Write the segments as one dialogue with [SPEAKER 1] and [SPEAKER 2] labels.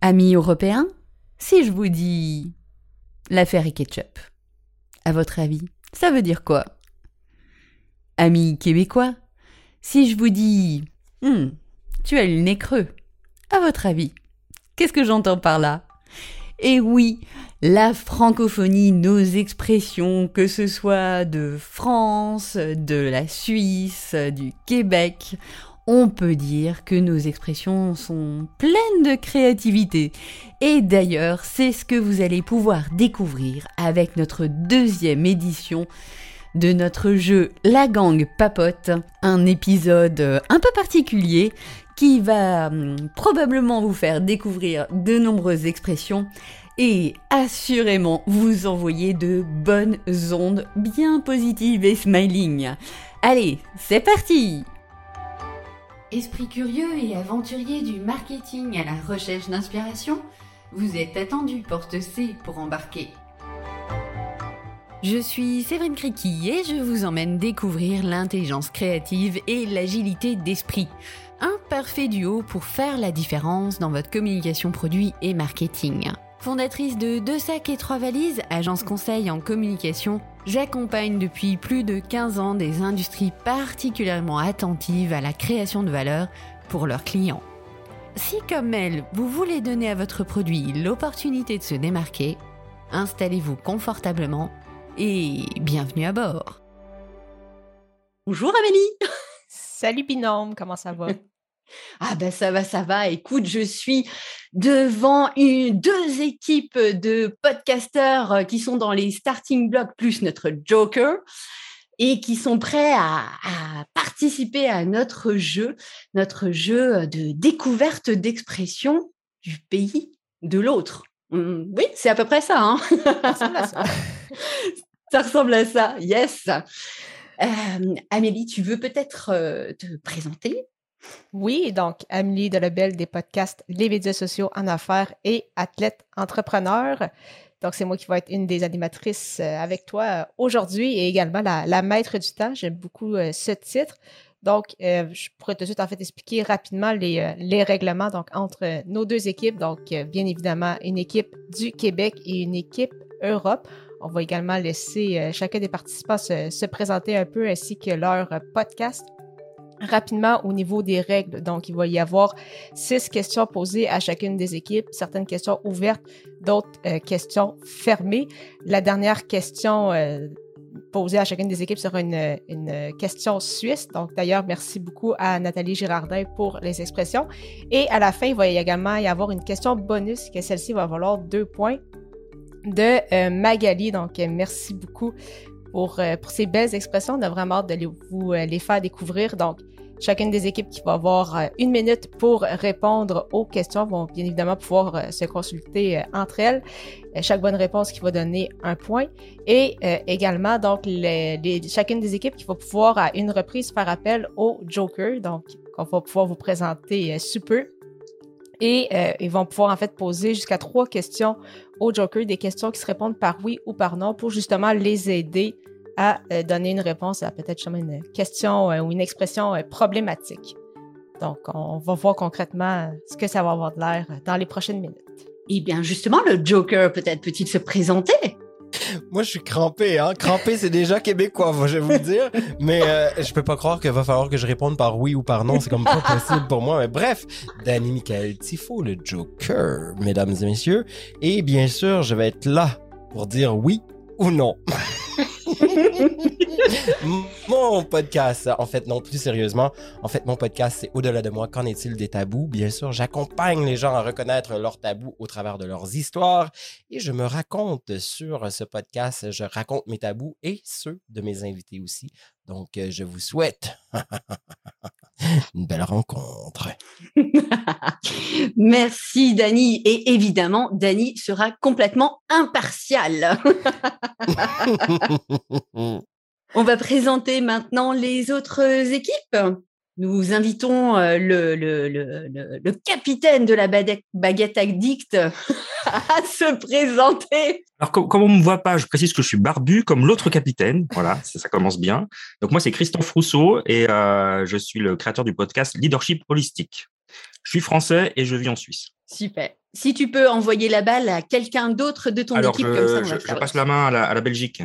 [SPEAKER 1] Amis européens, si je vous dis l'affaire est ketchup, à votre avis, ça veut dire quoi Amis québécois, si je vous dis Hmm, tu as le nez creux, à votre avis, qu'est-ce que j'entends par là Eh oui, la francophonie, nos expressions, que ce soit de France, de la Suisse, du Québec, on peut dire que nos expressions sont pleines de créativité. Et d'ailleurs, c'est ce que vous allez pouvoir découvrir avec notre deuxième édition de notre jeu La Gang Papote, un épisode euh, un peu particulier qui va hum, probablement vous faire découvrir de nombreuses expressions et assurément vous envoyer de bonnes ondes bien positives et smiling. Allez, c'est parti
[SPEAKER 2] Esprit curieux et aventurier du marketing à la recherche d'inspiration, vous êtes attendu porte C pour embarquer.
[SPEAKER 1] Je suis Séverine Criqui et je vous emmène découvrir l'intelligence créative et l'agilité d'esprit. Un parfait duo pour faire la différence dans votre communication produit et marketing. Fondatrice de Deux Sacs et Trois Valises, agence conseil en communication, j'accompagne depuis plus de 15 ans des industries particulièrement attentives à la création de valeur pour leurs clients. Si comme elle, vous voulez donner à votre produit l'opportunité de se démarquer, installez-vous confortablement et bienvenue à bord. Bonjour Amélie.
[SPEAKER 3] Salut binôme, comment ça va?
[SPEAKER 1] Ah ben ça va, ça va. Écoute, je suis devant une- deux équipes de podcasteurs euh, qui sont dans les starting blocks plus notre Joker et qui sont prêts à, à participer à notre jeu, notre jeu de découverte d'expression du pays de l'autre. Hum, Oui, c'est à peu près ça. Hein
[SPEAKER 3] Ça ressemble à ça.
[SPEAKER 1] Ça ressemble à ça, yes. Euh, Amélie, tu veux peut-être euh, te présenter
[SPEAKER 3] Oui, donc Amélie Delebel des podcasts Les médias sociaux en affaires et athlète entrepreneur. Donc, c'est moi qui vais être une des animatrices euh, avec toi euh, aujourd'hui et également la, la maître du temps. J'aime beaucoup euh, ce titre. Donc, euh, je pourrais tout de suite en fait expliquer rapidement les, euh, les règlements donc, entre euh, nos deux équipes. Donc, euh, bien évidemment, une équipe du Québec et une équipe Europe. On va également laisser euh, chacun des participants se, se présenter un peu ainsi que leur euh, podcast rapidement au niveau des règles. Donc, il va y avoir six questions posées à chacune des équipes, certaines questions ouvertes, d'autres euh, questions fermées. La dernière question euh, posée à chacune des équipes sera une, une question suisse. Donc, d'ailleurs, merci beaucoup à Nathalie Girardin pour les expressions. Et à la fin, il va y également y avoir une question bonus, que celle-ci va valoir deux points de euh, Magali. Donc, euh, merci beaucoup pour, euh, pour ces belles expressions. On a vraiment hâte de les- vous euh, les faire découvrir. Donc, chacune des équipes qui va avoir euh, une minute pour répondre aux questions vont bien évidemment pouvoir euh, se consulter euh, entre elles. Euh, chaque bonne réponse qui va donner un point. Et euh, également, donc, les- les- chacune des équipes qui va pouvoir à une reprise faire appel au Joker, donc qu'on va pouvoir vous présenter euh, sous peu. Et euh, ils vont pouvoir en fait poser jusqu'à trois questions au Joker, des questions qui se répondent par oui ou par non pour justement les aider à euh, donner une réponse à peut-être justement une question euh, ou une expression euh, problématique. Donc, on va voir concrètement ce que ça va avoir de l'air dans les prochaines minutes.
[SPEAKER 1] Eh bien, justement, le Joker, peut-être peut-il se présenter
[SPEAKER 4] Moi, je suis crampé, hein. Crampé, c'est déjà québécois, je vais vous le dire. Mais euh, je peux pas croire qu'il va falloir que je réponde par oui ou par non. C'est comme pas possible pour moi. Mais bref, Danny Michael Tifo, le Joker, mesdames et messieurs. Et bien sûr, je vais être là pour dire oui ou non. mon podcast, en fait, non, plus sérieusement, en fait, mon podcast, c'est Au-delà de moi, qu'en est-il des tabous? Bien sûr, j'accompagne les gens à reconnaître leurs tabous au travers de leurs histoires et je me raconte sur ce podcast. Je raconte mes tabous et ceux de mes invités aussi. Donc, euh, je vous souhaite une belle rencontre.
[SPEAKER 1] Merci Dani et évidemment Dani sera complètement impartial. On va présenter maintenant les autres équipes. Nous invitons euh, le, le- le- le- le capitaine de la bade- baguette addict à se présenter.
[SPEAKER 5] Alors, comme, comme on me voit pas, je précise que je suis barbu comme l'autre capitaine. Voilà, ça, ça commence bien. Donc, moi, c'est Christophe Rousseau et euh, je suis le créateur du podcast Leadership Holistique. Je suis français et je vis en Suisse.
[SPEAKER 1] Super. Si tu peux envoyer la balle à quelqu'un d'autre de ton
[SPEAKER 5] Alors,
[SPEAKER 1] équipe,
[SPEAKER 5] je,
[SPEAKER 1] comme ça, on va
[SPEAKER 5] je-
[SPEAKER 1] le
[SPEAKER 5] je
[SPEAKER 1] faire.
[SPEAKER 5] passe la main à la, à la Belgique.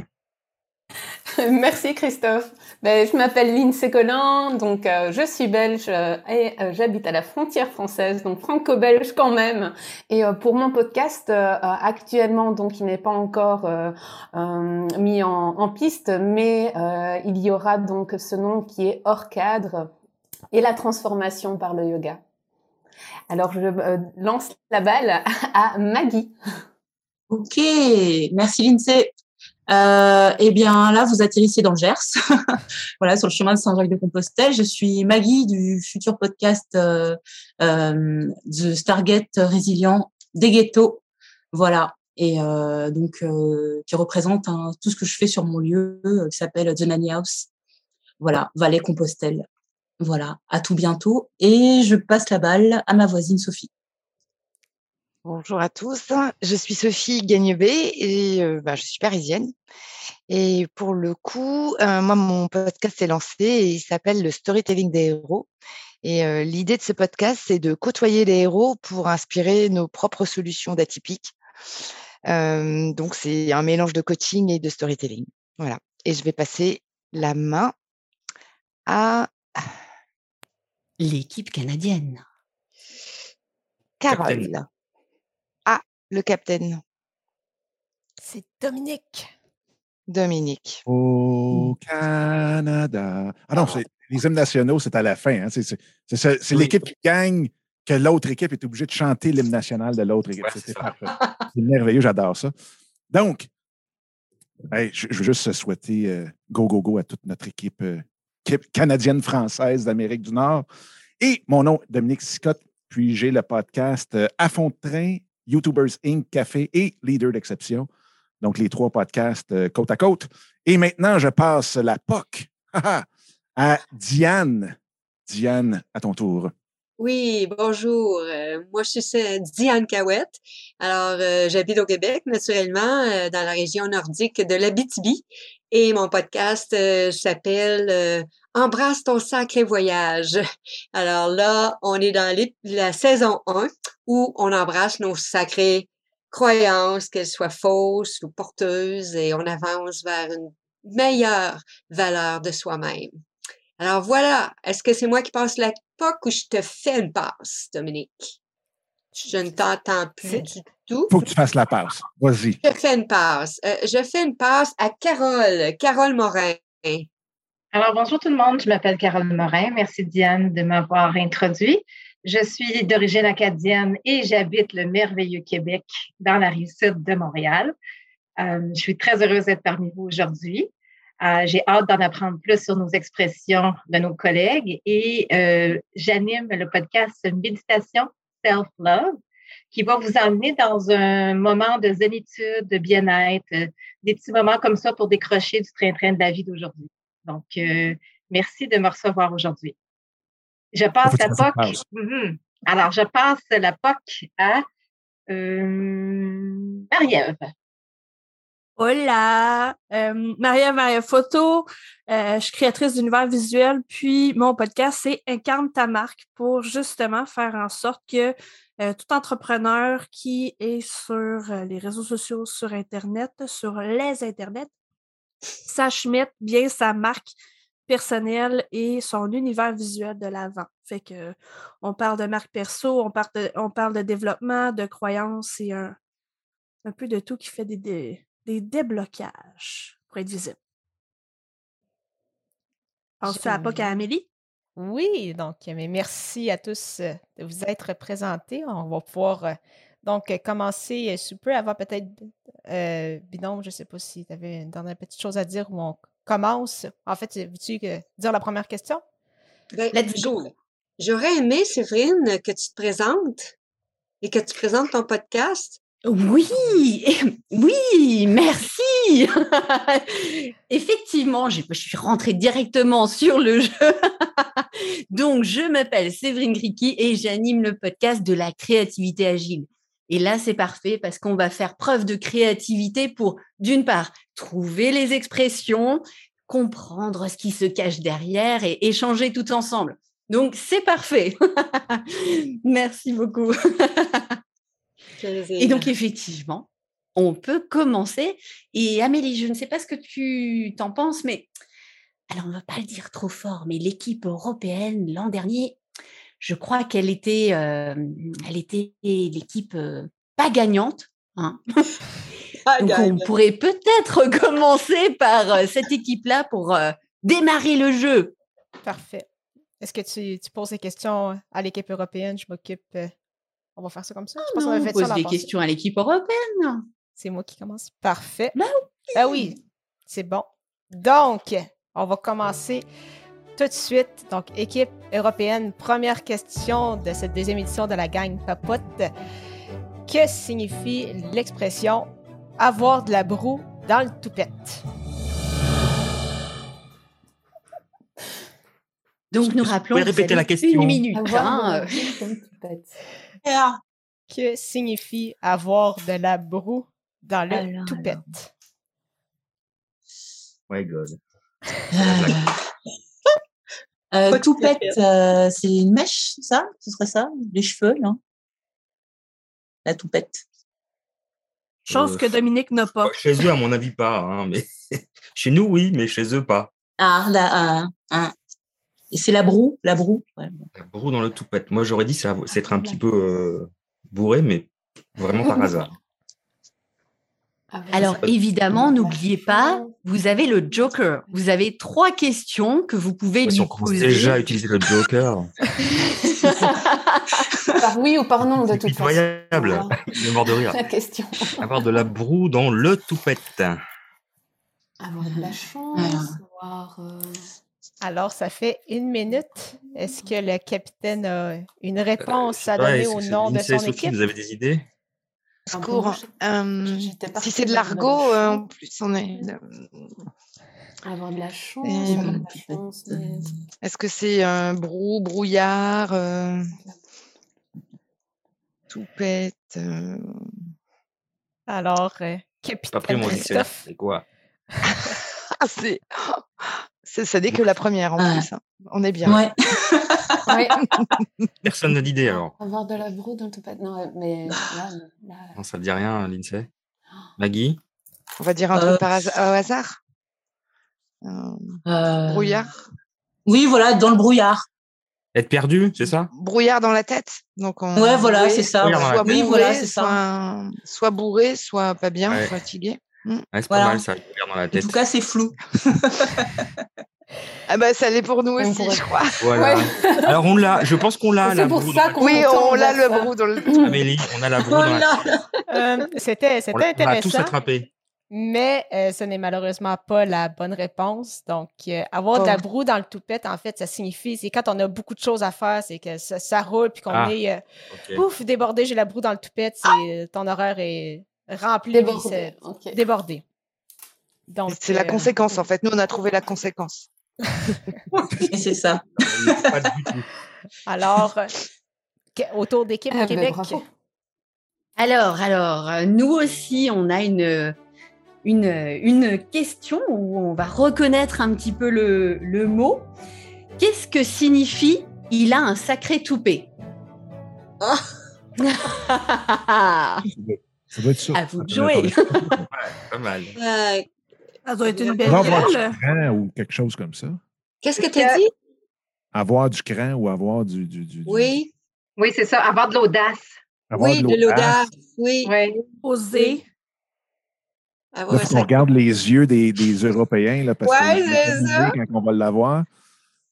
[SPEAKER 2] Merci Christophe. Ben, je m'appelle Lindsay Collin, donc euh, je suis belge euh, et euh, j'habite à la frontière française, donc franco-belge quand même. Et euh, pour mon podcast, euh, euh, actuellement, donc il n'est pas encore euh, euh, mis en, en piste, mais euh, il y aura donc ce nom qui est hors cadre et la transformation par le yoga. Alors je euh, lance la balle à Maggie.
[SPEAKER 6] Ok, merci Lindsay. Euh, eh bien là, vous atterrissez dans le Gers, voilà, sur le chemin de Saint-Jacques-de-Compostelle. Je suis Maggie du futur podcast euh, euh, de Stargate Résilient des ghettos, voilà, et euh, donc euh, qui représente hein, tout ce que je fais sur mon lieu euh, qui s'appelle The Nanny House, voilà, Valais-Compostelle. Voilà, à tout bientôt et je passe la balle à ma voisine Sophie.
[SPEAKER 7] Bonjour à tous, je suis Sophie Gagnebé et euh, bah, je suis parisienne. Et pour le coup, euh, moi, mon podcast est lancé et il s'appelle le Storytelling des héros. Et euh, l'idée de ce podcast, c'est de côtoyer les héros pour inspirer nos propres solutions d'atypiques. Euh, donc, c'est un mélange de coaching et de storytelling. Voilà. Et je vais passer la main à
[SPEAKER 1] L'équipe canadienne.
[SPEAKER 5] Captain.
[SPEAKER 7] Carole. Ah, le capitaine
[SPEAKER 3] C'est Dominique.
[SPEAKER 7] Dominique.
[SPEAKER 8] Au
[SPEAKER 5] Mmh.
[SPEAKER 8] Canada. Ah non, c'est- les hymnes nationaux, c'est à la fin. hein. C'est- C'est c'est ce- c'est
[SPEAKER 5] Oui.
[SPEAKER 8] l'équipe qui gagne que l'autre équipe est obligée de chanter l'hymne national de l'autre équipe.
[SPEAKER 5] Ouais,
[SPEAKER 8] C'est-
[SPEAKER 5] c'est
[SPEAKER 8] c'est
[SPEAKER 5] ça.
[SPEAKER 8] parfait. C'est merveilleux, j'adore ça. Donc, hey, je, je veux juste souhaiter euh, go, go, go à toute notre équipe, euh, équipe canadienne-française d'Amérique du Nord. Et mon nom, Dominique Scott, puis j'ai le podcast euh, À fond de train, YouTubers Inc., Café et Leader d'exception. Donc, les trois podcasts euh, côte à côte. Et maintenant, je passe la POC à Diane. Diane, à ton tour.
[SPEAKER 9] Oui, bonjour. Euh, moi, je suis euh, Diane Cahouette. Alors, euh, j'habite au Québec, naturellement, euh, dans la région nordique de l'Abitibi. Et mon podcast euh, s'appelle euh, Embrasse ton sacré voyage. Alors là, on est dans l'ép- la saison 1 où on embrasse nos sacrées croyances, qu'elles soient fausses ou porteuses, et on avance vers une meilleure valeur de soi-même. Alors voilà, est-ce que c'est moi qui passe la POC ou je te fais une passe, Dominique? Je ne t'entends plus
[SPEAKER 3] C'est-
[SPEAKER 9] du tout.
[SPEAKER 8] faut que tu fasses la passe. Vas-y.
[SPEAKER 9] Je fais une passe. Euh, je fais une passe à Carole, euh, Carole Morin.
[SPEAKER 10] Alors, bonjour tout le monde. Je m'appelle Carole Morin. Merci, Diane, de m'avoir introduit. Je suis d'origine acadienne et j'habite le merveilleux Québec dans la rive sud de Montréal. Euh, je suis très heureuse d'être parmi vous aujourd'hui. Euh, J'ai hâte d'en apprendre plus sur nos expressions de nos collègues et euh, j'anime le podcast Méditation Self-Love qui va vous emmener dans un moment de zénitude, de bien-être, euh, des petits moments comme ça pour décrocher du train-train de la vie d'aujourd'hui. Donc, euh, merci de me recevoir aujourd'hui. Je passe
[SPEAKER 8] Faut que
[SPEAKER 10] la
[SPEAKER 8] tu fasses une
[SPEAKER 10] POC.
[SPEAKER 8] pause.
[SPEAKER 10] Mhm. Alors, je passe la POC à euh, Marie-Ève.
[SPEAKER 11] Hola, euh, Maria Maria Photo, euh, je suis créatrice d'univers visuel, puis mon podcast c'est Incarne ta marque pour justement faire en sorte que euh, tout entrepreneur qui est sur euh, les réseaux sociaux, sur Internet, sur les Internets, sache mettre bien sa marque personnelle et son univers visuel de l'avant. Fait que euh, on parle de marque perso, on parle de, on parle de développement, de croyances et un, un peu de tout qui fait des, dé- des déblocages pour être visible. Penses-tu à la POC à Amélie?
[SPEAKER 3] Oui, donc, mais merci à tous euh, de vous être présentés. On va pouvoir euh, donc euh, commencer euh, sous peu avant peut-être euh, Bidon, je ne sais pas si tu avais une dernière petite chose à dire ou on commence. En fait, euh, veux-tu euh, dire la première question?
[SPEAKER 9] Ben,
[SPEAKER 1] Let's
[SPEAKER 9] j-
[SPEAKER 1] go.
[SPEAKER 9] J'aurais aimé, Séverine, que tu te présentes et que tu présentes ton podcast.
[SPEAKER 1] Oui, oui, merci. Effectivement, j'ai- je suis rentrée directement sur le jeu. Donc, je m'appelle Séverine Criqui et j'anime le podcast de la créativité agile. Et là, c'est parfait parce qu'on va faire preuve de créativité pour, d'une part, trouver les expressions, comprendre ce qui se cache derrière et échanger tout ensemble. Donc, c'est parfait. merci beaucoup. Et
[SPEAKER 9] Mmh.
[SPEAKER 1] donc, effectivement, on peut commencer. Et Amélie, je ne sais pas ce que tu t'en penses, mais alors on ne va pas le dire trop fort, mais l'équipe européenne l'an dernier, je crois qu'elle était, euh, elle était l'équipe euh, pas gagnante. hein. Donc, on
[SPEAKER 9] gagne.
[SPEAKER 1] pourrait peut-être commencer par euh, cette équipe-là pour euh, démarrer le jeu.
[SPEAKER 3] Parfait. Est-ce que tu, tu poses des questions à l'équipe européenne? Je m'occupe. euh, on va faire ça comme ça? je pense qu'on
[SPEAKER 1] Ah Non,
[SPEAKER 3] va
[SPEAKER 1] on
[SPEAKER 3] faire ça
[SPEAKER 1] pose
[SPEAKER 3] l'an
[SPEAKER 1] des
[SPEAKER 3] passé.
[SPEAKER 1] questions à l'équipe européenne.
[SPEAKER 3] C'est moi qui commence. Parfait.
[SPEAKER 2] Ben
[SPEAKER 3] Ah oui, c'est bon. Donc, on va commencer tout de suite. Donc, équipe européenne, première question de cette deuxième édition de la gang papote. Que signifie l'expression avoir de la broue dans le toupette?
[SPEAKER 1] Donc, nous rappelons.
[SPEAKER 5] pouvez
[SPEAKER 1] que vous
[SPEAKER 5] répéter la
[SPEAKER 1] avez
[SPEAKER 5] question
[SPEAKER 1] Une minute.
[SPEAKER 2] Avoir
[SPEAKER 1] hein,
[SPEAKER 2] de
[SPEAKER 1] euh.
[SPEAKER 3] Que signifie avoir de la broue dans le toupette?
[SPEAKER 5] My God.
[SPEAKER 6] Euh,
[SPEAKER 2] Pas tout à
[SPEAKER 6] toupette,
[SPEAKER 2] fait.
[SPEAKER 6] euh, c'est une mèche, ça Ce serait ça Les cheveux, là La toupette.
[SPEAKER 11] Chose que Dominique n'a pas.
[SPEAKER 5] Euh, Chez eux, à mon avis, pas. hein, mais... chez nous, oui, mais chez eux, pas.
[SPEAKER 6] Ah, là, Et c'est la broue, la broue. ouais.
[SPEAKER 5] La broue dans le toupette. Moi, j'aurais dit ça,
[SPEAKER 1] Ah,
[SPEAKER 5] c'est être un petit peu euh, bourré, mais vraiment par hasard.
[SPEAKER 1] Alors évidemment, n'oubliez pas, vous avez le Joker. Vous avez trois questions que vous pouvez
[SPEAKER 5] Si
[SPEAKER 1] lui
[SPEAKER 5] on commence
[SPEAKER 1] poser.
[SPEAKER 5] déjà à utiliser le Joker,
[SPEAKER 2] Par oui ou par non, de toute façon.
[SPEAKER 5] incroyable. Il est mort de rire.
[SPEAKER 2] La question.
[SPEAKER 5] Avoir de la broue dans le toupette.
[SPEAKER 2] Avoir de la chance, avoir. euh,
[SPEAKER 3] Alors, ça fait une minute. Est-ce que le capitaine a
[SPEAKER 5] Euh,
[SPEAKER 3] une réponse à
[SPEAKER 5] Ouais,
[SPEAKER 3] donner
[SPEAKER 5] est-ce
[SPEAKER 3] au
[SPEAKER 5] que c'est-
[SPEAKER 3] nom de
[SPEAKER 5] Lindsay et
[SPEAKER 3] son
[SPEAKER 5] Sophie,
[SPEAKER 3] équipe?
[SPEAKER 5] Vous avez des idées
[SPEAKER 2] Moi,
[SPEAKER 5] hein.
[SPEAKER 7] Cours. Euh, si c'est de
[SPEAKER 2] partie de la
[SPEAKER 7] l'argot,
[SPEAKER 2] chance.
[SPEAKER 7] euh, en plus, on est.
[SPEAKER 2] Avoir de la chance,
[SPEAKER 7] Euh,
[SPEAKER 2] avoir de la chance. mais-
[SPEAKER 7] Est-ce que c'est un brou, brouillard, euh, toupette euh,
[SPEAKER 3] Alors, euh,
[SPEAKER 5] Pas pris
[SPEAKER 3] capitaine
[SPEAKER 5] mon dictionnaire.
[SPEAKER 3] Christophe,
[SPEAKER 5] C'est quoi
[SPEAKER 7] ah, c'est- c'est- ça n'est que la première en plus. hein. On est bien.
[SPEAKER 6] Ah. Ouais.
[SPEAKER 2] Ouais,
[SPEAKER 5] Personne n'a d'idée alors.
[SPEAKER 2] avoir de la broue dans le toupette. Non, euh, mais là, là,
[SPEAKER 5] Non, ça ne dit rien, Lindsay. Maggie
[SPEAKER 7] On va dire un
[SPEAKER 6] Euh,
[SPEAKER 7] truc par hasard, au hasard. Euh,
[SPEAKER 6] Euh,
[SPEAKER 7] Brouillard.
[SPEAKER 6] Oui, voilà, dans le brouillard.
[SPEAKER 5] Être perdu, c'est ça
[SPEAKER 7] Brouillard dans la tête. Donc on,
[SPEAKER 6] Ouais, voilà,
[SPEAKER 7] Oui,
[SPEAKER 6] c'est ça.
[SPEAKER 5] Brouillard dans la
[SPEAKER 7] Soit
[SPEAKER 5] tête.
[SPEAKER 6] Oui,
[SPEAKER 7] bourré,
[SPEAKER 6] voilà, c'est ça.
[SPEAKER 7] soit, soit bourré, soit pas bien,
[SPEAKER 5] Ouais.
[SPEAKER 7] fatigué. Mm.
[SPEAKER 5] Ouais, C'est
[SPEAKER 6] Voilà.
[SPEAKER 5] pas mal ça, le Joker dans la
[SPEAKER 6] En
[SPEAKER 5] tête.
[SPEAKER 6] tout cas, c'est flou.
[SPEAKER 7] Ah bah ça l'est pour nous
[SPEAKER 2] On
[SPEAKER 7] aussi,
[SPEAKER 2] pourrait-
[SPEAKER 7] je crois.
[SPEAKER 5] Voilà. Alors on l'a, je pense qu'on l'a,
[SPEAKER 2] c'est
[SPEAKER 5] la
[SPEAKER 2] pour
[SPEAKER 5] broue
[SPEAKER 2] ça qu'on
[SPEAKER 7] Oui, on
[SPEAKER 2] tend
[SPEAKER 7] l'a
[SPEAKER 2] vers
[SPEAKER 7] le
[SPEAKER 2] ça.
[SPEAKER 7] brou dans le.
[SPEAKER 5] dans la- Amélie, on a la
[SPEAKER 2] Oh
[SPEAKER 5] broue dans la
[SPEAKER 6] Mm. Voilà.
[SPEAKER 3] euh, c'était
[SPEAKER 5] On
[SPEAKER 3] c'était
[SPEAKER 5] l'a- on l'a tous
[SPEAKER 3] intéressant,
[SPEAKER 5] attrapé.
[SPEAKER 3] mais euh, ce n'est malheureusement pas la bonne réponse. Donc, euh, avoir de la
[SPEAKER 7] Oh.
[SPEAKER 3] broue dans le toupette, en fait, ça signifie, c'est quand on a beaucoup de choses à faire, c'est que ça, ça roule, puis qu'on
[SPEAKER 5] Ah.
[SPEAKER 3] est, euh,
[SPEAKER 5] Ok.
[SPEAKER 3] pouf, débordé, j'ai la broue dans le toupette, c'est, ton horaire est rempli, puis
[SPEAKER 2] Débordé.
[SPEAKER 3] c'est
[SPEAKER 2] ok.
[SPEAKER 3] débordé. Donc,
[SPEAKER 7] C'est la
[SPEAKER 3] euh,
[SPEAKER 7] conséquence en fait. Nous on a trouvé la conséquence.
[SPEAKER 6] Et c'est ça.
[SPEAKER 5] On n'y est pas du tout.
[SPEAKER 3] alors, euh, que- autour d'équipe
[SPEAKER 2] Ah, ben,
[SPEAKER 3] Québec,
[SPEAKER 2] bravo.
[SPEAKER 1] Alors, alors, euh, nous aussi, on a une, une, une question où on va reconnaître un petit peu le, le mot. Qu'est-ce que signifie il a un sacré toupet À
[SPEAKER 8] Ça doit être ça.
[SPEAKER 1] vous de
[SPEAKER 5] Attendez,
[SPEAKER 1] jouer.
[SPEAKER 5] attendez. Ouais, pas mal.
[SPEAKER 9] Euh,
[SPEAKER 11] Ça doit être une belle
[SPEAKER 8] Doit avoir
[SPEAKER 11] gueule.
[SPEAKER 8] du cran ou quelque chose comme ça.
[SPEAKER 9] Qu'est-ce que tu as dit?
[SPEAKER 8] Avoir du cran ou avoir du. du, du- du-
[SPEAKER 9] Oui,
[SPEAKER 10] Oui, c'est ça, avoir de l'audace.
[SPEAKER 8] avoir
[SPEAKER 9] oui, de l'audace. Oui, Ah
[SPEAKER 10] Ouais.
[SPEAKER 11] Oser.
[SPEAKER 8] Là,
[SPEAKER 9] avoir
[SPEAKER 8] faut
[SPEAKER 9] un
[SPEAKER 8] qu'on
[SPEAKER 9] sac-
[SPEAKER 8] regarde les yeux des, des Européens, là, parce
[SPEAKER 9] Ouais,
[SPEAKER 8] que
[SPEAKER 9] c'est ça.
[SPEAKER 8] quand on va l'avoir.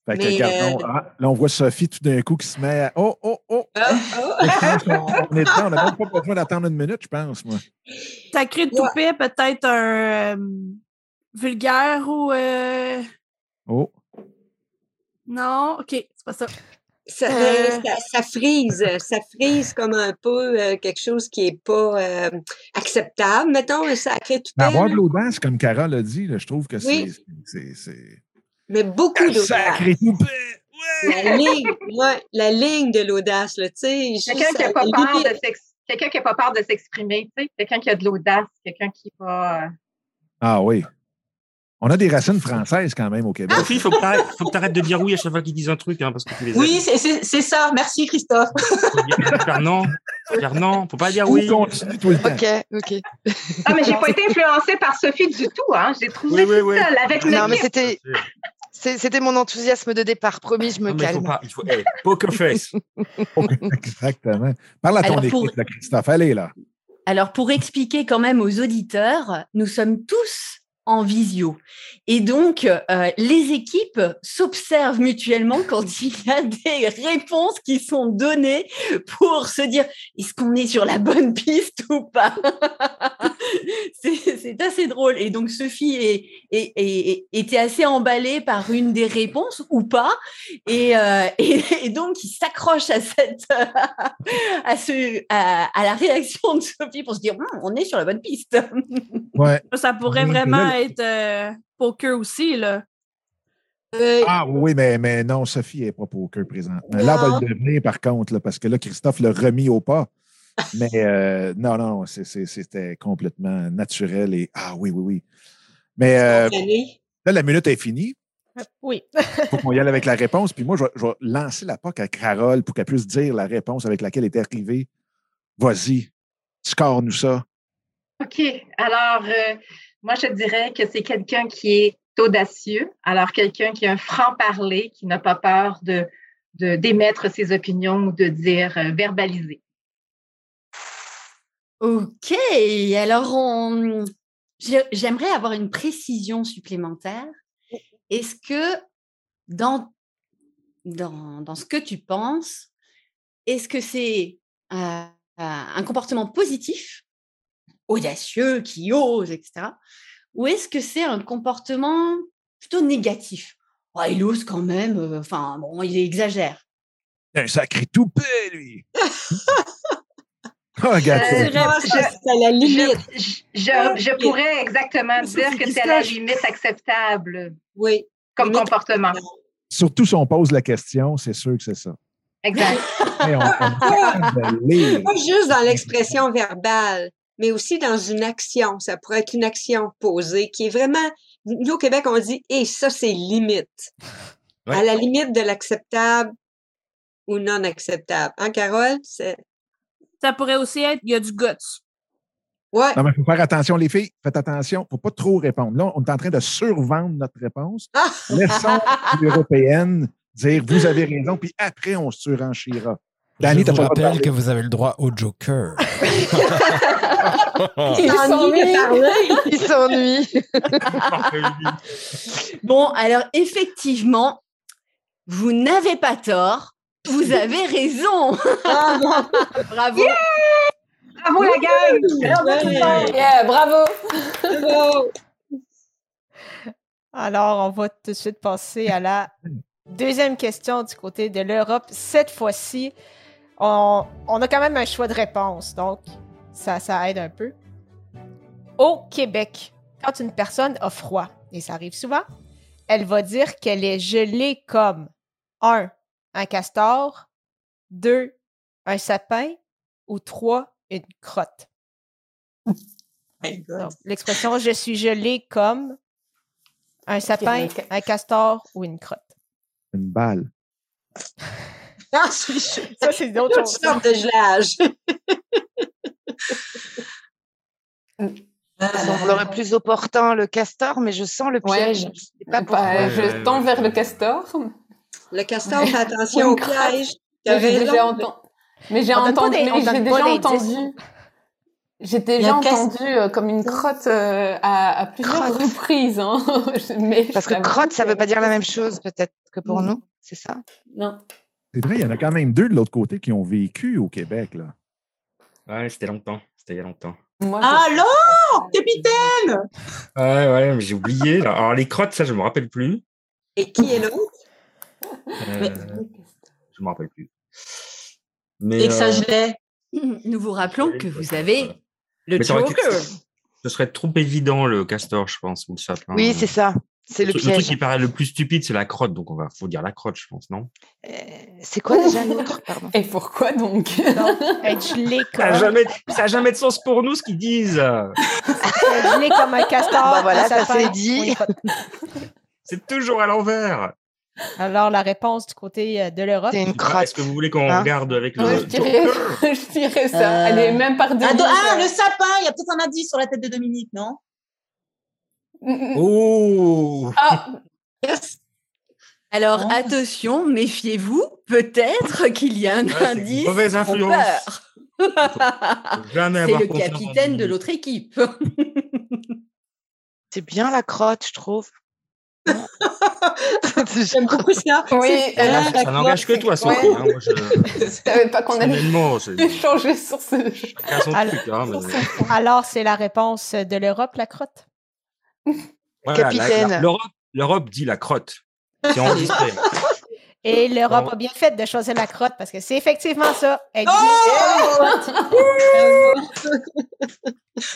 [SPEAKER 8] Fait que,
[SPEAKER 9] Mais,
[SPEAKER 8] regardons.
[SPEAKER 9] euh,
[SPEAKER 8] Ah, là, on voit Sophie tout d'un coup qui se met à... Oh, oh, oh!
[SPEAKER 4] Ah.
[SPEAKER 9] Oh, oh.
[SPEAKER 8] Je pense qu'on on est dedans. On n'a même pas besoin d'attendre une minute, je pense, moi.
[SPEAKER 11] Sacré de toupet, peut-être un euh, vulgaire ou. euh,
[SPEAKER 8] Oh!
[SPEAKER 11] Non, ok, c'est pas ça.
[SPEAKER 9] Ça,
[SPEAKER 11] Euh.
[SPEAKER 9] ça- ça frise, ça frise comme un peu euh, quelque chose qui n'est pas euh, acceptable. Mettons un sacré
[SPEAKER 8] Mais
[SPEAKER 9] toupet,
[SPEAKER 8] avoir
[SPEAKER 9] là,
[SPEAKER 8] de l'audace, comme Carole a dit, là, je trouve que c'est...
[SPEAKER 9] Ben Oui.
[SPEAKER 8] c'est- c'est-
[SPEAKER 9] mais beaucoup
[SPEAKER 8] c'est-
[SPEAKER 9] d'audace.
[SPEAKER 8] Sacré toupet!
[SPEAKER 9] La ligne, ouais, la ligne de l'audace, là, tu sais. juste
[SPEAKER 10] Quelqu'un qui
[SPEAKER 9] à
[SPEAKER 10] n'a pas
[SPEAKER 9] la
[SPEAKER 10] peur
[SPEAKER 9] limite.
[SPEAKER 10] de s'ex- quelqu'un qui a pas peur de s'exprimer, tu sais, quelqu'un qui a de l'audace, quelqu'un qui va euh,
[SPEAKER 8] Ah oui. On a des racines françaises quand même au Québec.
[SPEAKER 5] Sophie, il faut que t'arrêtes- faut que tu arrêtes de dire oui à chaque fois qu'ils disent un truc, hein, parce que tu les
[SPEAKER 6] Oui, c'est- c'est c'est ça. Merci, Christophe.
[SPEAKER 5] aimes. Faire non, faire non, faut pas dire oui.
[SPEAKER 7] Ok, ok.
[SPEAKER 10] Ah, mais j'ai pas été influencée par Sophie du tout. Hein. J'ai trouvé
[SPEAKER 5] Oui, oui,
[SPEAKER 10] tout
[SPEAKER 5] oui.
[SPEAKER 10] seul avec
[SPEAKER 7] Non,
[SPEAKER 10] mes
[SPEAKER 7] mais c'était. c'est- C'était mon enthousiasme de départ. Promis, je me
[SPEAKER 5] Non, mais il faut
[SPEAKER 7] calme.
[SPEAKER 5] pas. Il faut, hey, poker face.
[SPEAKER 8] Exactement. Parle à ton
[SPEAKER 1] Alors,
[SPEAKER 8] équipe,
[SPEAKER 1] pour-
[SPEAKER 8] là, Christophe. Allez, là.
[SPEAKER 1] Alors, pour expliquer quand même aux auditeurs, nous sommes tous en visio. Et donc, euh, les équipes s'observent mutuellement quand il y a des réponses qui sont données pour se dire est-ce qu'on est sur la bonne piste ou pas C'est c'est assez drôle. Et donc, Sophie est- est- est- était assez emballée par une des réponses ou pas. Et, euh, et- et donc, il s'accroche à, cette, à, ce, à, à la réaction de Sophie pour se dire Hum, on est sur la bonne piste.
[SPEAKER 8] Ouais.
[SPEAKER 11] Ça pourrait
[SPEAKER 8] Oui,
[SPEAKER 11] vraiment
[SPEAKER 8] mais là-
[SPEAKER 11] être euh, poker aussi, là.
[SPEAKER 8] Ah oui, mais, mais non, Sophie n'est pas poker présentement. Là, elle va le devenir, par contre, là, parce que là, Christophe l'a remis au pas. Mais euh, non, non, c'est- c'est- c'était complètement naturel et ah oui, oui, oui. Mais euh, là, la minute est finie.
[SPEAKER 3] Euh, Oui.
[SPEAKER 8] Il faut qu'on y aille avec la réponse. Puis moi, je vais, je vais lancer la POC à Carole pour qu'elle puisse dire la réponse avec laquelle elle était arrivée. Vas-y, score-nous ça.
[SPEAKER 10] OK. Alors, euh, moi, je dirais que c'est quelqu'un qui est audacieux, alors quelqu'un qui a un franc-parler, qui n'a pas peur de de- d'émettre ses opinions ou de dire euh, verbaliser.
[SPEAKER 1] Ok, alors on- j'ai- j'aimerais avoir une précision supplémentaire. Est-ce que dans, dans, dans ce que tu penses, est-ce que c'est euh, euh, un comportement positif, audacieux, qui ose, etc. Ou est-ce que c'est un comportement plutôt négatif Oh, Il ose quand même, euh, enfin bon, il exagère.
[SPEAKER 8] Un sacré toupet, lui. oh, regarde.
[SPEAKER 10] Euh,
[SPEAKER 8] Sophie.
[SPEAKER 10] je-
[SPEAKER 1] Ah,
[SPEAKER 9] la
[SPEAKER 10] limite. Je, je
[SPEAKER 9] Ah, Ok.
[SPEAKER 10] pourrais exactement
[SPEAKER 9] Mais ça,
[SPEAKER 10] dire
[SPEAKER 9] c'est
[SPEAKER 10] que
[SPEAKER 9] qui
[SPEAKER 10] c'est à
[SPEAKER 9] se
[SPEAKER 10] la
[SPEAKER 9] cache?
[SPEAKER 10] limite acceptable
[SPEAKER 9] Oui. Oh
[SPEAKER 10] comme comportement.
[SPEAKER 8] Surtout si on pose la question, c'est sûr que c'est ça.
[SPEAKER 10] Exact.
[SPEAKER 8] Hey, on- on- de lire.
[SPEAKER 9] Pas juste dans l'expression verbale, mais aussi dans une action. Ça pourrait être une action posée qui est vraiment. Nous, au Québec, on dit et ça, c'est limite.
[SPEAKER 5] Ouais.
[SPEAKER 9] À la limite de l'acceptable ou non acceptable. Hein, Carole? C'est...
[SPEAKER 11] Ça pourrait aussi être, il y a du guts.
[SPEAKER 9] Ouais.
[SPEAKER 8] Non, mais faut faire attention, les filles. Faites attention. Faut pas trop répondre. Là, on est en train de survendre notre réponse. Laissons l'européenne dire vous avez raison, puis après, on se surenchira. Danny,
[SPEAKER 4] je
[SPEAKER 8] t'as
[SPEAKER 4] vous
[SPEAKER 8] pas le droit de
[SPEAKER 4] rappelle
[SPEAKER 8] parler.
[SPEAKER 4] que vous avez le droit au Joker.
[SPEAKER 5] Oh.
[SPEAKER 9] Il s'ennuie de parler.
[SPEAKER 7] Il s'ennuie.
[SPEAKER 1] Bon, alors effectivement, vous n'avez pas tort, vous avez raison. Bravo.
[SPEAKER 10] Bravo la gang! Bravo tout le monde!
[SPEAKER 2] Yeah, bravo!
[SPEAKER 3] Alors, on va tout de suite passer à la deuxième question du côté de l'Europe. Cette fois-ci, on, on a quand même un choix de réponse, donc ça, ça aide un peu. Au Québec, quand une personne a froid, et ça arrive souvent, elle va dire qu'elle est gelée comme 1. un castor, 2. un sapin ou 3. une crotte. Donc, L'expression je suis gelée comme un sapin,
[SPEAKER 2] ok.
[SPEAKER 3] un castor ou une crotte.
[SPEAKER 8] Une balle.
[SPEAKER 9] Ah, c'est- c'est-
[SPEAKER 3] Ça, c'est une autre
[SPEAKER 9] Toutes
[SPEAKER 3] chose.
[SPEAKER 9] sortes de gelage.
[SPEAKER 7] On aurait plus opportun le castor, mais je sens le
[SPEAKER 2] Ouais,
[SPEAKER 7] piège. Je
[SPEAKER 2] je,
[SPEAKER 7] sais pas pourquoi.
[SPEAKER 2] bah, je
[SPEAKER 5] Ouais,
[SPEAKER 2] tends
[SPEAKER 5] ouais,
[SPEAKER 2] vers
[SPEAKER 5] ouais.
[SPEAKER 2] le castor.
[SPEAKER 9] Le castor, fais attention
[SPEAKER 2] Une
[SPEAKER 9] au
[SPEAKER 2] crasse.
[SPEAKER 9] piège. T'as
[SPEAKER 2] Mais j'ai
[SPEAKER 9] raison.
[SPEAKER 2] déjà, enten- mais j'ai
[SPEAKER 3] On donne pas
[SPEAKER 2] entendu.
[SPEAKER 3] des- on
[SPEAKER 2] mais
[SPEAKER 3] donne
[SPEAKER 2] J'ai
[SPEAKER 3] pas
[SPEAKER 2] déjà
[SPEAKER 3] d'indices.
[SPEAKER 2] entendu. J'ai
[SPEAKER 7] Il y a
[SPEAKER 2] déjà
[SPEAKER 7] cas-
[SPEAKER 2] entendu euh, comme une crotte euh, à, à plusieurs
[SPEAKER 7] Crotte.
[SPEAKER 2] reprises. hein. Je- mais je
[SPEAKER 7] Parce que
[SPEAKER 2] t'avoue
[SPEAKER 7] crotte, ça
[SPEAKER 2] que-
[SPEAKER 7] veut pas dire la même chose, peut-être que pour
[SPEAKER 2] Mm.
[SPEAKER 7] nous. C'est ça.
[SPEAKER 2] Non.
[SPEAKER 8] C'est vrai, il y en a quand même deux de l'autre côté qui ont vécu au Québec. Là.
[SPEAKER 5] Ouais, c'était longtemps. C'était il y a longtemps.
[SPEAKER 2] Moi, je-
[SPEAKER 6] Alors, capitaine!
[SPEAKER 5] Ouais, ouais, mais j'ai oublié. là. Alors, les crottes, ça, je me rappelle plus.
[SPEAKER 9] Et qui est l'autre?
[SPEAKER 5] Euh, je me rappelle plus. Mais,
[SPEAKER 6] Et que ça
[SPEAKER 5] euh,
[SPEAKER 6] gelait.
[SPEAKER 1] Nous vous rappelons que vous
[SPEAKER 5] Voilà.
[SPEAKER 1] avez le
[SPEAKER 5] Mais ça aurait
[SPEAKER 1] Joker.
[SPEAKER 5] été- ce serait trop évident, le castor, je pense, ou le sapin.
[SPEAKER 7] Oui, c'est ça. C'est le
[SPEAKER 5] truc-
[SPEAKER 7] piège.
[SPEAKER 5] truc qui paraît le plus stupide, c'est la crotte. Donc, on va faut dire la crotte, je pense, non
[SPEAKER 3] Euh,
[SPEAKER 7] C'est quoi déjà l'autre Pardon.
[SPEAKER 2] Et pourquoi donc Ah,
[SPEAKER 3] Edgelé
[SPEAKER 5] Ça n'a
[SPEAKER 3] comme,
[SPEAKER 5] jamais, ça a jamais de sens pour nous ce qu'ils disent.
[SPEAKER 3] edgelé comme un castor.
[SPEAKER 7] Bah voilà,
[SPEAKER 3] un
[SPEAKER 7] ça
[SPEAKER 3] sapin.
[SPEAKER 7] c'est dit.
[SPEAKER 3] Oui, pas-
[SPEAKER 5] C'est toujours à l'envers.
[SPEAKER 3] Alors, la réponse du côté euh, de l'Europe.
[SPEAKER 7] C'est une
[SPEAKER 5] Ah,
[SPEAKER 7] crotte.
[SPEAKER 5] Est-ce que vous voulez qu'on
[SPEAKER 7] Hein
[SPEAKER 5] regarde avec le.
[SPEAKER 2] Ouais, je, dirais, je dirais ça.
[SPEAKER 12] Euh,
[SPEAKER 2] Elle est même par
[SPEAKER 6] Ah, do- ah,
[SPEAKER 2] devise.
[SPEAKER 6] le sapin, il y a peut-être un indice sur la tête de Dominique, non
[SPEAKER 2] Mm, mm.
[SPEAKER 5] Oh
[SPEAKER 2] Ah, yes.
[SPEAKER 1] Alors
[SPEAKER 6] Ah.
[SPEAKER 1] attention, méfiez-vous, peut-être qu'il y a un
[SPEAKER 5] Ouais, c'est une
[SPEAKER 1] indice.
[SPEAKER 5] mauvaise
[SPEAKER 1] en
[SPEAKER 5] influence.
[SPEAKER 1] peur.
[SPEAKER 5] Jamais
[SPEAKER 1] C'est
[SPEAKER 5] avoir
[SPEAKER 1] le
[SPEAKER 5] confiance en
[SPEAKER 1] capitaine de
[SPEAKER 5] Dominique.
[SPEAKER 1] l'autre équipe.
[SPEAKER 7] C'est bien la crotte, je trouve.
[SPEAKER 9] J'aime beaucoup ça.
[SPEAKER 2] Oui,
[SPEAKER 9] C'est
[SPEAKER 2] elle a
[SPEAKER 5] Ça
[SPEAKER 9] bien, la
[SPEAKER 5] ça n'engage que
[SPEAKER 2] c'est-
[SPEAKER 5] toi, Sophie.
[SPEAKER 2] ouais.
[SPEAKER 5] hein. Moi, je...
[SPEAKER 2] je savais pas qu'on allait
[SPEAKER 5] Personnellement, c'est
[SPEAKER 2] échanger sur ce jeu.
[SPEAKER 5] chacun son
[SPEAKER 3] Alors-
[SPEAKER 5] truc. hein, mais-
[SPEAKER 3] Alors, c'est la réponse de l'Europe, la crotte.
[SPEAKER 5] Voilà, la-
[SPEAKER 7] Capitaine.
[SPEAKER 5] la- L'Europe l'Europe dit la crotte. C'est enregistré.
[SPEAKER 3] Et l'Europe
[SPEAKER 5] Bon.
[SPEAKER 3] a bien fait de choisir la crotte parce que c'est effectivement ça.
[SPEAKER 6] Oh!
[SPEAKER 3] Edgelé.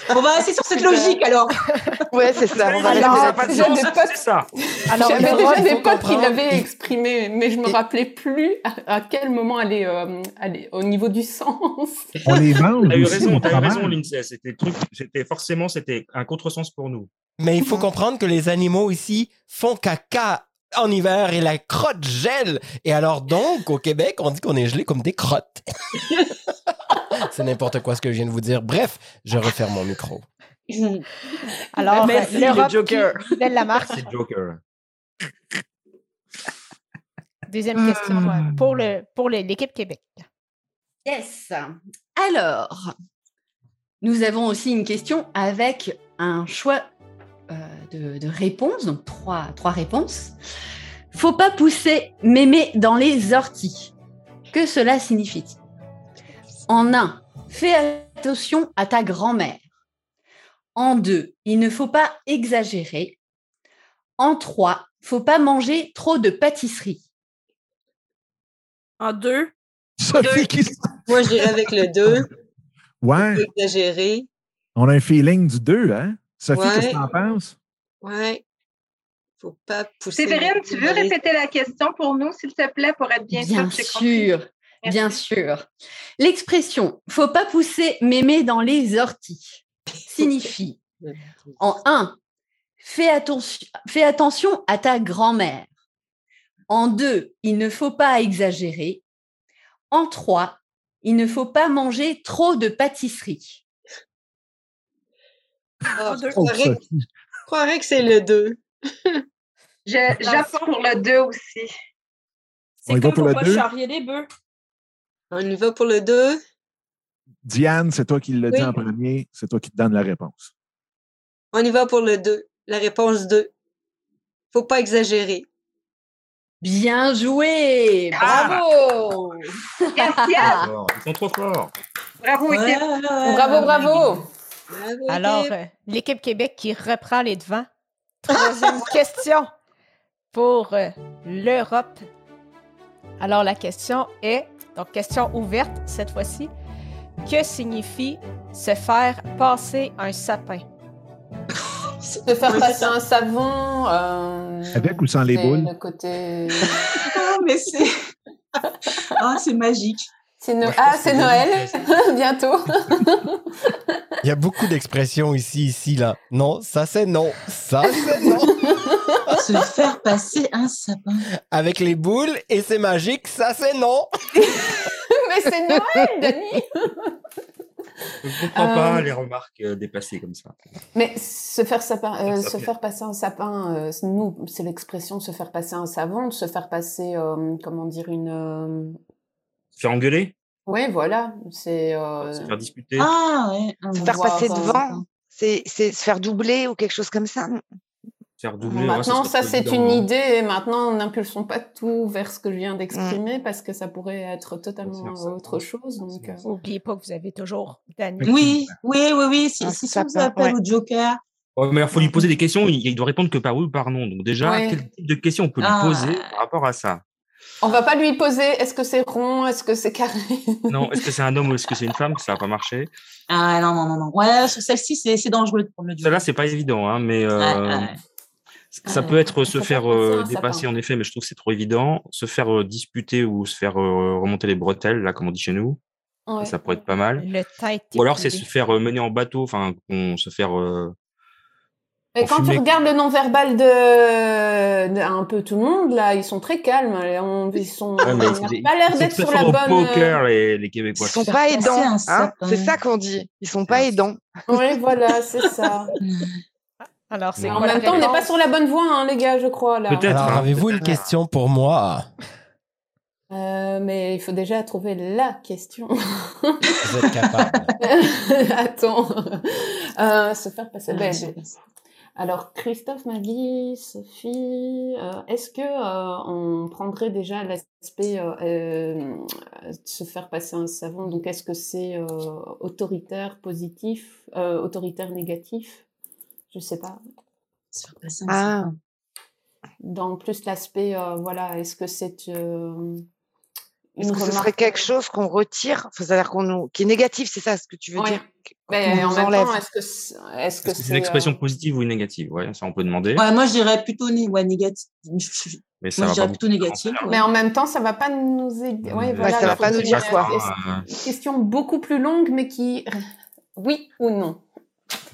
[SPEAKER 6] On va rester sur cette logique alors.
[SPEAKER 7] Ouais, c'est ça. On va
[SPEAKER 5] Ça n'a
[SPEAKER 7] la
[SPEAKER 5] pas de
[SPEAKER 2] j'ai
[SPEAKER 5] sens,
[SPEAKER 2] des potes-
[SPEAKER 5] c'est ça.
[SPEAKER 3] Alors,
[SPEAKER 2] J'avais
[SPEAKER 3] l'Europe,
[SPEAKER 2] déjà
[SPEAKER 3] il
[SPEAKER 2] des
[SPEAKER 3] faut
[SPEAKER 2] potes qui
[SPEAKER 3] comprendre.
[SPEAKER 2] l'avaient exprimé, mais je me rappelais plus à, à quel moment elle est, euh, elle est au niveau du sens.
[SPEAKER 8] On les vend.
[SPEAKER 5] T'as eu
[SPEAKER 8] aussi,
[SPEAKER 5] raison,
[SPEAKER 8] on
[SPEAKER 5] t'as eu
[SPEAKER 8] travaille.
[SPEAKER 5] raison, Lindsay. C'était le truc, c'était forcément, c'était un contresens pour nous.
[SPEAKER 4] Mais il faut comprendre que les animaux ici font caca en hiver et la crotte gèle. Et alors donc, au Québec, on dit qu'on est gelé comme des crottes. C'est n'importe quoi ce que je viens de vous dire. Bref, je referme mon micro.
[SPEAKER 3] Alors, euh,
[SPEAKER 1] Merci,
[SPEAKER 3] l'Europe
[SPEAKER 1] le Joker.
[SPEAKER 3] qui belle la marque.
[SPEAKER 5] C'est Joker.
[SPEAKER 3] Deuxième question
[SPEAKER 1] Hmm.
[SPEAKER 3] euh, pour le pour le- l'équipe Québec.
[SPEAKER 1] Yes. Alors, nous avons aussi une question avec un choix euh, de, de réponses, donc trois, trois réponses. Faut pas pousser mémé dans les orties. Que cela signifie-t-il En un, fais attention à ta grand-mère. En deux, il ne faut pas exagérer. En trois, faut pas manger trop de pâtisserie.
[SPEAKER 11] En deux,
[SPEAKER 8] Sophie qui.
[SPEAKER 9] Moi, j'irais avec le 2,
[SPEAKER 8] Ouais,
[SPEAKER 9] exagéré.
[SPEAKER 8] on a un feeling du 2, hein? Sophie,
[SPEAKER 9] Ouais.
[SPEAKER 8] qu'est-ce que t'en penses?
[SPEAKER 9] Ouais. Faut pas pousser.
[SPEAKER 10] Séverine,
[SPEAKER 9] les-
[SPEAKER 10] tu veux répéter la question pour nous, s'il te plaît, pour être bien,
[SPEAKER 1] Bien
[SPEAKER 10] sûr que j'ai compris?
[SPEAKER 1] sûr,
[SPEAKER 10] Merci.
[SPEAKER 1] bien sûr. L'expression faut pas pousser mémé dans les orties signifie en 1 fais attention, fais attention à ta grand-mère. En 2 il ne faut pas exagérer. En 3 il ne faut pas manger trop de pâtisserie.
[SPEAKER 9] Ah,
[SPEAKER 11] En deux.
[SPEAKER 9] je
[SPEAKER 8] Oh,
[SPEAKER 9] croirais, je croirais que c'est le 2.
[SPEAKER 10] Je-
[SPEAKER 9] Ah.
[SPEAKER 10] J'apporte pour le 2 aussi.
[SPEAKER 8] On y
[SPEAKER 11] C'est
[SPEAKER 8] va
[SPEAKER 11] comme
[SPEAKER 8] pour
[SPEAKER 11] pour
[SPEAKER 8] le
[SPEAKER 11] pas
[SPEAKER 8] deux?
[SPEAKER 11] charrier les bœufs.
[SPEAKER 9] On y va pour le 2.
[SPEAKER 8] Diane, c'est toi qui l'as
[SPEAKER 9] Oui.
[SPEAKER 8] dit en premier, c'est toi qui te donne la réponse.
[SPEAKER 9] On y va pour le 2. La réponse 2. Faut pas exagérer.
[SPEAKER 1] Bien joué,
[SPEAKER 8] Ah!
[SPEAKER 2] Oh.
[SPEAKER 1] bravo.
[SPEAKER 10] Yes, yes,
[SPEAKER 2] Ah.
[SPEAKER 5] Fort. Ils sont trop forts.
[SPEAKER 10] Bravo, équipe.
[SPEAKER 2] Bravo, bravo.
[SPEAKER 9] Bravo,
[SPEAKER 3] Alors,
[SPEAKER 9] équipe.
[SPEAKER 3] euh, l'équipe Québec qui reprend les devants. Troisième question pour euh, l'Europe. Alors, la question est, donc question ouverte cette fois-ci, que signifie se faire passer un sapin?
[SPEAKER 2] De faire passer un savon. euh,
[SPEAKER 8] Avec ou sans les
[SPEAKER 2] c'est
[SPEAKER 8] boules?
[SPEAKER 2] Le côté.
[SPEAKER 6] Ah, mais c'est. Ah, c'est magique.
[SPEAKER 2] C'est No-
[SPEAKER 5] Moi, je pense
[SPEAKER 2] Ah,
[SPEAKER 5] que
[SPEAKER 2] c'est
[SPEAKER 5] le
[SPEAKER 2] Noël bientôt.
[SPEAKER 4] Il y a beaucoup d'expressions ici, ici, là. Non, ça c'est non. Ça c'est non.
[SPEAKER 6] Se faire passer un sapin.
[SPEAKER 4] Avec les boules et c'est magique, ça c'est non.
[SPEAKER 2] Mais c'est Noël, Denis.
[SPEAKER 5] Je ne comprends
[SPEAKER 2] Euh,
[SPEAKER 5] pas les remarques euh, dépassées comme ça.
[SPEAKER 2] Mais se faire, sapin- euh,
[SPEAKER 5] Un
[SPEAKER 2] se
[SPEAKER 5] sapin.
[SPEAKER 2] faire passer un sapin, euh, nous, c'est l'expression se faire passer un savon, de se faire passer, euh, comment dire, une. euh,
[SPEAKER 5] Se faire engueuler,
[SPEAKER 2] Ouais, voilà. C'est. euh,
[SPEAKER 5] se faire disputer.
[SPEAKER 6] Ah, ouais.
[SPEAKER 2] on
[SPEAKER 6] Hum.
[SPEAKER 2] va
[SPEAKER 7] faire
[SPEAKER 2] voir
[SPEAKER 7] passer
[SPEAKER 2] un
[SPEAKER 7] devant.
[SPEAKER 2] sapin.
[SPEAKER 7] C'est c'est se faire doubler ou quelque chose comme ça.
[SPEAKER 5] se faire
[SPEAKER 2] Bon,
[SPEAKER 5] doubler. ouais,
[SPEAKER 2] maintenant,
[SPEAKER 5] serait trop
[SPEAKER 2] ça, c'est
[SPEAKER 5] évident,
[SPEAKER 2] une
[SPEAKER 5] hein.
[SPEAKER 2] idée. Et maintenant, n'impulsons pas tout vers ce que je viens d'exprimer
[SPEAKER 3] Mm.
[SPEAKER 2] parce que ça pourrait être totalement
[SPEAKER 5] ça.
[SPEAKER 2] autre chose. Donc, euh,
[SPEAKER 3] N'oubliez pas que vous avez toujours Ah, Dani.
[SPEAKER 6] Oui, Eh oui, oui, oui. Si,
[SPEAKER 7] Un
[SPEAKER 6] si ça vous
[SPEAKER 7] sapin,
[SPEAKER 6] appelle au Joker.
[SPEAKER 5] Ouais, mais il faut lui poser des questions. Il, il doit répondre que par oui ou par non. Donc déjà,
[SPEAKER 2] Ouais.
[SPEAKER 5] quel type de questions on peut lui
[SPEAKER 6] Ah.
[SPEAKER 5] poser par rapport à ça
[SPEAKER 2] on va pas lui poser est-ce que c'est rond, est-ce que c'est carré.
[SPEAKER 5] Non, est-ce que c'est un homme ou est-ce que c'est une femme Ça va pas marcher.
[SPEAKER 6] Ah, non, non, non, non. Ouais, sur celle-ci, c'est c'est dangereux de prendre le Joker.
[SPEAKER 5] Celle-là, c'est pas évident, hein, mais euh,
[SPEAKER 6] Ouais, ouais.
[SPEAKER 5] Ça
[SPEAKER 9] Ah,
[SPEAKER 5] peut être se
[SPEAKER 9] faut
[SPEAKER 5] faire
[SPEAKER 9] faire
[SPEAKER 5] euh,
[SPEAKER 9] ça, ça
[SPEAKER 5] dépasser,
[SPEAKER 9] part.
[SPEAKER 5] en effet, mais je trouve que c'est trop évident. Se faire euh, disputer ou se faire euh, remonter les bretelles, là, comme on dit chez nous. Ça,
[SPEAKER 3] Ouais.
[SPEAKER 5] Ça pourrait être pas mal.
[SPEAKER 3] Le tête.
[SPEAKER 5] Ou alors, c'est se faire euh, mener en bateau, enfin, on se faire. euh,
[SPEAKER 2] Mais quand tu
[SPEAKER 5] Enfumer.
[SPEAKER 2] regardes le non-verbal de... de un peu tout le monde, là, ils sont très calmes. On- Ils sont
[SPEAKER 5] ouais, Ah, mais
[SPEAKER 2] ils
[SPEAKER 5] c'est-
[SPEAKER 2] ont pas
[SPEAKER 5] ils
[SPEAKER 2] l'air
[SPEAKER 5] sont
[SPEAKER 2] d'être
[SPEAKER 5] très
[SPEAKER 2] sur la
[SPEAKER 5] forts au
[SPEAKER 2] bonne. euh,
[SPEAKER 5] poker, les, les Québécois.
[SPEAKER 7] Ils sont pas aidants. hein. C'est ça qu'on dit. Ils sont pas aidants.
[SPEAKER 2] Oui, voilà, c'est ça.
[SPEAKER 3] Alors, c'est
[SPEAKER 2] en
[SPEAKER 3] quoi la
[SPEAKER 2] même temps, on n'est pas
[SPEAKER 3] réponse?
[SPEAKER 2] sur la bonne voie, hein, les gars, je crois. là.
[SPEAKER 4] Alors,
[SPEAKER 5] hein.
[SPEAKER 4] avez-vous une question pour moi
[SPEAKER 2] Euh, mais il faut déjà trouver la question.
[SPEAKER 4] Vous êtes capable.
[SPEAKER 2] Attends. Euh, se faire passer
[SPEAKER 7] Ah,
[SPEAKER 2] belle.
[SPEAKER 7] je
[SPEAKER 2] Alors, Christophe, Maggie, Sophie, euh, est-ce que euh, on prendrait déjà l'aspect euh, euh, se faire passer un savon Donc, est-ce que c'est euh, autoritaire positif, euh, autoritaire négatif Je sais pas.
[SPEAKER 7] Ah.
[SPEAKER 2] Dans plus l'aspect, euh, voilà, est-ce que c'est euh,
[SPEAKER 7] Est-ce
[SPEAKER 2] une
[SPEAKER 7] que ce
[SPEAKER 2] remarque
[SPEAKER 7] serait quelque chose qu'on retire, Enfin, c'est-à-dire qu'on nous- qui est négatif, c'est ça ce que tu veux
[SPEAKER 2] Ouais.
[SPEAKER 7] dire qu-
[SPEAKER 2] Mais
[SPEAKER 7] qu'on
[SPEAKER 2] en
[SPEAKER 7] nous
[SPEAKER 2] même
[SPEAKER 7] enlève.
[SPEAKER 2] temps, est-ce que c'est est-ce que
[SPEAKER 5] Est-ce que c'est une
[SPEAKER 2] c'est,
[SPEAKER 5] expression
[SPEAKER 2] euh,
[SPEAKER 5] positive ou une négative Ouais, ça, on peut demander.
[SPEAKER 6] Ouais, moi, je dirais plutôt né- ouais, négatif. Je- je-
[SPEAKER 5] mais ça
[SPEAKER 6] Moi, je
[SPEAKER 5] va pas
[SPEAKER 6] dirais
[SPEAKER 5] beaucoup.
[SPEAKER 6] plutôt négatif. ouais.
[SPEAKER 2] Mais en même temps, ça va pas nous aider. Ouais,
[SPEAKER 5] hein. Ouais,
[SPEAKER 2] voilà,
[SPEAKER 5] ça va
[SPEAKER 2] il faut
[SPEAKER 5] pas hein. nous
[SPEAKER 2] donner
[SPEAKER 5] dire quoi.
[SPEAKER 2] une- Une question beaucoup plus longue, mais qui oui ou non.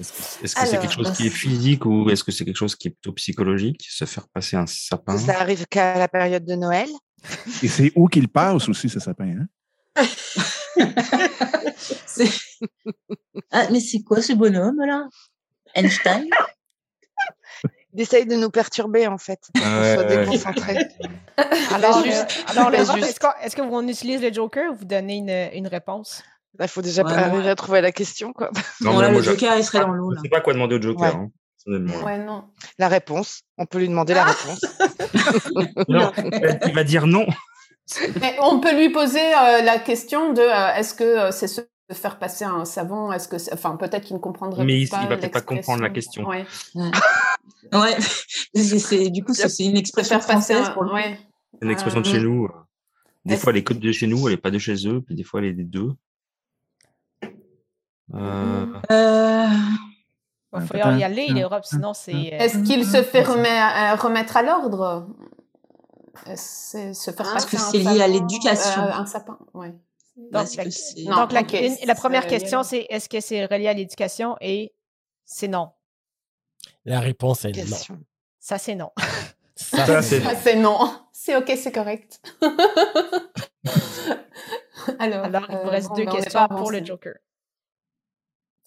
[SPEAKER 5] Est-ce que c'est- est-ce que c'est quelque
[SPEAKER 2] Alors, bah,
[SPEAKER 5] chose qui est physique ou est-ce que c'est quelque chose qui est plutôt psychologique Se faire passer un sapin.
[SPEAKER 7] Ça arrive qu'à la période de Noël.
[SPEAKER 8] Et c'est où qu'il passe aussi, ce sapin. Hein?
[SPEAKER 6] C'est- Ah, mais c'est quoi ce bonhomme, là Einstein
[SPEAKER 7] Il essaye de nous perturber en fait, pour qu'on
[SPEAKER 5] Ouais,
[SPEAKER 7] soit
[SPEAKER 5] ouais, ouais.
[SPEAKER 7] déconcentrés.
[SPEAKER 3] Alors,
[SPEAKER 7] Mais
[SPEAKER 3] le-
[SPEAKER 7] juste.
[SPEAKER 3] alors, le
[SPEAKER 7] Mais
[SPEAKER 3] vote,
[SPEAKER 7] juste.
[SPEAKER 3] est-ce qu'on est-ce que vous utilise le Joker ou vous donnez une, une réponse?
[SPEAKER 7] Ben, Il faut déjà
[SPEAKER 6] Ouais,
[SPEAKER 7] arriver
[SPEAKER 6] ouais.
[SPEAKER 7] à trouver la question. Quoi.
[SPEAKER 5] Non, mais là, moi, je-
[SPEAKER 6] il serait dans l'eau,
[SPEAKER 5] Je sais pas quoi demander au Joker. hein, personnellement, là.
[SPEAKER 2] ouais, non.
[SPEAKER 7] La réponse. On peut lui demander la réponse.
[SPEAKER 5] Non, il va dire non.
[SPEAKER 2] Mais on peut lui poser euh, la question de euh, est-ce que euh, c'est se faire passer un savon Est-ce que c'est- enfin peut-être qu'il ne comprendrait
[SPEAKER 5] Mais il-
[SPEAKER 2] pas
[SPEAKER 5] il va peut-être pas comprendre la
[SPEAKER 2] l'expression.
[SPEAKER 5] question.
[SPEAKER 2] Ouais.
[SPEAKER 6] Ouais. Ouais, parce que c'est- du coup, c'est c'est une expression
[SPEAKER 2] Faire passer
[SPEAKER 6] française
[SPEAKER 2] un-
[SPEAKER 6] pour le coup.
[SPEAKER 2] ouais.
[SPEAKER 5] C'est une expression de
[SPEAKER 2] Euh,
[SPEAKER 5] chez nous. Des
[SPEAKER 2] est-ce-
[SPEAKER 5] fois, elle est que de chez nous, elle est pas de chez eux, puis des fois, elle est des deux. Euh,
[SPEAKER 2] Mm.
[SPEAKER 6] Euh,
[SPEAKER 3] Il va falloir y aller, l'Europe, sinon c'est. euh,
[SPEAKER 2] Est-ce qu'il se fait remet- euh, remettre à l'ordre Est-ce que Ah, c'est se faire
[SPEAKER 6] Est-ce
[SPEAKER 2] passer
[SPEAKER 6] que
[SPEAKER 2] un
[SPEAKER 6] c'est lié à
[SPEAKER 2] savon,
[SPEAKER 6] l'éducation
[SPEAKER 2] euh, un sapin, ouais.
[SPEAKER 3] Donc,
[SPEAKER 6] parce
[SPEAKER 3] la,
[SPEAKER 6] que c'est-
[SPEAKER 2] Non,
[SPEAKER 3] donc, la-
[SPEAKER 2] ok,
[SPEAKER 3] une- la première
[SPEAKER 2] c'est-
[SPEAKER 3] question, c'est est-ce que c'est relié à l'éducation? Et c'est non.
[SPEAKER 4] La réponse est non.
[SPEAKER 7] Question.
[SPEAKER 3] Ça, c'est non.
[SPEAKER 4] Ça,
[SPEAKER 5] Ça,
[SPEAKER 4] c'est
[SPEAKER 5] c'est-
[SPEAKER 4] non.
[SPEAKER 2] Ah, c'est non. C'est ok, c'est correct. Alors,
[SPEAKER 3] Alors, il vous
[SPEAKER 2] euh,
[SPEAKER 3] reste
[SPEAKER 2] bon,
[SPEAKER 3] deux
[SPEAKER 2] ben, on n'est
[SPEAKER 3] questions
[SPEAKER 2] pas
[SPEAKER 3] pour
[SPEAKER 2] avancé.
[SPEAKER 3] le Joker.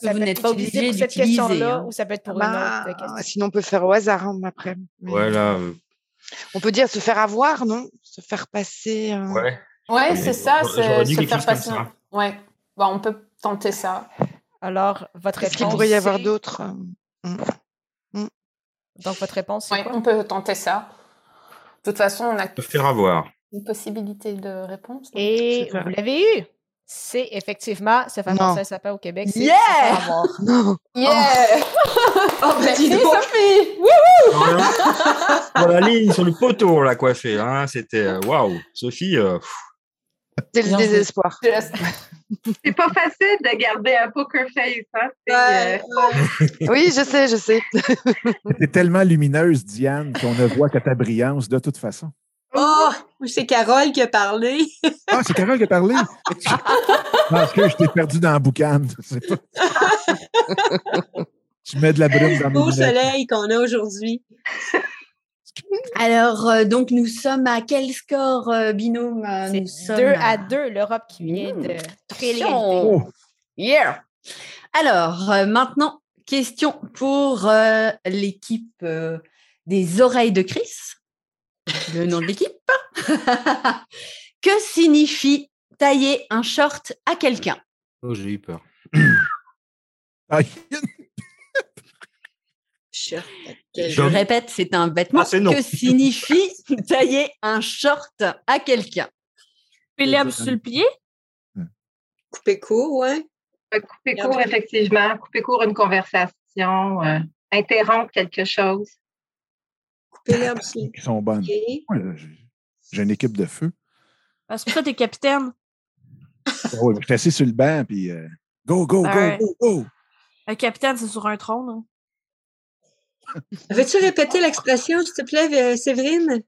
[SPEAKER 12] Vous
[SPEAKER 3] Ça peut
[SPEAKER 12] n'êtes
[SPEAKER 3] être
[SPEAKER 12] pas
[SPEAKER 3] utilisé
[SPEAKER 12] obligé
[SPEAKER 3] pour cette
[SPEAKER 12] d'utiliser,
[SPEAKER 3] question-là
[SPEAKER 12] hein.
[SPEAKER 3] ou ça peut être pour
[SPEAKER 7] Bah,
[SPEAKER 3] une autre question.
[SPEAKER 7] sinon, on peut faire au hasard hein, après. Mais
[SPEAKER 5] ouais, là, euh,
[SPEAKER 7] On peut dire se faire avoir, non Se faire passer.
[SPEAKER 2] Mm.
[SPEAKER 7] euh,
[SPEAKER 5] ouais.
[SPEAKER 2] Ouais,
[SPEAKER 5] Mais
[SPEAKER 2] c'est ça,
[SPEAKER 5] j'aurais-
[SPEAKER 2] c'est
[SPEAKER 5] j'aurais dit
[SPEAKER 2] se
[SPEAKER 5] quelque
[SPEAKER 2] faire
[SPEAKER 5] chose comme
[SPEAKER 2] passer.
[SPEAKER 5] ça.
[SPEAKER 2] un- Ouais, bah, on peut tenter ça.
[SPEAKER 3] Alors, votre
[SPEAKER 7] Qu'est-ce
[SPEAKER 3] réponse.
[SPEAKER 7] qu'il pourrait y avoir
[SPEAKER 3] c'est-
[SPEAKER 7] d'autre euh, hum.
[SPEAKER 3] Donc, votre réponse, c'est
[SPEAKER 2] Ouais,
[SPEAKER 3] quoi?
[SPEAKER 2] on peut tenter ça. De toute façon, on a
[SPEAKER 5] Se faire avoir.
[SPEAKER 2] une possibilité de réponse. là.
[SPEAKER 3] Et
[SPEAKER 7] C'est ça.
[SPEAKER 3] vous l'avez eu. C'est effectivement se faire
[SPEAKER 7] Non.
[SPEAKER 3] passer un sapin au Québec. c'est
[SPEAKER 2] Yeah!
[SPEAKER 3] se faire avoir.
[SPEAKER 7] Non
[SPEAKER 2] Yeah! ben,
[SPEAKER 6] Oh, bah,
[SPEAKER 2] Merci,
[SPEAKER 6] dis donc.
[SPEAKER 2] Sophie! Wouh!
[SPEAKER 5] Voilà. voilà, ligne sur le poteau, on l'a coiffé. Hein. C'était euh, waouh. Sophie, euh, pff,
[SPEAKER 7] C'est le
[SPEAKER 6] Bien joué.
[SPEAKER 7] désespoir.
[SPEAKER 2] Just-
[SPEAKER 10] C'est pas facile de garder un poker face. Hein? C'est, euh,
[SPEAKER 9] Ouais, ouais.
[SPEAKER 7] Oui, je sais, je sais.
[SPEAKER 8] T'es tellement lumineuse, Diane, qu'on ne voit que ta brillance de toute façon.
[SPEAKER 9] Oh, c'est Carole qui a parlé.
[SPEAKER 8] Ah, c'est Carole qui a parlé. Parce que je t'ai perdu dans la boucane. je sais pas. Tu mets de la brume dans mes
[SPEAKER 9] Beau
[SPEAKER 8] lunettes.
[SPEAKER 9] soleil qu'on a aujourd'hui.
[SPEAKER 1] Alors, euh, donc, nous sommes à quel score, euh, binôme euh,
[SPEAKER 3] C'est
[SPEAKER 1] nous sommes
[SPEAKER 3] deux à deux, l'Europe qui vient
[SPEAKER 1] Mmh.
[SPEAKER 3] de créer les
[SPEAKER 1] Question.
[SPEAKER 8] Oh,
[SPEAKER 1] Yeah. Alors, euh, maintenant, question pour euh, l'équipe euh, des oreilles de Chris. Le nom de l'équipe. que signifie tailler un short à quelqu'un
[SPEAKER 5] oh, j'ai eu peur.
[SPEAKER 8] aïe.
[SPEAKER 9] Sure.
[SPEAKER 1] Je répète, c'est un vêtement.
[SPEAKER 5] Ah, c'est non.
[SPEAKER 1] que signifie tailler un short à quelqu'un
[SPEAKER 11] Couper l'herbe sur le pied?
[SPEAKER 9] Coupé court, ouais.
[SPEAKER 10] Euh, Couper court, effectivement. Couper court une conversation, euh, interrompre quelque chose.
[SPEAKER 9] Coupé l'herbe sur le
[SPEAKER 8] Ils sont bonnes.
[SPEAKER 9] pied.
[SPEAKER 8] Ouais, là, j'ai- J'ai une équipe de feu.
[SPEAKER 11] Ah, C'est pour ça que t'es capitaine.
[SPEAKER 8] Ah ouais, je suis assis sur le banc, puis euh, go, go, go,
[SPEAKER 11] Ouais.
[SPEAKER 8] go, go.
[SPEAKER 11] Un capitaine, c'est sur un trône. hein.
[SPEAKER 9] Veux-tu répéter l'expression, s'il te plaît, Vé- Séverine?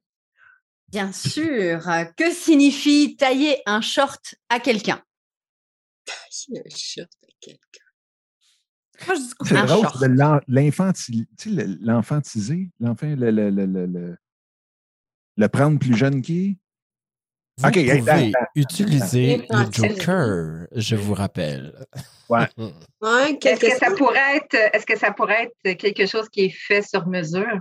[SPEAKER 1] Bien sûr. Que signifie tailler un short à quelqu'un
[SPEAKER 9] Tailler un short à quelqu'un.
[SPEAKER 11] Moi, je dis
[SPEAKER 8] C'est
[SPEAKER 1] Un
[SPEAKER 8] drôle,
[SPEAKER 1] short.
[SPEAKER 8] de l'en- l'infantil- tu sais, le- l'infantiser, l'enfant, le, le, le, le, le- le prendre plus jeune qui
[SPEAKER 4] Vous
[SPEAKER 8] OK, hey,
[SPEAKER 4] pouvez
[SPEAKER 8] attends, attends.
[SPEAKER 4] utiliser le
[SPEAKER 10] Éventuellement.
[SPEAKER 4] Joker, je vous rappelle.
[SPEAKER 8] Ouais.
[SPEAKER 9] Ouais,
[SPEAKER 10] Est-ce
[SPEAKER 9] quelque
[SPEAKER 10] que, ça
[SPEAKER 9] chose.
[SPEAKER 10] pourrait être, est-ce que ça pourrait être quelque chose qui est fait sur mesure?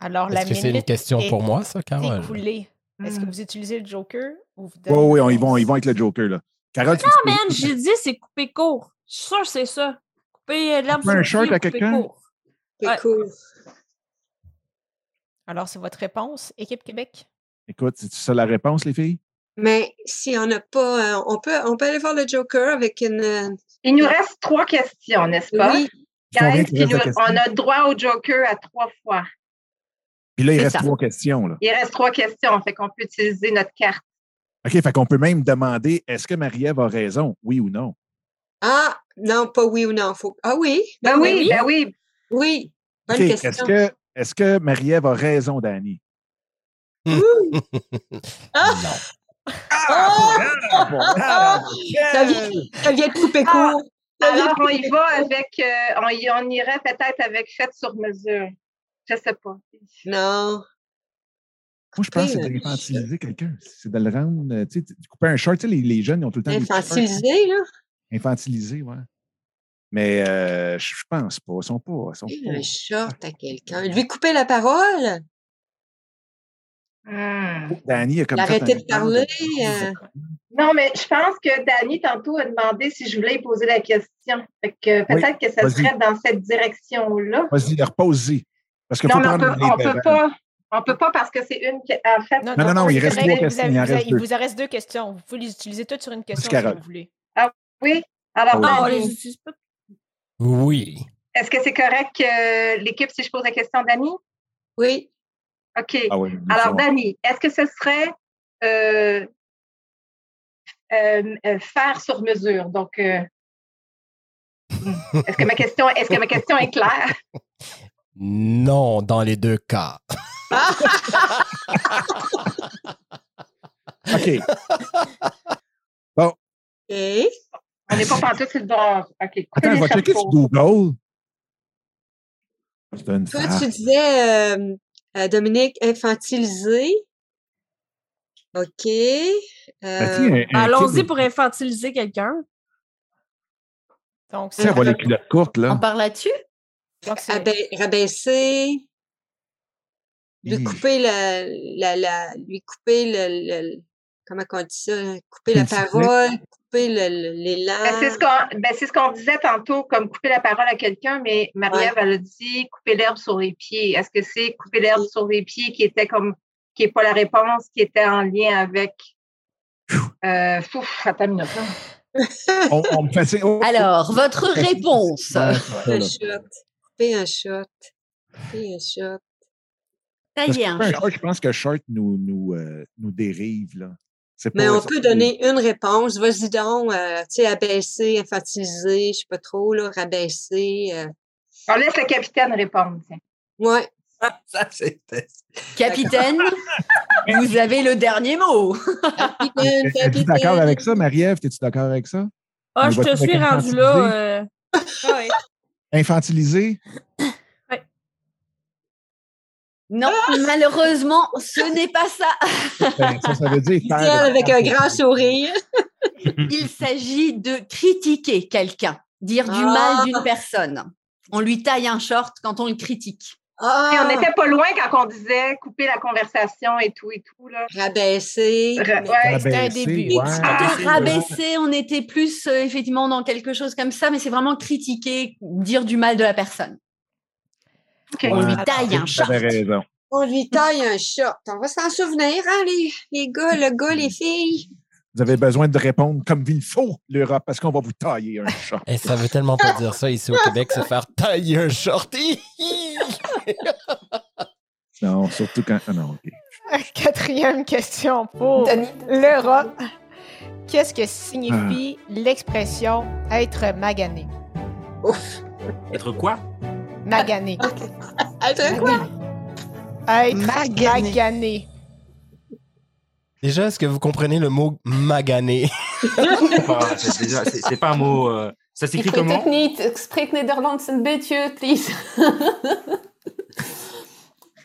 [SPEAKER 3] Alors, la
[SPEAKER 4] Est-ce que c'est une
[SPEAKER 3] minute
[SPEAKER 4] question
[SPEAKER 3] est
[SPEAKER 4] pour moi, ça,
[SPEAKER 8] Ah
[SPEAKER 4] Carole?
[SPEAKER 3] écoulée. Est-ce que
[SPEAKER 10] Hmm.
[SPEAKER 3] vous utilisez le Joker ou vous
[SPEAKER 8] Oui,
[SPEAKER 3] donnez une
[SPEAKER 8] oui, on- ils vont,
[SPEAKER 3] réponse?
[SPEAKER 8] ils vont avec le Joker, là. Carole, tu
[SPEAKER 11] Man, j'ai dit, c'est couper court. Je suis sûre que c'est ça. Couper euh, l'herbe
[SPEAKER 8] Couper
[SPEAKER 11] sous
[SPEAKER 8] un
[SPEAKER 11] le
[SPEAKER 8] short
[SPEAKER 11] pied ou
[SPEAKER 8] à
[SPEAKER 11] couper
[SPEAKER 8] quelqu'un?
[SPEAKER 11] court.
[SPEAKER 9] C'est
[SPEAKER 11] Ouais.
[SPEAKER 9] cool.
[SPEAKER 3] Alors, c'est votre réponse, équipe Québec?
[SPEAKER 8] Écoute, c'est ça la réponse, les filles?
[SPEAKER 9] Mais si on n'a pas, euh, on peut, on peut aller voir le Joker avec une. euh,
[SPEAKER 10] Il nous reste trois questions, n'est-ce pas?
[SPEAKER 9] Oui,
[SPEAKER 8] Combien
[SPEAKER 10] Guys,
[SPEAKER 8] il reste
[SPEAKER 10] qui
[SPEAKER 8] de
[SPEAKER 10] nous-
[SPEAKER 8] questions?
[SPEAKER 10] on a droit au Joker à trois fois.
[SPEAKER 8] Puis là, il
[SPEAKER 1] C'est
[SPEAKER 8] reste
[SPEAKER 1] ça.
[SPEAKER 8] trois questions. Là.
[SPEAKER 10] Il reste trois questions, fait qu'on peut utiliser notre carte.
[SPEAKER 8] OK, fait qu'on peut même demander est-ce que Marie-Ève a raison, oui ou non?
[SPEAKER 9] Ah, non, pas oui ou non. Faut... Ah oui.
[SPEAKER 10] Ben
[SPEAKER 9] non,
[SPEAKER 10] oui, ben oui.
[SPEAKER 9] Oui. Bonne
[SPEAKER 8] OK,
[SPEAKER 9] question.
[SPEAKER 8] Est-ce que, est que Marie-Ève a raison, Danny?
[SPEAKER 9] Ah,
[SPEAKER 4] Ah,
[SPEAKER 8] Ah,
[SPEAKER 9] ça vient, ça vient de couper court. Ça vient de
[SPEAKER 10] Alors, on y
[SPEAKER 9] couper
[SPEAKER 10] va
[SPEAKER 9] court.
[SPEAKER 10] avec, euh, on, y- on irait peut-être avec fait sur mesure. Je sais pas.
[SPEAKER 9] Non.
[SPEAKER 8] Moi, je pense que c'est
[SPEAKER 9] Oui,
[SPEAKER 8] d'infantiliser quelqu'un. C'est de le rendre. euh, Tu sais, de couper un short, tu sais, les, les jeunes, ils ont tout le temps. des petits shorts.
[SPEAKER 9] Infantilisé, là.
[SPEAKER 8] Infantilisé, ouais. Mais euh, je je pense pas. Ils sont pas. Ils sont
[SPEAKER 9] Un
[SPEAKER 8] pas.
[SPEAKER 9] short à quelqu'un. Lui couper la parole.
[SPEAKER 10] Hmm.
[SPEAKER 8] Danny a comme fait
[SPEAKER 9] L'arrêter
[SPEAKER 8] un
[SPEAKER 9] de parler. euh,
[SPEAKER 10] Non, mais je pense que Dani, tantôt, a demandé si je voulais lui poser la question. Fait que euh,
[SPEAKER 8] Oui,
[SPEAKER 10] peut-être que ça
[SPEAKER 8] vas-y.
[SPEAKER 10] serait dans cette direction-là.
[SPEAKER 8] Vas-y, repose-y. Parce qu'il
[SPEAKER 10] Non,
[SPEAKER 8] faut
[SPEAKER 10] mais on
[SPEAKER 8] prendre
[SPEAKER 10] peut,
[SPEAKER 8] les
[SPEAKER 10] on peut
[SPEAKER 8] devants.
[SPEAKER 10] pas. On peut pas parce que c'est une. que- En fait,
[SPEAKER 8] Non, non, non, il
[SPEAKER 3] c'est
[SPEAKER 8] reste
[SPEAKER 3] correct,
[SPEAKER 8] trois
[SPEAKER 3] vous
[SPEAKER 8] questions, il
[SPEAKER 3] avez- vous
[SPEAKER 8] en
[SPEAKER 3] avez-
[SPEAKER 8] reste
[SPEAKER 3] il
[SPEAKER 8] deux.
[SPEAKER 3] vous en reste deux questions. Vous pouvez les utiliser toutes sur une question si
[SPEAKER 8] Carole.
[SPEAKER 3] vous voulez.
[SPEAKER 10] oui. Alors,
[SPEAKER 8] Ah oui.
[SPEAKER 11] Non, on
[SPEAKER 10] Dani,
[SPEAKER 11] les utilise pas.
[SPEAKER 4] Oui.
[SPEAKER 10] est-ce que c'est correct que euh, l'équipe, si je pose la question, Dani?
[SPEAKER 9] Oui.
[SPEAKER 10] OK.
[SPEAKER 8] Ah ouais, mais
[SPEAKER 10] Alors,
[SPEAKER 8] bon.
[SPEAKER 10] Dani, est-ce que ce serait euh, euh, euh, faire sur mesure? Donc, euh, hmm. est-ce que ma question, est-ce que ma question est claire?
[SPEAKER 4] Non, dans les deux cas.
[SPEAKER 8] OK.
[SPEAKER 9] Et
[SPEAKER 10] On n'est pas pantoute sur le bord. OK. coupez
[SPEAKER 8] Attends,
[SPEAKER 10] les
[SPEAKER 8] je vais checker sur
[SPEAKER 10] chapeaux.
[SPEAKER 8] Google. C'est une
[SPEAKER 9] toi,
[SPEAKER 8] farce.
[SPEAKER 9] tu disais, euh, euh, Dominique, infantilisé. OK.
[SPEAKER 8] Ben, tu sais,
[SPEAKER 9] Euh,
[SPEAKER 8] un- un
[SPEAKER 11] Allons-y
[SPEAKER 8] kid,
[SPEAKER 11] pour infantiliser quelqu'un.
[SPEAKER 3] Donc,
[SPEAKER 8] tu sais,
[SPEAKER 3] c'est
[SPEAKER 8] avoir les culottes courtes,
[SPEAKER 12] On
[SPEAKER 8] là.
[SPEAKER 12] parle là-dessus
[SPEAKER 3] donc, c'est-
[SPEAKER 9] abai- rabaisser. Lui
[SPEAKER 8] Hi.
[SPEAKER 9] couper la, la, la lui couper le, le- le- comment on dit ça? hein, Couper la
[SPEAKER 8] Le sifflet.
[SPEAKER 9] parole, couper le- le-
[SPEAKER 10] Ben, c'est
[SPEAKER 9] l'élan.
[SPEAKER 10] ce qu'on ben, c'est ce qu'on disait tantôt, comme couper la parole à quelqu'un, mais Marie-Ève, elle a dit couper l'herbe sur les pieds. Est-ce que c'est couper l'herbe sur les pieds qui était comme qui n'est pas la réponse, qui était en lien avec euh, fouf, attends une minute. hein.
[SPEAKER 8] On, on me fait signe- oh, oh.
[SPEAKER 12] Alors, votre réponse
[SPEAKER 8] Ouais, c'est ça,
[SPEAKER 9] Un
[SPEAKER 8] là.
[SPEAKER 9] shot. Couper un shot. Couper un shot.
[SPEAKER 8] Parce
[SPEAKER 1] Tailler
[SPEAKER 8] que
[SPEAKER 1] un
[SPEAKER 8] peu
[SPEAKER 1] short.
[SPEAKER 8] importe, je pense que short nous, nous, euh, nous dérive. Là. C'est
[SPEAKER 9] Mais
[SPEAKER 8] pas-
[SPEAKER 9] on
[SPEAKER 8] c'est
[SPEAKER 9] peut
[SPEAKER 8] pas-
[SPEAKER 9] donner une réponse. Vas-y donc, euh, tu sais, abaisser, infantiliser, je sais pas trop, là, rabaisser. euh.
[SPEAKER 10] On laisse le capitaine répondre. tiens.
[SPEAKER 9] Ouais.
[SPEAKER 4] Ça, c'était.
[SPEAKER 12] Capitaine, vous avez le dernier mot.
[SPEAKER 9] Capitaine,
[SPEAKER 8] Êtes-vous d'accord
[SPEAKER 9] capitaine.
[SPEAKER 8] avec ça, Marie-Ève? Es-tu d'accord avec ça?
[SPEAKER 11] Ah,
[SPEAKER 8] Mais
[SPEAKER 11] je te
[SPEAKER 8] voici
[SPEAKER 11] suis
[SPEAKER 8] avec infantiliser.
[SPEAKER 11] rendu là. euh, ah ouais.
[SPEAKER 9] euh.
[SPEAKER 8] Infantilisé?
[SPEAKER 12] Non, malheureusement, ce n'est pas ça.
[SPEAKER 8] Ben, ça, ça veut dire faire
[SPEAKER 9] Capitaine
[SPEAKER 8] le-
[SPEAKER 9] avec un grand sourire.
[SPEAKER 12] Il s'agit de critiquer quelqu'un, dire du
[SPEAKER 9] Ah.
[SPEAKER 12] mal d'une personne. On lui taille un short quand on le critique.
[SPEAKER 9] Ah,
[SPEAKER 10] Et on n'était pas loin quand on disait couper la conversation et tout et tout. Là.
[SPEAKER 9] rabaisser.
[SPEAKER 10] Ra-
[SPEAKER 9] mais-
[SPEAKER 10] ouais.
[SPEAKER 3] C'était un
[SPEAKER 8] Rabaisser,
[SPEAKER 3] début.
[SPEAKER 8] ouais.
[SPEAKER 12] On
[SPEAKER 10] Ah,
[SPEAKER 12] était rabaissé, on était plus euh, effectivement dans quelque chose comme ça, mais c'est vraiment critiquer, dire du mal de la personne.
[SPEAKER 10] OK.
[SPEAKER 8] Ouais.
[SPEAKER 12] On lui taille un
[SPEAKER 8] Vous
[SPEAKER 12] short.
[SPEAKER 8] avez raison.
[SPEAKER 9] On lui taille un short. On va s'en souvenir, hein, les, les gars, le gars, les filles.
[SPEAKER 8] Vous avez besoin de répondre comme il faut, l'Europe, parce qu'on va vous tailler un short.
[SPEAKER 4] Et ça veut tellement pas dire ça ici au Québec, se faire tailler un short. Hi, hi.
[SPEAKER 8] Non, surtout quand. Ah non, OK.
[SPEAKER 3] Quatrième question pour
[SPEAKER 2] Denis.
[SPEAKER 3] Laura. Qu'est-ce que signifie l'expression être magané?
[SPEAKER 5] Être quoi?
[SPEAKER 3] Magané.
[SPEAKER 9] Être quoi?
[SPEAKER 3] Être
[SPEAKER 7] Magané.
[SPEAKER 3] magané.
[SPEAKER 4] Déjà, est-ce que vous comprenez le mot magané?
[SPEAKER 5] Enfin, Ah, c'est déjà- c'est c'est pas un mot. euh, ça
[SPEAKER 2] Ik
[SPEAKER 5] s'écrit
[SPEAKER 2] weet
[SPEAKER 5] comment
[SPEAKER 2] het niet. Ik spreek Nederlands een beetje, please.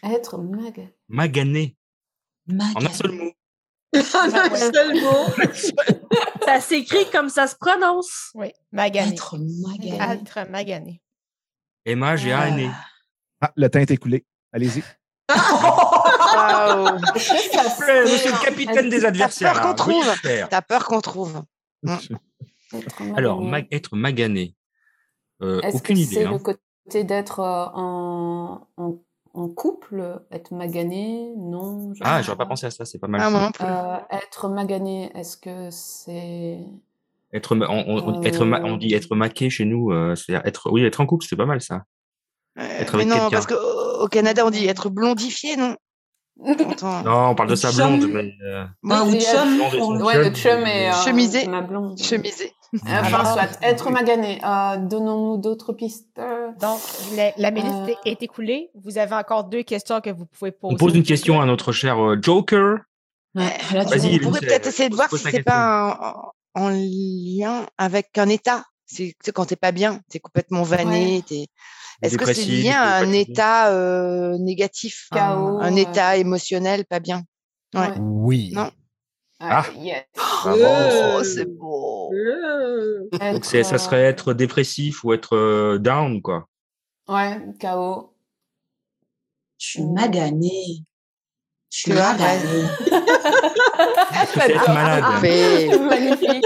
[SPEAKER 2] Être mag.
[SPEAKER 5] Magané. En
[SPEAKER 2] Magané.
[SPEAKER 5] un seul mot.
[SPEAKER 7] Ah,
[SPEAKER 9] En un seul mot.
[SPEAKER 11] Ça s'écrit comme ça se prononce.
[SPEAKER 3] Oui, magané.
[SPEAKER 6] Être magané.
[SPEAKER 3] Être magané.
[SPEAKER 5] Emma, j'ai E. un nez.
[SPEAKER 8] Ah, le teint est coulé. Allez-y.
[SPEAKER 7] Waouh.
[SPEAKER 5] Euh, Monsieur le capitaine des adversaires.
[SPEAKER 7] T'as peur
[SPEAKER 5] là.
[SPEAKER 7] qu'on trouve.
[SPEAKER 5] Oui, super.
[SPEAKER 7] T'as peur qu'on trouve.
[SPEAKER 5] Alors, ma- être magané. Euh,
[SPEAKER 2] Est-ce
[SPEAKER 5] aucune
[SPEAKER 2] que
[SPEAKER 5] idée.
[SPEAKER 2] C'est
[SPEAKER 5] hein.
[SPEAKER 2] le côté d'être euh, en, en, en couple, être magané, non. je
[SPEAKER 5] Ah,
[SPEAKER 2] sais
[SPEAKER 5] j'aurais pas pensé à ça, c'est pas mal.
[SPEAKER 7] Ah,
[SPEAKER 5] ça.
[SPEAKER 7] moi non plus.
[SPEAKER 2] Euh, être magané, est-ce que c'est.
[SPEAKER 5] Être, ma- on, on-
[SPEAKER 7] Oh.
[SPEAKER 2] Euh,
[SPEAKER 5] être ma- on dit être maqué chez nous, euh, c'est être, oui, être en couple, c'est pas mal ça.
[SPEAKER 7] Euh,
[SPEAKER 5] Être
[SPEAKER 7] mais
[SPEAKER 5] avec quelqu'un.
[SPEAKER 7] non, parce qu'au Canada, on dit être blondifié, non Attends.
[SPEAKER 5] Non, on parle de
[SPEAKER 6] Une
[SPEAKER 5] sa blonde,
[SPEAKER 6] somme.
[SPEAKER 5] mais. euh,
[SPEAKER 7] Ah, ou
[SPEAKER 2] Oui,
[SPEAKER 7] de
[SPEAKER 2] c'est-
[SPEAKER 7] chum.
[SPEAKER 5] blonde et son
[SPEAKER 2] Ouais, le
[SPEAKER 5] chum,
[SPEAKER 2] chum et.
[SPEAKER 5] euh,
[SPEAKER 2] euh,
[SPEAKER 7] Chemisé.
[SPEAKER 2] Ma blonde. Euh,
[SPEAKER 7] Chemisé.
[SPEAKER 2] Enfin,
[SPEAKER 5] Ah.
[SPEAKER 2] soit. Être magané. Euh, Donnons-nous d'autres pistes.
[SPEAKER 3] Donc, la, la méliste
[SPEAKER 2] Euh.
[SPEAKER 3] est écoulée. Vous avez encore deux questions que vous pouvez poser.
[SPEAKER 5] On pose une question à notre cher euh, Joker.
[SPEAKER 7] Euh, là, tu-
[SPEAKER 5] Vas-y,
[SPEAKER 7] on pourrait
[SPEAKER 5] Lindsay,
[SPEAKER 7] peut-être essayer de
[SPEAKER 5] pose-
[SPEAKER 7] voir
[SPEAKER 5] pose
[SPEAKER 7] si
[SPEAKER 5] ta
[SPEAKER 7] c'est
[SPEAKER 5] question.
[SPEAKER 7] pas en, en- en lien avec un état. C'est c'est quand t'es pas bien, t'es complètement vanné. t'es- Est-ce que c'est
[SPEAKER 5] Dépressif,
[SPEAKER 7] lié à un
[SPEAKER 5] fatigué.
[SPEAKER 7] état euh, négatif, un,
[SPEAKER 2] Chaos,
[SPEAKER 7] un
[SPEAKER 2] euh.
[SPEAKER 7] état émotionnel pas bien Ouais.
[SPEAKER 2] Ouais.
[SPEAKER 4] Oui.
[SPEAKER 7] Non.
[SPEAKER 5] Ah.
[SPEAKER 2] Euh, yes.
[SPEAKER 5] Bravo.
[SPEAKER 7] Oh, c'est beau.
[SPEAKER 9] Euh,
[SPEAKER 5] Donc
[SPEAKER 2] Être,
[SPEAKER 5] c'est, ça
[SPEAKER 2] euh,
[SPEAKER 5] serait être dépressif ou être euh, down, quoi.
[SPEAKER 2] euh, Ouais, chaos.
[SPEAKER 6] Je suis maganée. Je suis
[SPEAKER 7] Tu vois,
[SPEAKER 6] maganée.
[SPEAKER 5] C'est être
[SPEAKER 7] Ah,
[SPEAKER 5] malade.
[SPEAKER 7] Coupé.
[SPEAKER 2] Ah, Magnifique.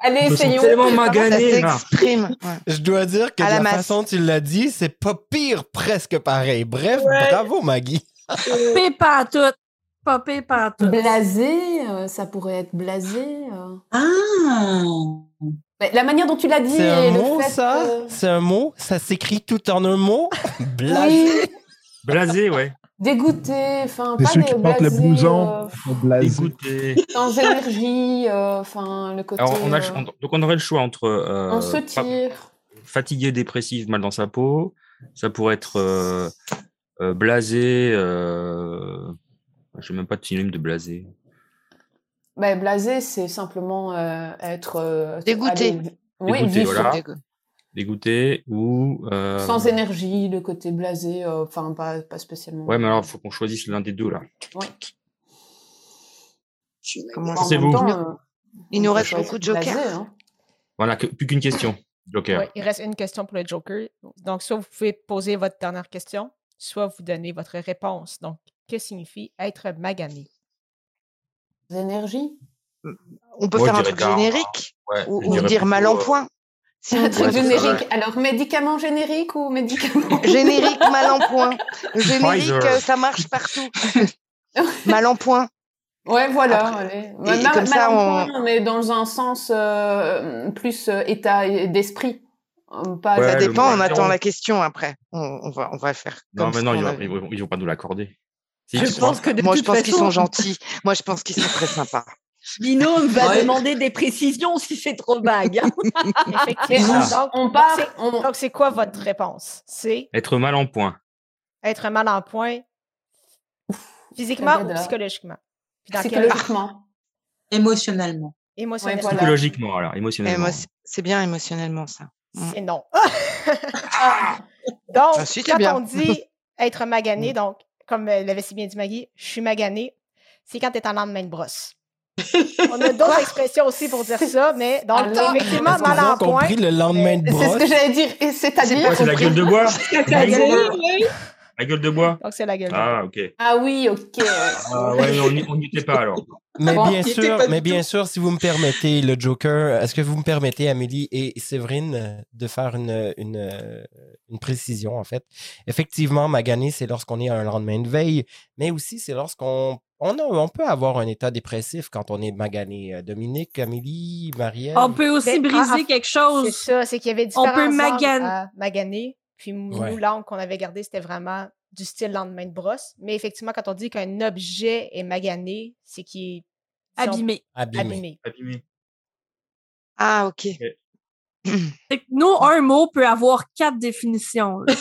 [SPEAKER 2] Allez,
[SPEAKER 5] Je me sens
[SPEAKER 2] essayons.
[SPEAKER 5] tellement
[SPEAKER 7] Ça
[SPEAKER 5] magané, là.
[SPEAKER 7] s'exprime. ouais.
[SPEAKER 4] Je dois dire que
[SPEAKER 7] À
[SPEAKER 4] de
[SPEAKER 7] la
[SPEAKER 4] la,
[SPEAKER 7] masse.
[SPEAKER 4] façon dont tu l'as dit, c'est pas pire presque pareil. Bref,
[SPEAKER 9] Ouais.
[SPEAKER 4] bravo Maggie.
[SPEAKER 9] euh,
[SPEAKER 11] Pépé par tout. Popé par tout.
[SPEAKER 2] Blasé, euh, ça pourrait être blasé. euh.
[SPEAKER 6] Ah!
[SPEAKER 2] Mais la manière dont tu l'as dit
[SPEAKER 4] C'est
[SPEAKER 2] et
[SPEAKER 4] un
[SPEAKER 2] le
[SPEAKER 4] mot
[SPEAKER 2] fait
[SPEAKER 4] ça
[SPEAKER 2] que-
[SPEAKER 4] C'est un mot Ça s'écrit tout en un mot Blasé.
[SPEAKER 2] Oui,
[SPEAKER 5] Blasé, ouais.
[SPEAKER 2] dégoûté, enfin
[SPEAKER 8] C'est
[SPEAKER 2] pas
[SPEAKER 8] ceux qui
[SPEAKER 2] dé-
[SPEAKER 8] portent le
[SPEAKER 2] blasé,
[SPEAKER 8] blouson.
[SPEAKER 2] euh,
[SPEAKER 8] au blasé.
[SPEAKER 5] Dégoûté.
[SPEAKER 2] sans énergie, euh, enfin le côté.
[SPEAKER 5] Alors, on a, le-
[SPEAKER 2] euh,
[SPEAKER 5] on- donc on aurait le choix entre euh,
[SPEAKER 2] on se
[SPEAKER 5] pas-
[SPEAKER 2] tire.
[SPEAKER 5] fatigué, dépressif, mal dans sa peau. Ça pourrait être euh, euh, blasé. Euh... Je même pas de synonyme de blasé.
[SPEAKER 2] Ben, blasé, c'est simplement euh, être euh,
[SPEAKER 7] Dégoûté.
[SPEAKER 2] allez, oui,
[SPEAKER 5] Dégoûté,
[SPEAKER 2] vif,
[SPEAKER 5] voilà.
[SPEAKER 7] Dégo-
[SPEAKER 5] Dégoûté ou. euh,
[SPEAKER 2] sans énergie, le côté blasé, euh, enfin pas, pas spécialement.
[SPEAKER 5] Ouais, mais alors, il faut qu'on choisisse l'un des deux, là.
[SPEAKER 6] Je suis maganée.
[SPEAKER 7] Comment
[SPEAKER 2] En
[SPEAKER 7] ça
[SPEAKER 5] Pensez-vous
[SPEAKER 2] même temps,
[SPEAKER 7] Il
[SPEAKER 2] euh,
[SPEAKER 7] Il
[SPEAKER 2] on
[SPEAKER 7] nous
[SPEAKER 2] peut
[SPEAKER 7] reste
[SPEAKER 2] pas être
[SPEAKER 7] beaucoup de jokers.
[SPEAKER 2] blasé, hein.
[SPEAKER 5] Voilà, que- plus qu'une question, Joker.
[SPEAKER 3] Ouais, il reste une question pour le Joker. Donc, soit vous pouvez poser votre dernière question, soit vous donnez votre réponse. Donc, que signifie être magané?
[SPEAKER 2] Sans euh, énergie.
[SPEAKER 7] On peut
[SPEAKER 5] Moi,
[SPEAKER 7] faire
[SPEAKER 5] je
[SPEAKER 7] un
[SPEAKER 5] dirais
[SPEAKER 7] truc
[SPEAKER 5] down,
[SPEAKER 7] générique
[SPEAKER 5] Ouais,
[SPEAKER 7] ou,
[SPEAKER 5] je
[SPEAKER 7] ou
[SPEAKER 5] dirais
[SPEAKER 7] dire mal en
[SPEAKER 5] plutôt, euh,
[SPEAKER 7] point. Si on
[SPEAKER 2] Un
[SPEAKER 7] dit
[SPEAKER 2] truc
[SPEAKER 5] Ouais, c'est ça,
[SPEAKER 2] générique. Alors, médicament générique ou médicament
[SPEAKER 7] générique, mal en point. Générique,
[SPEAKER 5] Pfizer.
[SPEAKER 7] euh, ça marche partout. mal en point.
[SPEAKER 2] Ouais, voilà.
[SPEAKER 7] Après-
[SPEAKER 2] allez.
[SPEAKER 7] et- et comme ça,
[SPEAKER 2] Malencoin,
[SPEAKER 7] on-
[SPEAKER 2] mais dans un sens euh, plus euh, état et- d'esprit. Euh, Pas
[SPEAKER 5] Ouais,
[SPEAKER 7] ça
[SPEAKER 5] le
[SPEAKER 7] dépend,
[SPEAKER 5] moins
[SPEAKER 7] on attend
[SPEAKER 5] zéro.
[SPEAKER 7] la question après. On, on va, on va faire
[SPEAKER 5] Non,
[SPEAKER 7] comme
[SPEAKER 5] mais
[SPEAKER 7] ce
[SPEAKER 5] non,
[SPEAKER 7] qu'on
[SPEAKER 5] ils
[SPEAKER 7] a
[SPEAKER 5] vont,
[SPEAKER 7] vu.
[SPEAKER 5] ils vont- ils vont pas nous l'accorder. Si,
[SPEAKER 9] Je
[SPEAKER 5] tu
[SPEAKER 9] pense
[SPEAKER 5] crois
[SPEAKER 9] que de
[SPEAKER 7] Moi, je
[SPEAKER 9] toute
[SPEAKER 7] pense qu'ils
[SPEAKER 9] façon,
[SPEAKER 7] sont gentils. Moi, je pense qu'ils sont très sympas.
[SPEAKER 1] Binôme va
[SPEAKER 6] Ouais.
[SPEAKER 1] demander des précisions si c'est trop vague. hein.
[SPEAKER 2] Mais
[SPEAKER 3] Effectivement.
[SPEAKER 5] ça.
[SPEAKER 3] Donc,
[SPEAKER 2] Ah, on
[SPEAKER 3] donc
[SPEAKER 2] part,
[SPEAKER 3] c'est-
[SPEAKER 2] on-
[SPEAKER 3] donc, c'est quoi votre réponse? C'est
[SPEAKER 5] Être mal en point.
[SPEAKER 3] être mal en point physiquement ou
[SPEAKER 2] Canada.
[SPEAKER 3] psychologiquement? Puis dans quel
[SPEAKER 2] psychologiquement.
[SPEAKER 6] Émotionnellement.
[SPEAKER 3] émotionnellement?
[SPEAKER 2] Ouais, voilà.
[SPEAKER 5] Psychologiquement, alors, émotionnellement.
[SPEAKER 7] Émo- C'est bien émotionnellement, ça.
[SPEAKER 3] C'est non. donc,
[SPEAKER 7] Ah, si, c'est
[SPEAKER 3] quand
[SPEAKER 7] bien.
[SPEAKER 3] on dit être magané, donc, comme euh, l'avait si bien dit Maggie, je suis magané, c'est quand tu es en lendemain de brosse. On a d'autres expressions aussi pour dire ça, mais donc,
[SPEAKER 2] Alors,
[SPEAKER 3] effectivement,
[SPEAKER 4] Est-ce
[SPEAKER 3] mal
[SPEAKER 4] qu'ils
[SPEAKER 3] en
[SPEAKER 4] ont
[SPEAKER 3] point.
[SPEAKER 4] compris le lendemain de
[SPEAKER 2] C'est ce que
[SPEAKER 4] brosse
[SPEAKER 2] j'allais dire. Et c'est-à-dire.
[SPEAKER 5] Ouais, c'est la gueule de bois.
[SPEAKER 9] que t'as dit, oui.
[SPEAKER 5] La gueule de bois.
[SPEAKER 3] Donc, c'est la gueule. de bois.
[SPEAKER 5] Ah, ok.
[SPEAKER 2] Ah oui, ok. ouais.
[SPEAKER 5] Ah, ouais, on n'y- on n'y était pas alors.
[SPEAKER 4] Mais
[SPEAKER 2] Bon,
[SPEAKER 4] bien
[SPEAKER 9] il était
[SPEAKER 4] sûr,
[SPEAKER 9] pas du
[SPEAKER 4] mais bien sûr, si vous me permettez, le Joker, est-ce que vous me permettez, Amélie et Séverine, de faire une, une, euh, une précision, en fait? Effectivement, magané, c'est lorsqu'on est à un lendemain de veille, mais aussi c'est lorsqu'on on a- on peut avoir un état dépressif quand on est magané. Euh, Dominique, Amélie, Marielle.
[SPEAKER 11] On peut aussi
[SPEAKER 3] Ben,
[SPEAKER 11] briser
[SPEAKER 3] en- en-
[SPEAKER 11] quelque
[SPEAKER 3] C'est
[SPEAKER 11] chose.
[SPEAKER 3] ça, c'est qu'il y avait différents
[SPEAKER 11] peut
[SPEAKER 3] angles
[SPEAKER 11] magan-
[SPEAKER 3] à maganer. Puis m-
[SPEAKER 4] Ouais.
[SPEAKER 3] nous, l'angle qu'on avait gardé, c'était vraiment du style lendemain de brosse. Mais effectivement, quand on dit qu'un objet est magané, c'est qu'il est disons,
[SPEAKER 11] Abîmé.
[SPEAKER 4] Abîmé.
[SPEAKER 3] abîmé.
[SPEAKER 5] Abîmé.
[SPEAKER 7] Ah, ok.
[SPEAKER 11] C'est que Nous, un mot peut avoir quatre définitions. là.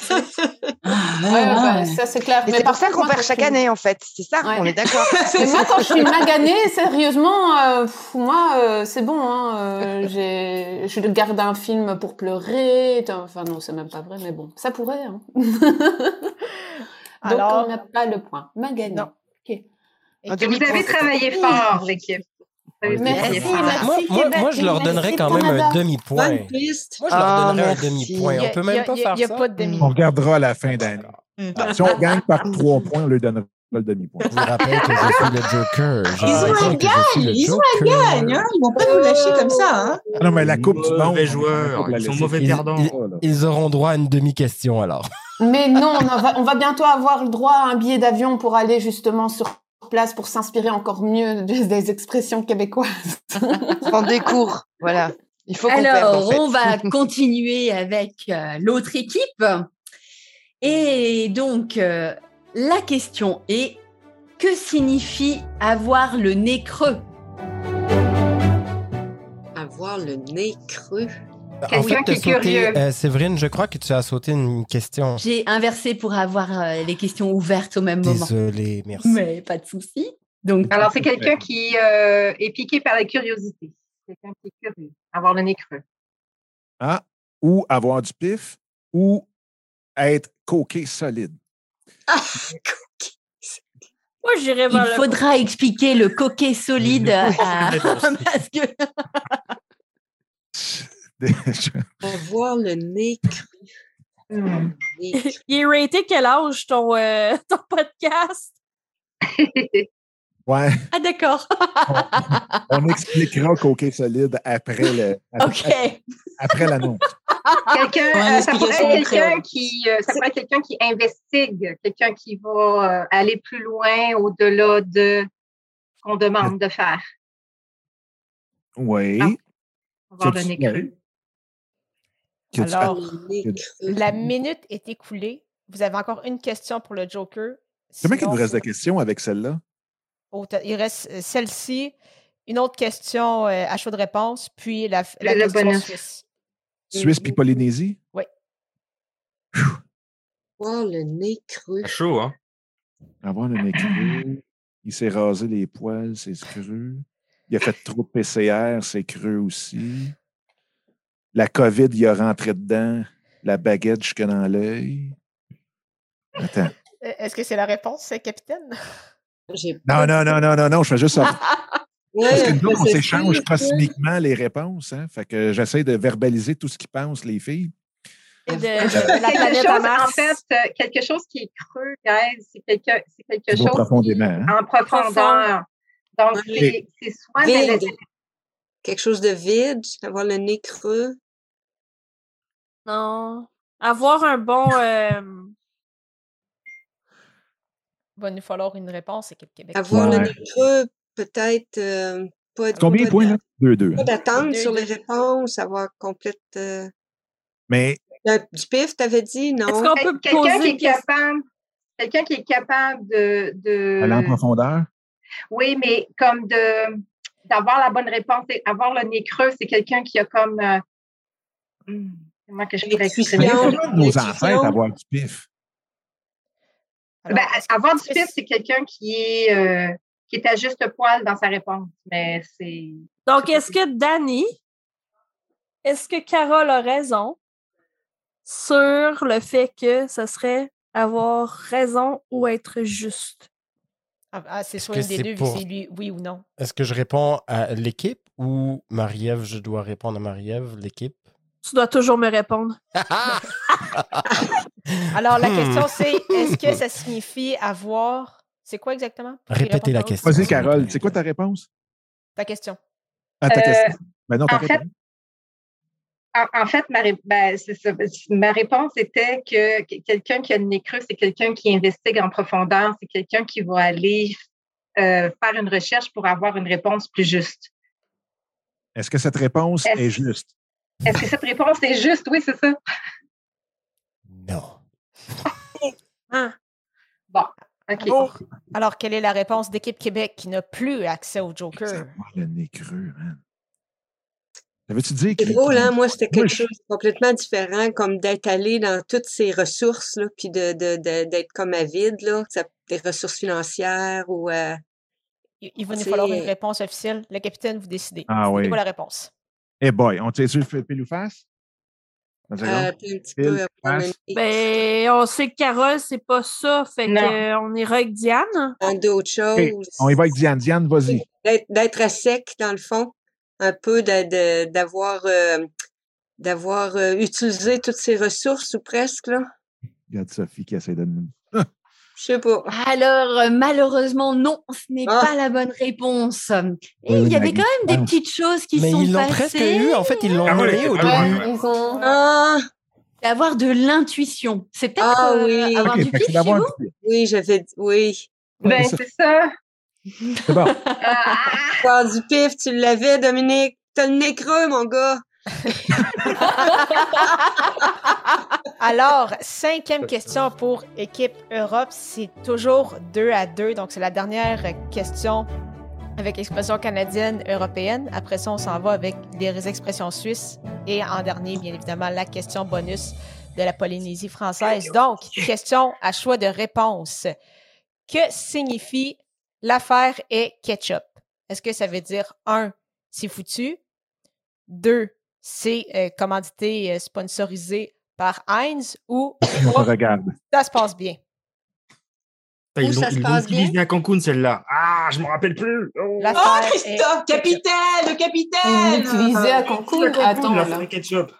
[SPEAKER 2] Ouais, ouais, Ah, bah, ça c'est clair.
[SPEAKER 7] Mais c'est pour ben,
[SPEAKER 2] par
[SPEAKER 7] ça
[SPEAKER 2] contre,
[SPEAKER 7] qu'on
[SPEAKER 2] moi,
[SPEAKER 7] perd
[SPEAKER 2] quand
[SPEAKER 7] chaque
[SPEAKER 2] je suis-
[SPEAKER 7] année, en fait. C'est ça,
[SPEAKER 2] Ouais.
[SPEAKER 7] on est d'accord.
[SPEAKER 2] Mais moi, quand je suis maganée, sérieusement, euh, pff, moi, euh, c'est bon. Hein, euh, j'ai- je garde un film pour pleurer. Enfin, non, c'est même pas vrai, mais bon, ça pourrait. hein. Donc,
[SPEAKER 3] Alors-
[SPEAKER 2] on n'a pas le point. Maganée.
[SPEAKER 3] Non.
[SPEAKER 2] Ok.
[SPEAKER 7] En
[SPEAKER 10] Vous
[SPEAKER 7] 2030,
[SPEAKER 10] avez
[SPEAKER 7] c'est-
[SPEAKER 10] travaillé fort, l'équipe. Vous avez
[SPEAKER 2] Merci,
[SPEAKER 10] travaillé fort.
[SPEAKER 2] merci.
[SPEAKER 4] Moi, moi,
[SPEAKER 2] Québec,
[SPEAKER 4] moi, je leur
[SPEAKER 2] merci,
[SPEAKER 4] donnerais quand même
[SPEAKER 2] Canada.
[SPEAKER 4] un demi-point.
[SPEAKER 9] Bonne piste.
[SPEAKER 4] Moi, je leur
[SPEAKER 7] Ah,
[SPEAKER 4] donnerais un
[SPEAKER 7] merci.
[SPEAKER 4] demi-point.
[SPEAKER 7] Il y
[SPEAKER 4] On peut même pas faire
[SPEAKER 3] Il n'y a
[SPEAKER 4] ça.
[SPEAKER 3] pas de demi.
[SPEAKER 8] On regardera à la fin d'année.
[SPEAKER 7] Ah.
[SPEAKER 8] Si on gagne par trois points, on lui donnera le demi-point.
[SPEAKER 4] Je vous rappelle que je suis le Joker.
[SPEAKER 5] Ah,
[SPEAKER 4] Je vous
[SPEAKER 7] Ils ont un
[SPEAKER 4] rappelle que je suis le
[SPEAKER 7] ils ont
[SPEAKER 5] euh,
[SPEAKER 4] Joker.
[SPEAKER 7] Gagne, hein, Ils vont pas nous lâcher comme ça. Hein.
[SPEAKER 8] Ah non, mais la Coupe du Monde.
[SPEAKER 5] Mauvais
[SPEAKER 8] la Coupe
[SPEAKER 5] joueurs.
[SPEAKER 8] de la
[SPEAKER 5] Ils sont
[SPEAKER 8] Lessive.
[SPEAKER 5] mauvais
[SPEAKER 4] Ils-
[SPEAKER 5] perdants.
[SPEAKER 8] Oh, là.
[SPEAKER 4] Ils auront droit à une demi-question alors.
[SPEAKER 2] Mais non, on, en va, on va bientôt avoir le droit à un billet d'avion pour aller justement sur place pour s'inspirer encore mieux des, des expressions québécoises.
[SPEAKER 7] Prends des cours. Voilà. Il faut qu'on perde, en
[SPEAKER 1] Alors,
[SPEAKER 7] fait.
[SPEAKER 1] on va continuer avec euh, l'autre équipe. Et donc, euh, la question est, que signifie avoir le nez creux
[SPEAKER 9] Avoir le nez creux.
[SPEAKER 4] Bah, En
[SPEAKER 10] Quelqu'un
[SPEAKER 4] fait,
[SPEAKER 10] qui
[SPEAKER 4] t'as
[SPEAKER 10] est
[SPEAKER 4] sauté,
[SPEAKER 10] curieux.
[SPEAKER 4] euh, Séverine, je crois que tu as sauté une question.
[SPEAKER 1] J'ai inversé pour avoir euh, les questions ouvertes au même moment.
[SPEAKER 4] Désolé, merci.
[SPEAKER 1] Mais pas de souci. Donc,
[SPEAKER 10] Alors, c'est quelqu'un qui euh, est piqué par la curiosité. Quelqu'un qui est curieux. Avoir le nez creux.
[SPEAKER 8] Hein? Ou avoir du pif, ou être coqué solide.
[SPEAKER 11] Moi, j'irais vers
[SPEAKER 1] il
[SPEAKER 11] le-
[SPEAKER 1] faudra expliquer le coquet solide à... parce que
[SPEAKER 9] Avoir le nez creux.
[SPEAKER 10] Hmm.
[SPEAKER 9] Nez creux.
[SPEAKER 11] Il est raté quel âge ton, euh, ton podcast?
[SPEAKER 8] Ouais,
[SPEAKER 1] Ah d'accord.
[SPEAKER 8] on expliquera coqué solide après le
[SPEAKER 1] OK.
[SPEAKER 8] après, après l'annonce.
[SPEAKER 10] Quelqu'un,
[SPEAKER 9] Ouais,
[SPEAKER 10] euh, ça pourrait être
[SPEAKER 9] l'explication
[SPEAKER 10] quelqu'un
[SPEAKER 9] préalable.
[SPEAKER 10] qui, euh, ça pourrait être quelqu'un qui investigue, quelqu'un qui va euh, aller plus loin au-delà de ce qu'on demande de faire.
[SPEAKER 7] Ah,
[SPEAKER 8] Oui.
[SPEAKER 10] Avoir le nez creux.
[SPEAKER 8] Que tu-
[SPEAKER 3] Alors,
[SPEAKER 9] Le nez creux.
[SPEAKER 3] La minute est écoulée. Vous avez encore une question pour le Joker.
[SPEAKER 8] Combien qu'il
[SPEAKER 3] Sinon,
[SPEAKER 8] nous reste de questions avec celle-là?
[SPEAKER 3] au ta- il reste euh, celle-ci, une autre question euh, à chaud de réponse, puis la, f- la
[SPEAKER 10] Le- le
[SPEAKER 3] question
[SPEAKER 10] bonus.
[SPEAKER 3] suisse.
[SPEAKER 8] Suisse
[SPEAKER 5] Mm-hmm.
[SPEAKER 8] puis Polynésie?
[SPEAKER 9] Avoir le nez creux.
[SPEAKER 5] C'est chaud, hein.
[SPEAKER 8] Avoir le nez creux. Il s'est rasé les poils, c'est creux. Il a fait trop de PCR, c'est creux aussi. La COVID, il a rentré dedans. La baguette jusque dans l'œil. Attends.
[SPEAKER 3] Euh, Est-ce que c'est la réponse, euh, capitaine?
[SPEAKER 9] J'ai
[SPEAKER 8] Non,
[SPEAKER 9] pas-
[SPEAKER 8] non, non, non, non, non, je fais juste savoir. Parce que
[SPEAKER 9] Ouais,
[SPEAKER 8] nous, on
[SPEAKER 9] c'est
[SPEAKER 8] s'échange
[SPEAKER 9] sûr,
[SPEAKER 5] hein?
[SPEAKER 8] cosmiquement les réponses. Hein? Fait que j'essaie de verbaliser tout ce qu'ils pensent, les filles.
[SPEAKER 11] Et de,
[SPEAKER 5] Euh,
[SPEAKER 10] Parce
[SPEAKER 11] de la
[SPEAKER 10] que
[SPEAKER 11] planète
[SPEAKER 10] quelque
[SPEAKER 11] à
[SPEAKER 10] chose, en
[SPEAKER 11] Mars.
[SPEAKER 10] fait, euh, quelque chose qui est creux, guys, c'est quelque, c'est quelque
[SPEAKER 8] Tu
[SPEAKER 10] chose
[SPEAKER 8] vas profondément.
[SPEAKER 10] qui-
[SPEAKER 8] hein?
[SPEAKER 10] en profondeur. Donc,
[SPEAKER 9] Ouais.
[SPEAKER 10] c'est c'est soit de la-
[SPEAKER 9] Vide. Quelque chose de vide. Avoir le nez creux.
[SPEAKER 11] Non. Avoir un bon. euh,
[SPEAKER 3] Il va nous falloir une réponse, équipe Québec.
[SPEAKER 9] Avoir le
[SPEAKER 8] Ouais.
[SPEAKER 9] nez creux, peut-être euh, pas,
[SPEAKER 8] Combien de
[SPEAKER 9] pas
[SPEAKER 8] points, là? Deux, deux.
[SPEAKER 9] pas
[SPEAKER 8] hein?
[SPEAKER 9] d'attente
[SPEAKER 3] Deux,
[SPEAKER 9] sur les
[SPEAKER 3] deux.
[SPEAKER 9] réponses, avoir complète. euh,
[SPEAKER 8] Mais
[SPEAKER 9] le- du pif, t'avais dit,
[SPEAKER 11] Est-ce
[SPEAKER 9] non?
[SPEAKER 11] qu'on peut
[SPEAKER 10] quelqu'un
[SPEAKER 11] poser
[SPEAKER 10] qui est
[SPEAKER 11] une question?
[SPEAKER 10] capable, quelqu'un qui est capable de, de-
[SPEAKER 8] aller en profondeur,
[SPEAKER 10] oui, mais comme de, d'avoir la bonne réponse, et avoir le nez creux, c'est quelqu'un qui a comme, euh, hmm, comment que je pourrais exprimer ça?
[SPEAKER 9] Intuition.
[SPEAKER 8] on a nos
[SPEAKER 9] l'intuition.
[SPEAKER 8] ancêtres avoir du pif.
[SPEAKER 3] Alors,
[SPEAKER 10] Ben,
[SPEAKER 3] est-ce que-
[SPEAKER 10] avoir du
[SPEAKER 3] est-ce que
[SPEAKER 10] pif, c'est quelqu'un qui est, euh, qui est à juste poil dans sa réponse, mais c'est,
[SPEAKER 11] Donc, est-ce que Danny, est-ce que Carole a raison sur le fait que ce serait avoir raison ou être juste?
[SPEAKER 3] Ah, ah, c'est
[SPEAKER 4] Est-ce
[SPEAKER 3] soit
[SPEAKER 4] que
[SPEAKER 3] une des
[SPEAKER 4] c'est
[SPEAKER 3] deux, vu
[SPEAKER 4] pour-
[SPEAKER 3] c'est lui, oui ou non.
[SPEAKER 4] Est-ce que je réponds à l'équipe ou Marie-Ève, je dois répondre à Marie-Ève, l'équipe?
[SPEAKER 11] Tu dois toujours me répondre.
[SPEAKER 3] Alors, la
[SPEAKER 4] Hmm.
[SPEAKER 3] question, c'est est-ce que ça signifie avoir. C'est quoi exactement? Pour qu'il
[SPEAKER 4] Répétez
[SPEAKER 3] réponde,
[SPEAKER 4] la
[SPEAKER 3] Carole?
[SPEAKER 4] question.
[SPEAKER 8] Vas-y,
[SPEAKER 4] s'il vous
[SPEAKER 8] Carole,
[SPEAKER 4] plaît.
[SPEAKER 8] c'est quoi ta réponse?
[SPEAKER 3] Ta question.
[SPEAKER 8] Ah, ta
[SPEAKER 10] Euh,
[SPEAKER 8] question. Ben non, ta
[SPEAKER 10] en fait-
[SPEAKER 8] réponse.
[SPEAKER 10] En, en fait, ma, ré- ben, c'est ça. Ma réponse était que que- quelqu'un qui a le nez creux, c'est quelqu'un qui investigue en profondeur, c'est quelqu'un qui va aller euh, faire une recherche pour avoir une réponse plus juste.
[SPEAKER 8] Est-ce que cette réponse
[SPEAKER 10] Est-ce-
[SPEAKER 8] est juste?
[SPEAKER 10] Est-ce que cette réponse est juste? Oui, c'est ça.
[SPEAKER 4] Non.
[SPEAKER 10] OK.
[SPEAKER 3] Alors, Euh, hein. alors, quelle est la réponse
[SPEAKER 8] Oh,
[SPEAKER 3] d'équipe Québec qui n'a plus accès au Joker?
[SPEAKER 8] Avoir le nez creux, man. T'avais-tu dit que.
[SPEAKER 9] C'est drôle, hein? Moi, c'était quelque
[SPEAKER 8] Oui.
[SPEAKER 9] chose de complètement différent, comme d'être allé dans toutes ces ressources, là, puis de, de- de- d'être comme avide, là, que ça- des ressources financières ou. euh,
[SPEAKER 3] Il, il va nous
[SPEAKER 9] C'est-
[SPEAKER 3] falloir une réponse officielle. Le capitaine, vous décidez.
[SPEAKER 8] Ah oui.
[SPEAKER 3] C'est quoi la réponse?
[SPEAKER 8] Eh boy, on t'a tu fait pile ou face? Dans une
[SPEAKER 9] euh,
[SPEAKER 8] seconde.
[SPEAKER 9] puis un petit
[SPEAKER 8] Pile,
[SPEAKER 9] peu. euh, pour
[SPEAKER 8] face.
[SPEAKER 9] mener-
[SPEAKER 11] Ben, on sait que Carole, c'est pas ça. Fait
[SPEAKER 10] Non.
[SPEAKER 11] que, euh, on ira avec
[SPEAKER 3] hein?
[SPEAKER 11] Diane.
[SPEAKER 9] dans d'autres
[SPEAKER 8] Ok,
[SPEAKER 9] choses.
[SPEAKER 8] on y va avec Diane. Diane, vas-y.
[SPEAKER 9] D'être, d'être à sec, dans le fond. Un peu de- de- d'avoir, euh, d'avoir euh, utilisé toutes ces ressources, ou presque, là.
[SPEAKER 8] Regarde Sophie qui essaie de nous.
[SPEAKER 9] Je sais pas.
[SPEAKER 1] Alors, euh, malheureusement, non, ce n'est
[SPEAKER 9] Ah.
[SPEAKER 1] pas la bonne réponse. Et
[SPEAKER 8] Oui,
[SPEAKER 1] il
[SPEAKER 8] oui,
[SPEAKER 1] y avait
[SPEAKER 8] Maggie.
[SPEAKER 1] quand même des
[SPEAKER 8] Ah.
[SPEAKER 1] petites choses qui
[SPEAKER 4] bah, Mais
[SPEAKER 1] sont
[SPEAKER 4] ils l'ont
[SPEAKER 1] passées.
[SPEAKER 4] presque eu. En fait, ils l'ont
[SPEAKER 5] Ah oui,
[SPEAKER 4] volé au
[SPEAKER 5] ah oui.
[SPEAKER 4] début.
[SPEAKER 2] Ouais, Ils ont.
[SPEAKER 9] Ah,
[SPEAKER 1] D'avoir de l'intuition. C'est peut-être
[SPEAKER 9] Ah
[SPEAKER 1] euh,
[SPEAKER 9] oui.
[SPEAKER 1] avoir
[SPEAKER 8] Ok,
[SPEAKER 4] bah,
[SPEAKER 8] fait que
[SPEAKER 1] du pif
[SPEAKER 8] c'est
[SPEAKER 1] chez
[SPEAKER 8] d'avoir
[SPEAKER 1] vous.
[SPEAKER 8] un petit
[SPEAKER 9] oui, j'avais dit, oui.
[SPEAKER 10] Ben,
[SPEAKER 8] ça.
[SPEAKER 10] c'est ça.
[SPEAKER 8] peu. C'est bon.
[SPEAKER 10] Ah,
[SPEAKER 9] Par du pif, tu l'avais, Dominique. T'as le nez creux, mon gars.
[SPEAKER 3] Alors, cinquième question pour équipe Europe. C'est toujours 2 à 2, donc c'est la dernière question avec expression canadienne, européenne. Après ça, on s'en va avec les expressions suisses. Et en dernier, bien évidemment, la question bonus de la Polynésie française. Donc, question à choix de réponse. Que signifie l'affaire est ketchup? Est-ce que ça veut dire un, c'est foutu? Deux, c'est euh, commandité, euh, sponsorisé par Heinz ou
[SPEAKER 8] On te
[SPEAKER 3] trois,
[SPEAKER 8] regarde.
[SPEAKER 3] ça se passe bien?
[SPEAKER 5] Ah, Ils
[SPEAKER 9] Où
[SPEAKER 5] l'ont
[SPEAKER 9] ça se
[SPEAKER 5] ils l'ont
[SPEAKER 9] passe
[SPEAKER 5] utilisé à Cancun, celle-là. Ah, je me rappelle plus. Oh.
[SPEAKER 3] L'affaire
[SPEAKER 6] Oh,
[SPEAKER 3] est ketchup.
[SPEAKER 6] Christophe, capitaine, le
[SPEAKER 2] Ils
[SPEAKER 6] capitaine
[SPEAKER 2] l'utilisaient à
[SPEAKER 5] C'est à
[SPEAKER 2] Cancun.
[SPEAKER 5] Cancun,
[SPEAKER 2] Attends,
[SPEAKER 5] la
[SPEAKER 2] là.
[SPEAKER 5] farine ketchup.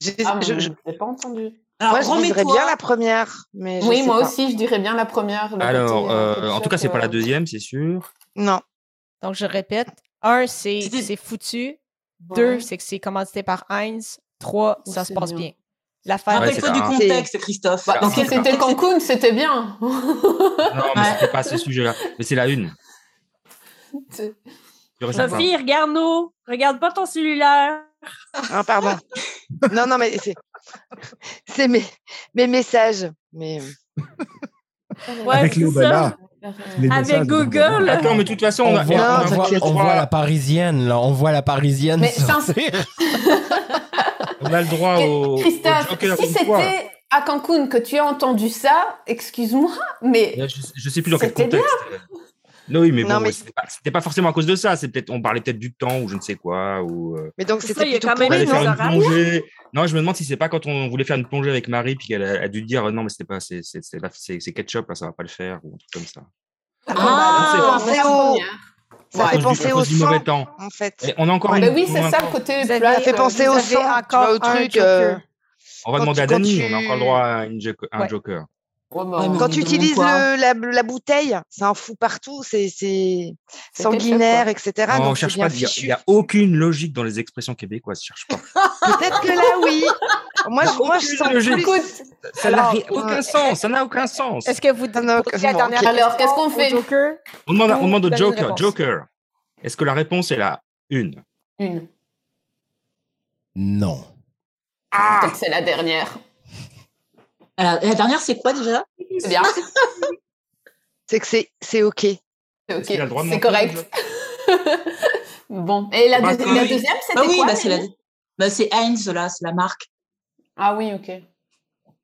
[SPEAKER 7] Je-
[SPEAKER 2] Ah, mais
[SPEAKER 7] je- je-
[SPEAKER 2] j'ai pas entendu.
[SPEAKER 6] Alors,
[SPEAKER 7] moi, je dirais bien
[SPEAKER 6] remets-toi.
[SPEAKER 7] la première, mais je
[SPEAKER 2] Oui,
[SPEAKER 7] sais
[SPEAKER 2] moi
[SPEAKER 7] pas.
[SPEAKER 2] aussi, je dirais bien la première. le
[SPEAKER 5] Alors,
[SPEAKER 2] côté, euh,
[SPEAKER 5] euh, en tout
[SPEAKER 2] ketchup,
[SPEAKER 5] cas, c'est pas la
[SPEAKER 2] euh,
[SPEAKER 5] deuxième, c'est sûr.
[SPEAKER 7] Non.
[SPEAKER 3] Donc, je répète, un, c'est
[SPEAKER 6] C'était-
[SPEAKER 3] c'est foutu. Deux,
[SPEAKER 2] Ouais.
[SPEAKER 3] c'est que c'est commandité par Heinz. Trois,
[SPEAKER 2] Oh,
[SPEAKER 3] ça se
[SPEAKER 2] c'est
[SPEAKER 3] passe
[SPEAKER 2] bien.
[SPEAKER 3] bien. L'affaire
[SPEAKER 5] Ouais,
[SPEAKER 6] Rappelle-toi
[SPEAKER 5] c'est
[SPEAKER 6] du
[SPEAKER 5] ça.
[SPEAKER 6] contexte, Christophe.
[SPEAKER 2] Bah,
[SPEAKER 5] Dans
[SPEAKER 2] si
[SPEAKER 5] quel
[SPEAKER 2] c'était Cancun, c'était bien.
[SPEAKER 5] Non, mais
[SPEAKER 6] Ouais.
[SPEAKER 5] c'était pas ce sujet-là. Mais c'est la une.
[SPEAKER 2] C'est-
[SPEAKER 5] Je reste certain.
[SPEAKER 11] Sophie, regarde-nous. Regarde pas ton cellulaire.
[SPEAKER 7] Ah, pardon. non, non, mais c'est, c'est mes, mes messages. Mais euh,
[SPEAKER 11] Ouais,
[SPEAKER 8] Avec
[SPEAKER 11] c'est
[SPEAKER 8] l'au-delà.
[SPEAKER 11] ça.
[SPEAKER 8] Les
[SPEAKER 11] Avec
[SPEAKER 8] messages de
[SPEAKER 11] Google. Ah,
[SPEAKER 8] l'au-delà.
[SPEAKER 5] Attends, mais de toute façon, on,
[SPEAKER 4] On
[SPEAKER 5] a,
[SPEAKER 4] voit,
[SPEAKER 5] on a-
[SPEAKER 4] on voit-
[SPEAKER 5] on
[SPEAKER 4] on
[SPEAKER 5] voit-
[SPEAKER 4] voit la parisienne, là. On voit la parisienne.
[SPEAKER 2] Mais
[SPEAKER 4] sortir.
[SPEAKER 5] on a le droit au, au
[SPEAKER 2] Christophe,
[SPEAKER 5] Joker
[SPEAKER 2] si
[SPEAKER 5] une fois.
[SPEAKER 2] c'était à Cancun que tu as entendu ça, excuse-moi, mais
[SPEAKER 5] Là, Je, je sais plus dans quel
[SPEAKER 2] C'était bien.
[SPEAKER 5] contexte. Non, oui, mais
[SPEAKER 7] Non,
[SPEAKER 5] bon,
[SPEAKER 7] mais-
[SPEAKER 5] c'était pas, c'était pas forcément à cause de ça. C'est peut-être, on parlait peut-être du temps ou je ne sais quoi. Ou, euh,
[SPEAKER 7] Mais donc,
[SPEAKER 11] Ça,
[SPEAKER 7] c'était
[SPEAKER 11] il y a
[SPEAKER 7] plutôt
[SPEAKER 11] quand même
[SPEAKER 5] on
[SPEAKER 7] pourri,
[SPEAKER 5] allait
[SPEAKER 11] des
[SPEAKER 7] non
[SPEAKER 5] faire une
[SPEAKER 11] horaires.
[SPEAKER 5] plongée. Non, je me demande si c'est pas quand on voulait faire une plongée avec Marie, puis qu'elle a, a dû dire, non, mais c'était pas, c'est, c'est, c'est, là, c'est- c'est ketchup, là, ça va pas le faire, ou un truc comme ça.
[SPEAKER 7] Ah,
[SPEAKER 2] c'est-
[SPEAKER 7] c'est au- ça
[SPEAKER 5] À
[SPEAKER 7] fait
[SPEAKER 5] cause du- à
[SPEAKER 7] penser
[SPEAKER 5] cause
[SPEAKER 7] au
[SPEAKER 5] du mauvais
[SPEAKER 7] sang,
[SPEAKER 5] temps.
[SPEAKER 7] en fait.
[SPEAKER 5] Et on a encore
[SPEAKER 7] Ouais.
[SPEAKER 5] une.
[SPEAKER 2] Ben oui,
[SPEAKER 5] on
[SPEAKER 2] c'est
[SPEAKER 5] a
[SPEAKER 2] ça le
[SPEAKER 5] encore-
[SPEAKER 2] côté
[SPEAKER 3] Vous avez-
[SPEAKER 2] plate,
[SPEAKER 7] Ça fait
[SPEAKER 2] euh,
[SPEAKER 7] penser
[SPEAKER 3] vous
[SPEAKER 7] au
[SPEAKER 3] avez
[SPEAKER 7] sang, tu
[SPEAKER 3] encore
[SPEAKER 7] vois, au
[SPEAKER 3] un
[SPEAKER 7] truc.
[SPEAKER 3] joker.
[SPEAKER 7] euh,
[SPEAKER 5] On va
[SPEAKER 7] Quand
[SPEAKER 5] demander
[SPEAKER 7] tu-
[SPEAKER 5] à
[SPEAKER 7] quand
[SPEAKER 5] Dany,
[SPEAKER 7] tu-
[SPEAKER 5] on a encore le droit à une joke- un
[SPEAKER 3] Ouais.
[SPEAKER 5] joker.
[SPEAKER 2] Ouais, ben,
[SPEAKER 6] Ouais, mais
[SPEAKER 2] on
[SPEAKER 6] on
[SPEAKER 7] Quand
[SPEAKER 2] est
[SPEAKER 7] tu
[SPEAKER 6] est
[SPEAKER 2] dans-
[SPEAKER 6] utilises bon, quoi.
[SPEAKER 7] le- la, la bouteille, c'est un fou partout, c'est, c'est
[SPEAKER 2] C'est
[SPEAKER 7] sanguinaire,
[SPEAKER 2] ketchup,
[SPEAKER 7] etc.
[SPEAKER 5] Non, Oh, on
[SPEAKER 7] donc, c'est
[SPEAKER 5] cherche
[SPEAKER 7] bien
[SPEAKER 5] pas. Il y a- il
[SPEAKER 7] fichu.
[SPEAKER 5] y a, aucune logique dans les expressions québécoises. Je cherche pas.
[SPEAKER 7] Peut-être que là, oui. Moi, je, moi, je
[SPEAKER 5] Aucune
[SPEAKER 7] sens
[SPEAKER 5] logique.
[SPEAKER 7] plus.
[SPEAKER 2] Écoute,
[SPEAKER 5] Ça n'a
[SPEAKER 3] Alors,
[SPEAKER 5] ri- aucun
[SPEAKER 7] ouais.
[SPEAKER 5] sens. Ça n'a aucun sens.
[SPEAKER 3] Est-ce que vous
[SPEAKER 7] Ça n'a aucun-
[SPEAKER 3] posez la
[SPEAKER 7] bon,
[SPEAKER 3] dernière
[SPEAKER 7] ok.
[SPEAKER 2] Alors, qu'est-ce qu'on
[SPEAKER 3] question
[SPEAKER 2] fait
[SPEAKER 3] au joker?
[SPEAKER 5] On demande,
[SPEAKER 3] Vous
[SPEAKER 5] on demande au
[SPEAKER 3] donnez une
[SPEAKER 5] Joker.
[SPEAKER 3] réponse.
[SPEAKER 5] Joker. Est-ce que la réponse est la une
[SPEAKER 2] une.
[SPEAKER 4] Non.
[SPEAKER 5] Ah
[SPEAKER 2] Peut-être c'est la dernière.
[SPEAKER 6] Alors, Euh, la dernière, c'est quoi déjà
[SPEAKER 2] C'est bien.
[SPEAKER 7] C'est que c'est, c'est OK.
[SPEAKER 2] C'est
[SPEAKER 5] Est-ce qu'il a le droit
[SPEAKER 2] ok.
[SPEAKER 5] de
[SPEAKER 2] C'est
[SPEAKER 5] mentir,
[SPEAKER 2] correct. bon. Et la,
[SPEAKER 5] Bah,
[SPEAKER 2] deuxi-
[SPEAKER 5] oui.
[SPEAKER 2] la deuxième, c'était
[SPEAKER 6] Bah oui,
[SPEAKER 2] quoi
[SPEAKER 6] bah c'est la.
[SPEAKER 2] Dani
[SPEAKER 6] Bah c'est Heinz, là, c'est la marque.
[SPEAKER 2] Ah oui, ok.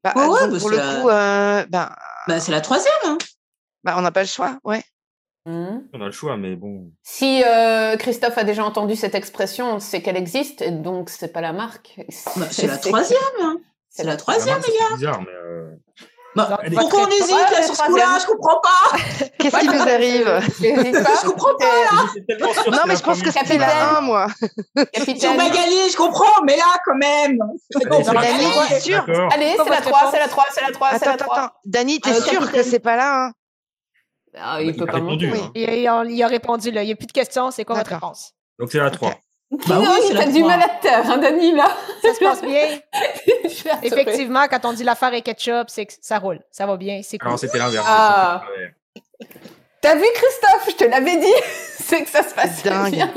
[SPEAKER 7] Bah,
[SPEAKER 6] Ouais, ouais,
[SPEAKER 7] donc,
[SPEAKER 6] bah,
[SPEAKER 7] pour
[SPEAKER 6] c'est
[SPEAKER 7] le
[SPEAKER 6] la-
[SPEAKER 7] coup, euh, ben,
[SPEAKER 6] Bah c'est la troisième. hein.
[SPEAKER 7] bah, on n'a pas le choix. Ouais.
[SPEAKER 2] Hmm.
[SPEAKER 5] On a le choix, mais bon.
[SPEAKER 2] Si euh, Christophe a déjà entendu cette expression, c'est qu'elle existe, et donc c'est pas la marque.
[SPEAKER 6] Bah, c'est la troisième. hein. C'est la troisième.
[SPEAKER 5] Vraiment, ça fait bizarre, mais. euh,
[SPEAKER 6] Bah,
[SPEAKER 3] Donc,
[SPEAKER 6] pourquoi on
[SPEAKER 3] votre-
[SPEAKER 6] hésite
[SPEAKER 2] Ouais,
[SPEAKER 6] là,
[SPEAKER 2] la
[SPEAKER 6] sur ce coup-là
[SPEAKER 2] troisième.
[SPEAKER 6] Je comprends pas.
[SPEAKER 7] Qu'est-ce qui nous
[SPEAKER 9] Bah,
[SPEAKER 7] arrive
[SPEAKER 2] J'hésite pas.
[SPEAKER 6] Je comprends pas.
[SPEAKER 5] J'étais tellement sûr
[SPEAKER 7] Non,
[SPEAKER 5] c'était
[SPEAKER 7] mais
[SPEAKER 5] la
[SPEAKER 7] je pense que
[SPEAKER 5] première.
[SPEAKER 7] c'était la
[SPEAKER 2] Capitaine.
[SPEAKER 7] 1, moi.
[SPEAKER 6] Sur
[SPEAKER 2] Capitaine.
[SPEAKER 6] Magali, je comprends, mais là, quand même.
[SPEAKER 5] Allez, c'est la
[SPEAKER 7] Dany,
[SPEAKER 5] trois.
[SPEAKER 7] t'es sûr
[SPEAKER 5] D'accord.
[SPEAKER 2] Allez,
[SPEAKER 3] Pour
[SPEAKER 2] c'est la
[SPEAKER 3] votre
[SPEAKER 2] 3,
[SPEAKER 3] réponse.
[SPEAKER 2] c'est la 3, c'est la 3, c'est
[SPEAKER 7] Attends,
[SPEAKER 2] la
[SPEAKER 7] attends,
[SPEAKER 2] 3.
[SPEAKER 7] attends. Dany, t'es
[SPEAKER 2] Euh,
[SPEAKER 7] sûr que
[SPEAKER 2] capitaine.
[SPEAKER 7] c'est pas là hein
[SPEAKER 2] Ah,
[SPEAKER 5] Il
[SPEAKER 2] il peut
[SPEAKER 5] a
[SPEAKER 2] pas
[SPEAKER 5] répondu.
[SPEAKER 2] mentir.
[SPEAKER 7] Oui.
[SPEAKER 5] hein.
[SPEAKER 3] Il, il a, il a répondu, là. Il n'y a plus de questions. C'est quoi votre
[SPEAKER 7] D'accord.
[SPEAKER 3] réponse?
[SPEAKER 5] Donc c'est la 3.
[SPEAKER 6] Bah oui,
[SPEAKER 2] non,
[SPEAKER 6] c'est
[SPEAKER 2] il
[SPEAKER 6] la
[SPEAKER 2] a du
[SPEAKER 6] trois.
[SPEAKER 2] mal à terre, hein, Dani, là.
[SPEAKER 3] Ça se passe bien?
[SPEAKER 2] Je suis adorée.
[SPEAKER 3] Effectivement, quand on dit l'affaire est ketchup, c'est que ça roule. Ça va bien. C'est cool.
[SPEAKER 5] Alors c'était l'inverse.
[SPEAKER 2] Ah.
[SPEAKER 5] c'était l'inverse.
[SPEAKER 2] T'as vu, Christophe, je te l'avais dit. c'est que ça se passe
[SPEAKER 7] Dingue.
[SPEAKER 2] bien.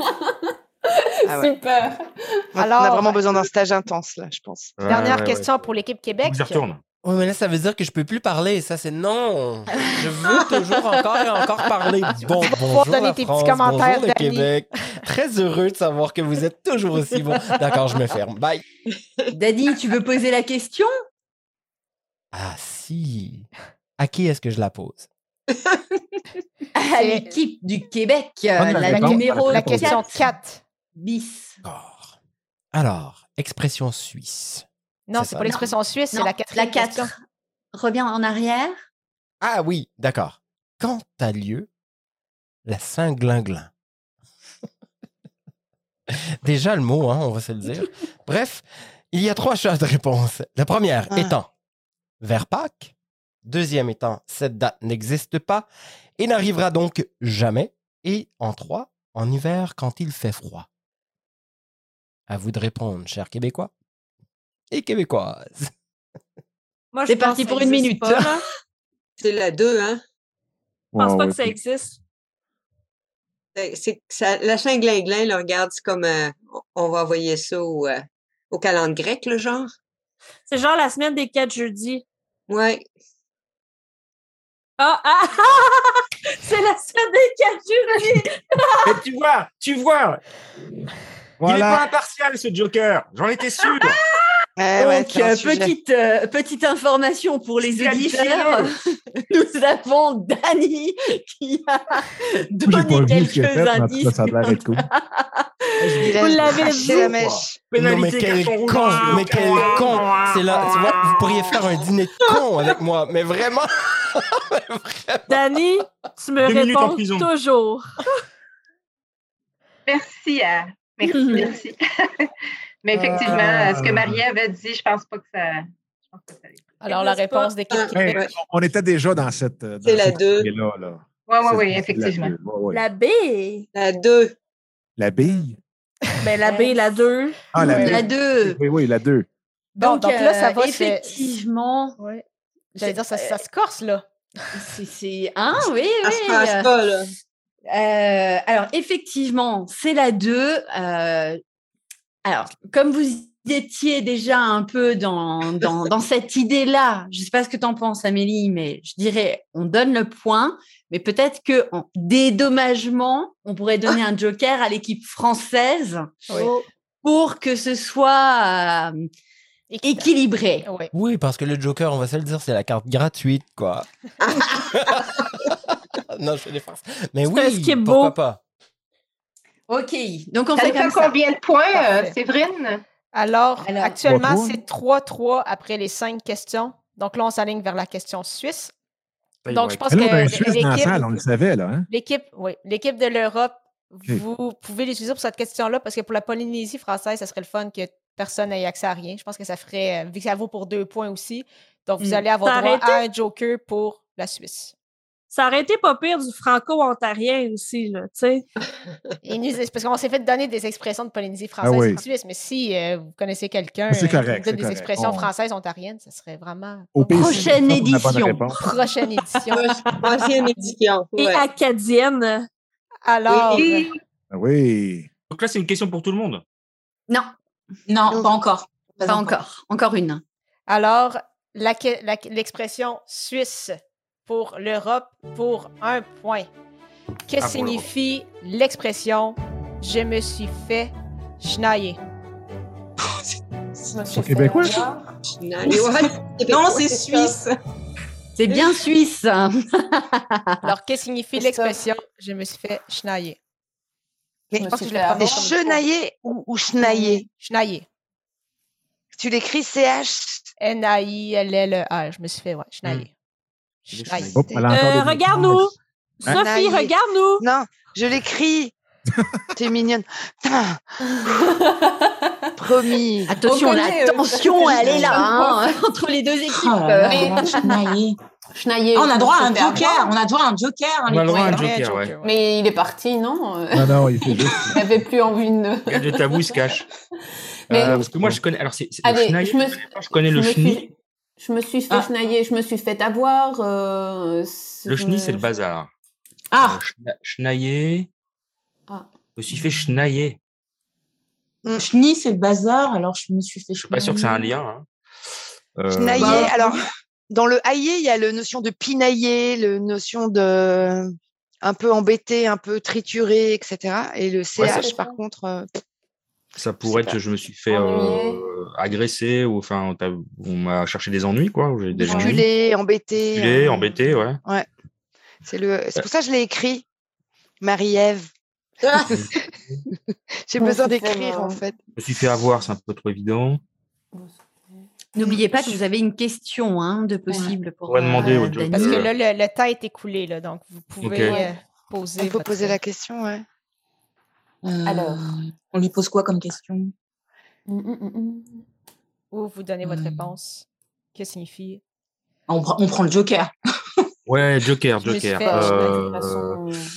[SPEAKER 7] Ah ouais.
[SPEAKER 2] Super.
[SPEAKER 7] On- On a
[SPEAKER 3] Alors-
[SPEAKER 2] euh,
[SPEAKER 7] vraiment besoin d'un stage intense, là, je pense.
[SPEAKER 5] Ouais,
[SPEAKER 3] Dernière
[SPEAKER 5] ouais, ouais.
[SPEAKER 3] question pour l'équipe Québec.
[SPEAKER 5] Faut que j'y retourne.
[SPEAKER 4] Oui, mais là, ça veut dire que je peux plus parler. Ça, c'est non. Je veux toujours encore et encore parler. Bon, bonjour
[SPEAKER 3] donner
[SPEAKER 4] la
[SPEAKER 3] tes petits
[SPEAKER 4] France,
[SPEAKER 3] commentaires,
[SPEAKER 4] bonjour le
[SPEAKER 3] Dani.
[SPEAKER 4] Québec. Très heureux de savoir que vous êtes toujours aussi bon. D'accord, je me ferme. Bye.
[SPEAKER 1] Daddy, tu veux poser la question
[SPEAKER 4] Ah si. À qui est-ce que je la pose?
[SPEAKER 1] à l'équipe du Québec, euh,
[SPEAKER 4] Bonne
[SPEAKER 1] la
[SPEAKER 4] réponse. Ah.
[SPEAKER 1] numéro
[SPEAKER 4] La question
[SPEAKER 1] 4
[SPEAKER 3] 4.
[SPEAKER 1] bis.
[SPEAKER 4] D'accord. Alors, expression suisse.
[SPEAKER 3] Non,
[SPEAKER 4] C'est
[SPEAKER 3] c'est
[SPEAKER 4] ça.
[SPEAKER 3] pas l'expression suisse, c'est
[SPEAKER 1] Non,
[SPEAKER 3] la quatrième.
[SPEAKER 1] la quatre.
[SPEAKER 3] question.
[SPEAKER 1] Reviens en arrière.
[SPEAKER 4] Ah oui, d'accord. Quand a lieu la Saint-Glinglin? Déjà le mot, hein, on va se le dire. Bref, il y a trois choses de réponse. La première
[SPEAKER 7] Ah.
[SPEAKER 4] étant vers Pâques. Deuxième étant cette date n'existe pas et n'arrivera donc jamais. Et en trois, en hiver quand il fait froid. À vous de répondre, chers Québécois et Québécoises.
[SPEAKER 11] Moi, je
[SPEAKER 1] C'est
[SPEAKER 11] pense
[SPEAKER 1] parti
[SPEAKER 11] que ça
[SPEAKER 1] pour une
[SPEAKER 11] existe
[SPEAKER 1] minute.
[SPEAKER 11] pas, là.
[SPEAKER 9] C'est la 2, hein?
[SPEAKER 11] Je pense
[SPEAKER 8] Ouais,
[SPEAKER 11] pas
[SPEAKER 8] ouais.
[SPEAKER 11] que ça existe.
[SPEAKER 9] C'est- Ben, c'est- ça- la Saint-Glinglin, là, regarde, c'est comme euh, on va envoyer ça au, euh, au calendrier grec, le genre.
[SPEAKER 11] C'est genre la semaine des quatre jeudis.
[SPEAKER 9] Ouais.
[SPEAKER 11] Ah, ah, ah, ah, c'est la semaine des quatre jeudis.
[SPEAKER 13] Et tu vois, tu vois, il est pas
[SPEAKER 8] Voilà.
[SPEAKER 13] impartial ce Joker. J'en étais sûr.
[SPEAKER 7] Ouais, Eh ouais,
[SPEAKER 1] Donc,
[SPEAKER 7] c'est un
[SPEAKER 1] euh,
[SPEAKER 7] sujet.
[SPEAKER 1] petite, euh, petite information pour les
[SPEAKER 13] C'est la
[SPEAKER 1] auditeurs. Nous avons Dani qui a
[SPEAKER 8] J'ai pas
[SPEAKER 1] donné
[SPEAKER 8] vu ce
[SPEAKER 1] quelques
[SPEAKER 8] qu'il a fait, mais en tout
[SPEAKER 1] indices.
[SPEAKER 8] cas, ça a l'air d'être cool.
[SPEAKER 7] Il
[SPEAKER 11] Vous
[SPEAKER 7] a
[SPEAKER 11] l'avez
[SPEAKER 7] craché
[SPEAKER 11] vu,
[SPEAKER 7] la mèche.
[SPEAKER 4] Non, mais
[SPEAKER 13] Pénalité
[SPEAKER 4] quel
[SPEAKER 13] carton
[SPEAKER 4] con!
[SPEAKER 13] rouge.
[SPEAKER 4] Mais quel con! C'est là, tu vois, vous pourriez faire un dîner de con avec moi, mais vraiment!
[SPEAKER 11] Dani, tu me
[SPEAKER 13] Deux minutes en
[SPEAKER 11] réponds
[SPEAKER 13] prison.
[SPEAKER 11] toujours.
[SPEAKER 10] Merci, à... merci,
[SPEAKER 1] Mhm.
[SPEAKER 10] merci. Mais effectivement,
[SPEAKER 13] Ah.
[SPEAKER 10] ce que Marie avait dit, je pense pas que ça. je pense pas que ça existe.
[SPEAKER 3] Alors, la
[SPEAKER 11] N'est-ce pas?
[SPEAKER 3] réponse d'équipe
[SPEAKER 9] Ah,
[SPEAKER 8] Hey,
[SPEAKER 3] Québec.
[SPEAKER 9] ouais.
[SPEAKER 8] on était déjà dans cette. euh, dans
[SPEAKER 9] C'est la
[SPEAKER 8] cette
[SPEAKER 9] deux.
[SPEAKER 8] idée-là, là.
[SPEAKER 10] Oui, oui,
[SPEAKER 8] Cette
[SPEAKER 10] oui,
[SPEAKER 8] idée-là,
[SPEAKER 10] effectivement.
[SPEAKER 8] deux. Ouais, ouais. La...
[SPEAKER 11] La B.
[SPEAKER 9] La 2.
[SPEAKER 8] bille.
[SPEAKER 11] Ben, la B, la 2.
[SPEAKER 8] Ah, la
[SPEAKER 1] La
[SPEAKER 8] bille.
[SPEAKER 1] 2.
[SPEAKER 8] Oui, oui, la deux.
[SPEAKER 3] Bon, donc,
[SPEAKER 11] euh,
[SPEAKER 3] là, ça va. c'est-
[SPEAKER 1] Effectivement.
[SPEAKER 3] Ouais. J'allais dire, ça, ça se corse, là.
[SPEAKER 1] euh, C'est- C'est un, oui,
[SPEAKER 9] Ça se
[SPEAKER 1] oui.
[SPEAKER 9] passe pas, là.
[SPEAKER 1] Euh, alors, effectivement, c'est la 2. alors, comme vous étiez déjà un peu dans, dans, dans cette idée-là, je ne sais pas ce que tu en penses, Amélie, mais je dirais, on donne le point, mais peut-être que en dédommagement, on pourrait donner un joker à l'équipe française
[SPEAKER 3] Oui.
[SPEAKER 1] pour que ce soit euh, équilibré.
[SPEAKER 3] Oui.
[SPEAKER 4] Oui, parce que le Joker, on va se le dire, c'est la carte gratuite, quoi. non, je fais des farces. Mais
[SPEAKER 11] C'est un
[SPEAKER 4] oui,
[SPEAKER 11] skip
[SPEAKER 4] pourquoi
[SPEAKER 11] beau.
[SPEAKER 4] pas?
[SPEAKER 1] Ok, donc on
[SPEAKER 10] Ça
[SPEAKER 1] fait
[SPEAKER 10] nous
[SPEAKER 1] comme
[SPEAKER 10] fait
[SPEAKER 1] ça.
[SPEAKER 10] combien de points, euh,
[SPEAKER 3] Parfait.
[SPEAKER 10] Séverine?
[SPEAKER 3] Alors,
[SPEAKER 1] Alors-
[SPEAKER 3] actuellement,
[SPEAKER 8] Trois, trois.
[SPEAKER 3] c'est 3-3 après les cinq questions. Donc là, on s'aligne vers la question suisse.
[SPEAKER 5] Ben,
[SPEAKER 13] Ils vont
[SPEAKER 3] Donc, je
[SPEAKER 13] être-
[SPEAKER 3] pense
[SPEAKER 8] Mais là, on
[SPEAKER 3] que
[SPEAKER 8] a un ben, Suisse dans la
[SPEAKER 3] l'équipe-
[SPEAKER 8] salle, on le savait, là. Hein?
[SPEAKER 3] l'équipe oui, l'équipe de l'Europe, vous pouvez l'utiliser pour cette question-là parce que pour la Polynésie française, ça serait le fun que personne n'ait accès à rien. Je pense que ça ferait, euh, vu que ça vaut pour deux points aussi, donc
[SPEAKER 11] Hmm.
[SPEAKER 3] vous
[SPEAKER 1] Mm.
[SPEAKER 3] allez avoir
[SPEAKER 11] T'as
[SPEAKER 3] droit à un joker pour la Suisse.
[SPEAKER 11] Ça aurait été pas pire du franco-ontarien aussi, là, tu sais.
[SPEAKER 3] Et nous- c'est parce qu'on s'est fait donner des expressions de Polynésie française
[SPEAKER 8] Ah oui.
[SPEAKER 3] et suisse, mais si euh, vous connaissez quelqu'un
[SPEAKER 8] Mais c'est
[SPEAKER 3] euh, qui vous
[SPEAKER 8] correct,
[SPEAKER 3] donne
[SPEAKER 8] c'est
[SPEAKER 3] des
[SPEAKER 8] correct.
[SPEAKER 3] expressions
[SPEAKER 8] On-
[SPEAKER 3] françaises ontariennes, ça serait vraiment
[SPEAKER 8] Au pire,
[SPEAKER 3] Prochaine-
[SPEAKER 8] si on trouve la bonne
[SPEAKER 1] édition.
[SPEAKER 8] réponse.
[SPEAKER 3] prochaine édition.
[SPEAKER 9] Ancienne édition.
[SPEAKER 11] Et
[SPEAKER 9] ouais.
[SPEAKER 11] acadienne.
[SPEAKER 3] Alors,
[SPEAKER 10] Et-
[SPEAKER 8] Ah Oui.
[SPEAKER 13] Donc là, c'est une question pour tout le monde.
[SPEAKER 1] Non,
[SPEAKER 3] euh,
[SPEAKER 6] Non, pas encore.
[SPEAKER 1] pas encore. Encore une.
[SPEAKER 3] Alors, la que- la- l'expression suisse pour l'Europe pour un point. Que
[SPEAKER 13] l'Europe.
[SPEAKER 3] signifie l'expression je me suis fait schnailler?
[SPEAKER 8] C'est québécois.
[SPEAKER 9] Non, les- ouais, les Québécois,
[SPEAKER 6] Non, c'est
[SPEAKER 9] ça.
[SPEAKER 6] suisse.
[SPEAKER 1] C'est bien suisse. hein.
[SPEAKER 3] Alors, que signifie
[SPEAKER 6] C'est ça.
[SPEAKER 3] l'expression je me suis fait schnailler?
[SPEAKER 6] Mais
[SPEAKER 3] Je pense que je l'ai
[SPEAKER 6] c'est
[SPEAKER 3] prononcé
[SPEAKER 6] Bon,
[SPEAKER 7] C'est
[SPEAKER 3] comme il
[SPEAKER 13] chenaillé.
[SPEAKER 3] faut.
[SPEAKER 7] chenaillé ou, ou chenaillé.
[SPEAKER 3] Schnailler.
[SPEAKER 7] Tu l'écris CH.
[SPEAKER 3] N-A-I-L-L-E-R. E Je me suis fait, ouais, schnailler.
[SPEAKER 5] Mmh.
[SPEAKER 13] Je l'ai
[SPEAKER 3] Schnailler.
[SPEAKER 8] Hop, elle a encore
[SPEAKER 11] Euh,
[SPEAKER 8] des
[SPEAKER 11] regarde-nous.
[SPEAKER 8] messages. Hein?
[SPEAKER 7] Naïe.
[SPEAKER 11] Sophie, regarde-nous.
[SPEAKER 7] Non, je l'écris. T'es mignonne. Putain, promis.
[SPEAKER 1] Attention,
[SPEAKER 2] On
[SPEAKER 1] la
[SPEAKER 2] connaît, euh,
[SPEAKER 1] tension,
[SPEAKER 2] ça-
[SPEAKER 1] elle est là,
[SPEAKER 2] ça-
[SPEAKER 1] hein, entre les deux équipes.
[SPEAKER 6] Oh là là, chenaillé.
[SPEAKER 2] Schneier,
[SPEAKER 6] Ah, on a
[SPEAKER 2] je
[SPEAKER 6] droit à
[SPEAKER 2] pense
[SPEAKER 6] un
[SPEAKER 2] que c'est
[SPEAKER 6] joker.
[SPEAKER 2] moi.
[SPEAKER 6] On a droit à un joker. hein,
[SPEAKER 13] On
[SPEAKER 6] les
[SPEAKER 13] a le droit à
[SPEAKER 6] points.
[SPEAKER 13] un
[SPEAKER 3] Ouais,
[SPEAKER 13] joker, ouais.
[SPEAKER 3] ouais.
[SPEAKER 2] Mais il est parti, non Euh,
[SPEAKER 8] Non, non, il fait juste.
[SPEAKER 2] Il n'avait plus envie de.
[SPEAKER 13] Le gars de tabou il se cache.
[SPEAKER 2] Mais-
[SPEAKER 13] Euh, parce que moi, je connais. Alors, c'est c'est le
[SPEAKER 2] Allez,
[SPEAKER 13] Schneid,
[SPEAKER 2] je me,
[SPEAKER 13] je connais le
[SPEAKER 2] je me
[SPEAKER 13] chenille.
[SPEAKER 2] suis, je me suis fait
[SPEAKER 6] Ah.
[SPEAKER 2] schnailler, je me suis fait avoir. euh,
[SPEAKER 13] Le
[SPEAKER 2] je
[SPEAKER 13] chenille,
[SPEAKER 2] me-
[SPEAKER 13] c'est le bazar.
[SPEAKER 6] Ah,
[SPEAKER 13] Schnaillé.
[SPEAKER 2] Ah.
[SPEAKER 13] Je me suis fait schnailler.
[SPEAKER 6] chenille, c'est le bazar. Alors, je me suis
[SPEAKER 2] Hmm.
[SPEAKER 6] fait
[SPEAKER 13] Je suis pas sûr que c'est un lien. hein.
[SPEAKER 5] Euh,
[SPEAKER 7] Pinailler,
[SPEAKER 5] bah,
[SPEAKER 7] alors, dans le hailler, il y a la notion de pinailler, la notion de un peu embêté, un peu trituré, etc. Et le CH,
[SPEAKER 5] Ouais, ça-
[SPEAKER 7] par contre, euh,
[SPEAKER 5] ça pourrait être je me suis fait euh, agresser ou enfin on t'a- on m'a cherché des ennuis quoi. ou J'ai des ennuis.
[SPEAKER 7] bousculé, embêté.
[SPEAKER 5] Bousculé,
[SPEAKER 7] euh,
[SPEAKER 5] embêté, ouais.
[SPEAKER 7] Ouais. C'est le. C'est pour ça que je l'ai écrit, Marie-Ève. J'ai
[SPEAKER 2] Ouais,
[SPEAKER 7] besoin
[SPEAKER 2] c'est
[SPEAKER 7] d'écrire
[SPEAKER 2] ça.
[SPEAKER 7] en fait.
[SPEAKER 5] Je me suis fait avoir, c'est un peu trop évident.
[SPEAKER 1] N'oubliez pas que vous avez une question hein, de possible pour. euh,
[SPEAKER 5] On va demander au
[SPEAKER 1] Daniel.
[SPEAKER 3] Parce que
[SPEAKER 5] joker.
[SPEAKER 3] là, le, le temps est écoulé, là, donc vous pouvez
[SPEAKER 5] Ok.
[SPEAKER 3] euh, poser.
[SPEAKER 7] On peut
[SPEAKER 3] votre-
[SPEAKER 7] poser la question, ouais.
[SPEAKER 2] Alors.
[SPEAKER 6] euh, On lui pose quoi comme question
[SPEAKER 3] Mmh,
[SPEAKER 2] Hum, hum, hum, hum.
[SPEAKER 3] Ou vous donnez votre
[SPEAKER 5] Mmh.
[SPEAKER 3] réponse. Que signifie
[SPEAKER 6] Ah, on, prend, on prend le Joker.
[SPEAKER 5] Ouais, Joker,
[SPEAKER 3] Je me suis
[SPEAKER 5] Joker.
[SPEAKER 3] fait- je me suis
[SPEAKER 5] Euh,
[SPEAKER 2] De toute façon,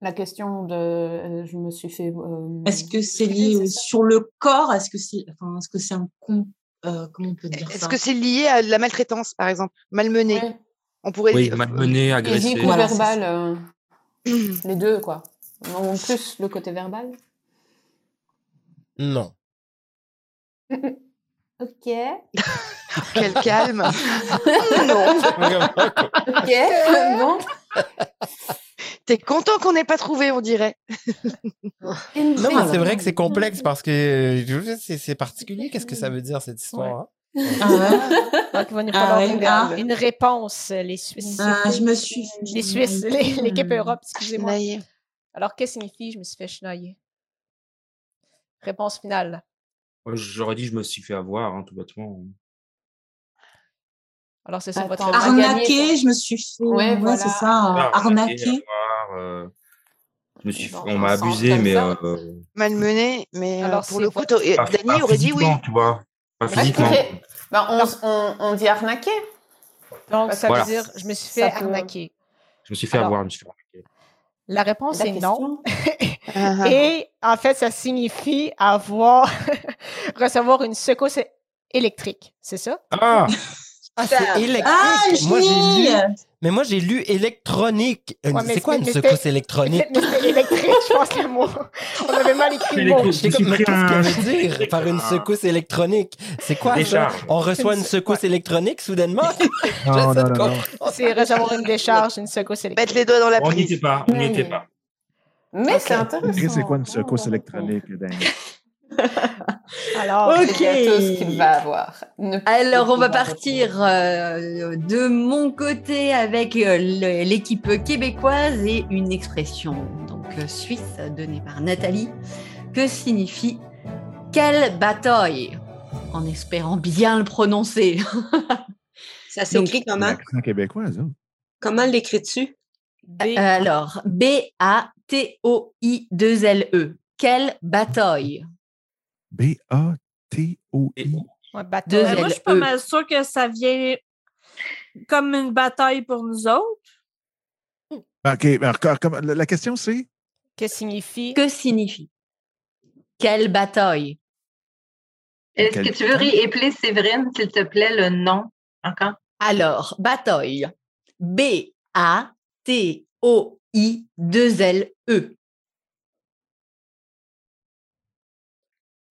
[SPEAKER 2] la question de euh, je me suis fait. euh,
[SPEAKER 6] Est-ce que c'est lié au- sur le corps Est-ce que c'est enfin, est-ce que c'est un con euh, Comment on peut dire
[SPEAKER 7] Est-ce
[SPEAKER 6] ça
[SPEAKER 7] que c'est lié à de la maltraitance, par exemple, malmené
[SPEAKER 2] Ouais.
[SPEAKER 7] On pourrait.
[SPEAKER 5] Oui,
[SPEAKER 7] dire-
[SPEAKER 5] malmené, agressé.
[SPEAKER 2] physique ou
[SPEAKER 6] Voilà, c'est
[SPEAKER 2] verbal euh, Les deux, quoi. En plus, le côté verbal.
[SPEAKER 4] Non.
[SPEAKER 2] Ok.
[SPEAKER 7] Quel calme.
[SPEAKER 2] non. Ok, bon.
[SPEAKER 7] T'es content qu'on n'ait pas trouvé, on dirait.
[SPEAKER 4] Non, mais c'est vrai que c'est complexe parce que euh, c'est c'est particulier. Qu'est-ce que ça veut dire cette histoire? hein?
[SPEAKER 3] Donc, il va nous
[SPEAKER 6] Ah
[SPEAKER 3] falloir
[SPEAKER 6] ouais,
[SPEAKER 3] une,
[SPEAKER 6] ah.
[SPEAKER 3] une réponse, euh, les Suisses.
[SPEAKER 6] Ah, je me suis.
[SPEAKER 3] Les Suisses, les- l'équipe Europe, excusez-moi.
[SPEAKER 7] Naïe.
[SPEAKER 3] Alors, que signifie je me suis fait chenoyer? Réponse finale.
[SPEAKER 5] Moi, J'aurais dit, je me suis fait avoir, hein, tout bêtement.
[SPEAKER 3] Alors, c'est sur
[SPEAKER 2] Attends.
[SPEAKER 3] votre
[SPEAKER 2] Ah,
[SPEAKER 3] réponse.
[SPEAKER 6] Arnaqué, je me suis fait.
[SPEAKER 2] Ouais,
[SPEAKER 6] Ouais,
[SPEAKER 2] voilà.
[SPEAKER 6] c'est ça. hein.
[SPEAKER 5] Ah,
[SPEAKER 6] Arnaqué.
[SPEAKER 5] avoir, euh, je me suis,
[SPEAKER 2] Dans
[SPEAKER 5] on
[SPEAKER 2] un
[SPEAKER 5] m'a
[SPEAKER 2] sens
[SPEAKER 5] abusé,
[SPEAKER 2] comme
[SPEAKER 5] mais
[SPEAKER 2] ça.
[SPEAKER 5] euh,
[SPEAKER 7] Malmené, mais euh,
[SPEAKER 3] Alors,
[SPEAKER 7] pour
[SPEAKER 3] c'est
[SPEAKER 7] le coup,
[SPEAKER 3] votre-
[SPEAKER 7] t'aurais-
[SPEAKER 5] pas,
[SPEAKER 7] Dany
[SPEAKER 5] pas
[SPEAKER 7] aurait dit oui.
[SPEAKER 5] physiquement, tu vois. Pas
[SPEAKER 2] Ah, je
[SPEAKER 5] physiquement.
[SPEAKER 2] dirais- ben, on, on- on dit arnaquer.
[SPEAKER 3] Donc, ça
[SPEAKER 5] Voilà.
[SPEAKER 3] veut dire je me suis fait
[SPEAKER 2] Ça peut-
[SPEAKER 3] arnaquer.
[SPEAKER 5] Je me suis fait
[SPEAKER 3] Alors-
[SPEAKER 5] avoir, je me suis fait remarquer.
[SPEAKER 3] La réponse
[SPEAKER 2] La
[SPEAKER 3] est non.
[SPEAKER 2] question.
[SPEAKER 7] Ah, ah.
[SPEAKER 3] Et en fait, ça signifie avoir recevoir une secousse électrique, c'est ça?
[SPEAKER 5] Ah
[SPEAKER 4] Ah, hein? c'est électrique.
[SPEAKER 6] Ah,
[SPEAKER 4] moi, j'ai lu...
[SPEAKER 6] génie
[SPEAKER 4] Mais moi, j'ai lu électronique. Euh,
[SPEAKER 3] Ouais, mais
[SPEAKER 4] c'est quoi
[SPEAKER 3] c'est-
[SPEAKER 4] une
[SPEAKER 3] mais
[SPEAKER 4] secousse
[SPEAKER 3] c'était-
[SPEAKER 4] électronique?
[SPEAKER 3] Mais c'était électrique, je pense, le mot. On avait mal écrit le mot.
[SPEAKER 5] Électrique.
[SPEAKER 4] J'étais comme, mais
[SPEAKER 5] J'ai pris
[SPEAKER 4] qu'est-ce qu'on
[SPEAKER 5] un- Ah.
[SPEAKER 4] veut dire par une secousse électronique? C'est quoi ça?
[SPEAKER 5] Décharge.
[SPEAKER 4] On reçoit
[SPEAKER 3] Une
[SPEAKER 4] une
[SPEAKER 3] se-
[SPEAKER 4] secousse électronique soudainement?
[SPEAKER 8] Non, non, non, non.
[SPEAKER 3] C'est recevoir une décharge, une secousse électrique.
[SPEAKER 7] Mettre les doigts dans la
[SPEAKER 5] On n'y
[SPEAKER 7] prise.
[SPEAKER 5] était pas, Ah, on n'y était pas.
[SPEAKER 2] Mais c'est
[SPEAKER 8] Après,
[SPEAKER 2] intéressant.
[SPEAKER 8] C'est quoi une
[SPEAKER 2] Ah,
[SPEAKER 9] Oh,
[SPEAKER 8] secousse
[SPEAKER 2] bonne réponse.
[SPEAKER 8] électronique, Dany?
[SPEAKER 3] Alors,
[SPEAKER 1] Ok.
[SPEAKER 2] C'est bientôt ce qu'il va avoir. Ne-
[SPEAKER 1] Alors, on va
[SPEAKER 2] ne-
[SPEAKER 1] partir euh, de mon côté avec euh, le- l'équipe québécoise et une expression donc euh, suisse donnée par Nathalie que signifie quelle bataille en espérant bien le prononcer.
[SPEAKER 9] Ça s'écrit comment?
[SPEAKER 8] L'accent québécois, ça.
[SPEAKER 9] Comment l'écris-tu?
[SPEAKER 3] B.
[SPEAKER 1] Euh, Alors, B-A-T-O-I-2-L-E. Quelle bataille
[SPEAKER 8] B-A-T-O-I.
[SPEAKER 3] Ouais, bateau.
[SPEAKER 1] Deux
[SPEAKER 3] Ouais,
[SPEAKER 1] L.
[SPEAKER 3] moi,
[SPEAKER 11] Euh, moi, je suis pas
[SPEAKER 1] LE.
[SPEAKER 11] mal sûre que ça vient comme une bataille pour nous autres.
[SPEAKER 8] OK, mais encore, comment- la la question, c'est?
[SPEAKER 3] Que signifie
[SPEAKER 1] Que signifie Quelle bataille
[SPEAKER 10] Est-ce
[SPEAKER 8] Quel-
[SPEAKER 10] que tu veux réépeler, Séverine, s'il te plaît, le nom encore?
[SPEAKER 1] Alors, bataille.
[SPEAKER 9] E.
[SPEAKER 1] B-A-T-O-I-2-L-E.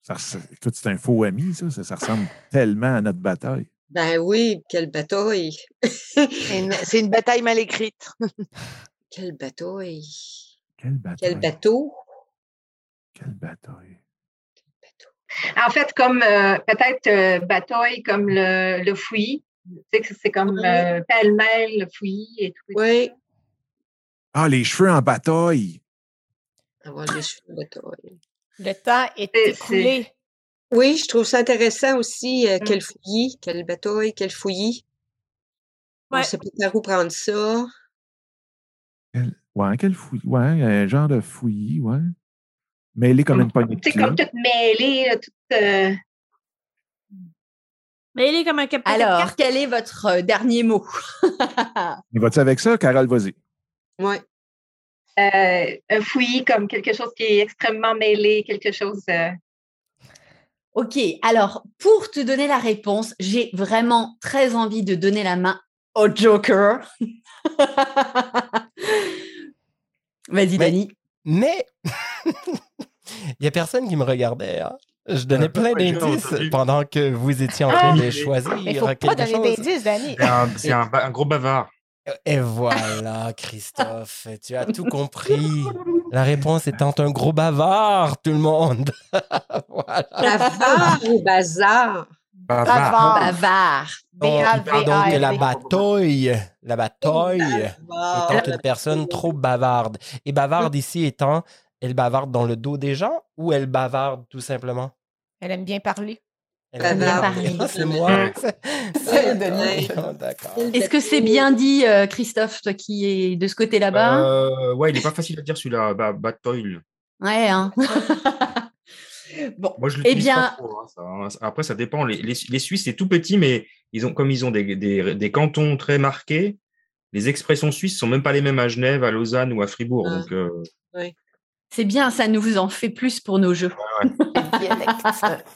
[SPEAKER 8] Ça, res- écoute, c'est un faux ami, ça. Ça, ça ressemble tellement à notre bataille.
[SPEAKER 9] Ben oui, quelle bataille!
[SPEAKER 7] C'est une, c'est une bataille mal écrite.
[SPEAKER 9] Quelle bataille!
[SPEAKER 8] Quelle bataille.
[SPEAKER 9] Quel bateau!
[SPEAKER 8] Quelle bataille.
[SPEAKER 10] En fait, comme euh, peut-être euh, bataille comme le, le fouillis. Tu sais que c'est comme
[SPEAKER 9] Ouais.
[SPEAKER 10] euh, pêle-mêle, le fouillis et tout.
[SPEAKER 9] Oui,
[SPEAKER 8] Ah, les cheveux en bataille.
[SPEAKER 9] avoir des cheveux bataille.
[SPEAKER 3] le temps est
[SPEAKER 10] C'est-
[SPEAKER 3] écoulé?
[SPEAKER 9] Oui, je trouve ça intéressant aussi. euh,
[SPEAKER 10] Mm.
[SPEAKER 9] Quel fouillis, quelle bataille, quel fouillis. On
[SPEAKER 11] Ouais.
[SPEAKER 9] sait pas par où prendre ça.
[SPEAKER 8] Ouais, quel fouillis. Ouais, un genre de fouillis, ouais. Mêlé comme une poignée de
[SPEAKER 10] C'est comme
[SPEAKER 8] clés.
[SPEAKER 10] toute mêlée, là, toute. euh,
[SPEAKER 11] Mais il est comme un capitaine. de
[SPEAKER 1] Alors,
[SPEAKER 11] carte.
[SPEAKER 1] quel est votre euh, dernier mot
[SPEAKER 8] Il va-tu avec ça, Carole, vas-y.
[SPEAKER 9] Ouais.
[SPEAKER 10] euh, un fouillis comme quelque chose qui est extrêmement mêlé, quelque chose. euh,
[SPEAKER 1] Ok, alors pour te donner la réponse, j'ai vraiment très envie de donner la main au Joker.
[SPEAKER 4] Mais-
[SPEAKER 1] Vas-y, Dani.
[SPEAKER 4] Mais il n'y a personne qui me regardait. hein. Je
[SPEAKER 5] Ah,
[SPEAKER 4] donnais plein d'indices pendant que vous étiez en train de choisir.
[SPEAKER 3] Ah, Mais faut pas
[SPEAKER 4] quelque
[SPEAKER 3] donner
[SPEAKER 4] chose.
[SPEAKER 3] d'indices, Dani.
[SPEAKER 5] C'est un, c'est un ba- un gros bavard.
[SPEAKER 4] Et voilà, Christophe, Ah, tu as tout compris. La réponse étant un gros bavard, tout le monde.
[SPEAKER 9] Bavard ou bazar?
[SPEAKER 3] Bavard.
[SPEAKER 1] Bavard.
[SPEAKER 4] On- Oh, il parle donc de la
[SPEAKER 3] B-A-V-A-R-D.
[SPEAKER 4] bataille. La bataille étant une personne trop bavarde. Et bavarde ici étant, elle bavarde dans le dos des gens ou elle bavarde tout simplement?
[SPEAKER 3] Elle aime bien parler.
[SPEAKER 4] Elle bavarde. C'est moi.
[SPEAKER 2] Celle de Lille.
[SPEAKER 4] Ah, D'accord.
[SPEAKER 1] Est-ce que c'est bien dit, euh, Christophe, toi qui es de ce côté-là bas
[SPEAKER 5] Euh, ouais, il est pas facile à dire celui-là. Bah, Batoil.
[SPEAKER 1] Ouais, hein. bon,
[SPEAKER 5] Moi, je
[SPEAKER 1] eh
[SPEAKER 5] l'utilise
[SPEAKER 1] bien,
[SPEAKER 5] pas trop, hein, ça, hein. Après, ça dépend. Les, les- les Suisses, c'est tout petit, mais ils ont, comme ils ont des, des- des cantons très marqués, les expressions suisses sont même pas les mêmes à Genève, à Lausanne ou à Fribourg.
[SPEAKER 9] Ah.
[SPEAKER 5] Donc, euh,
[SPEAKER 1] c'est bien, ça nous en fait plus pour nos jeux.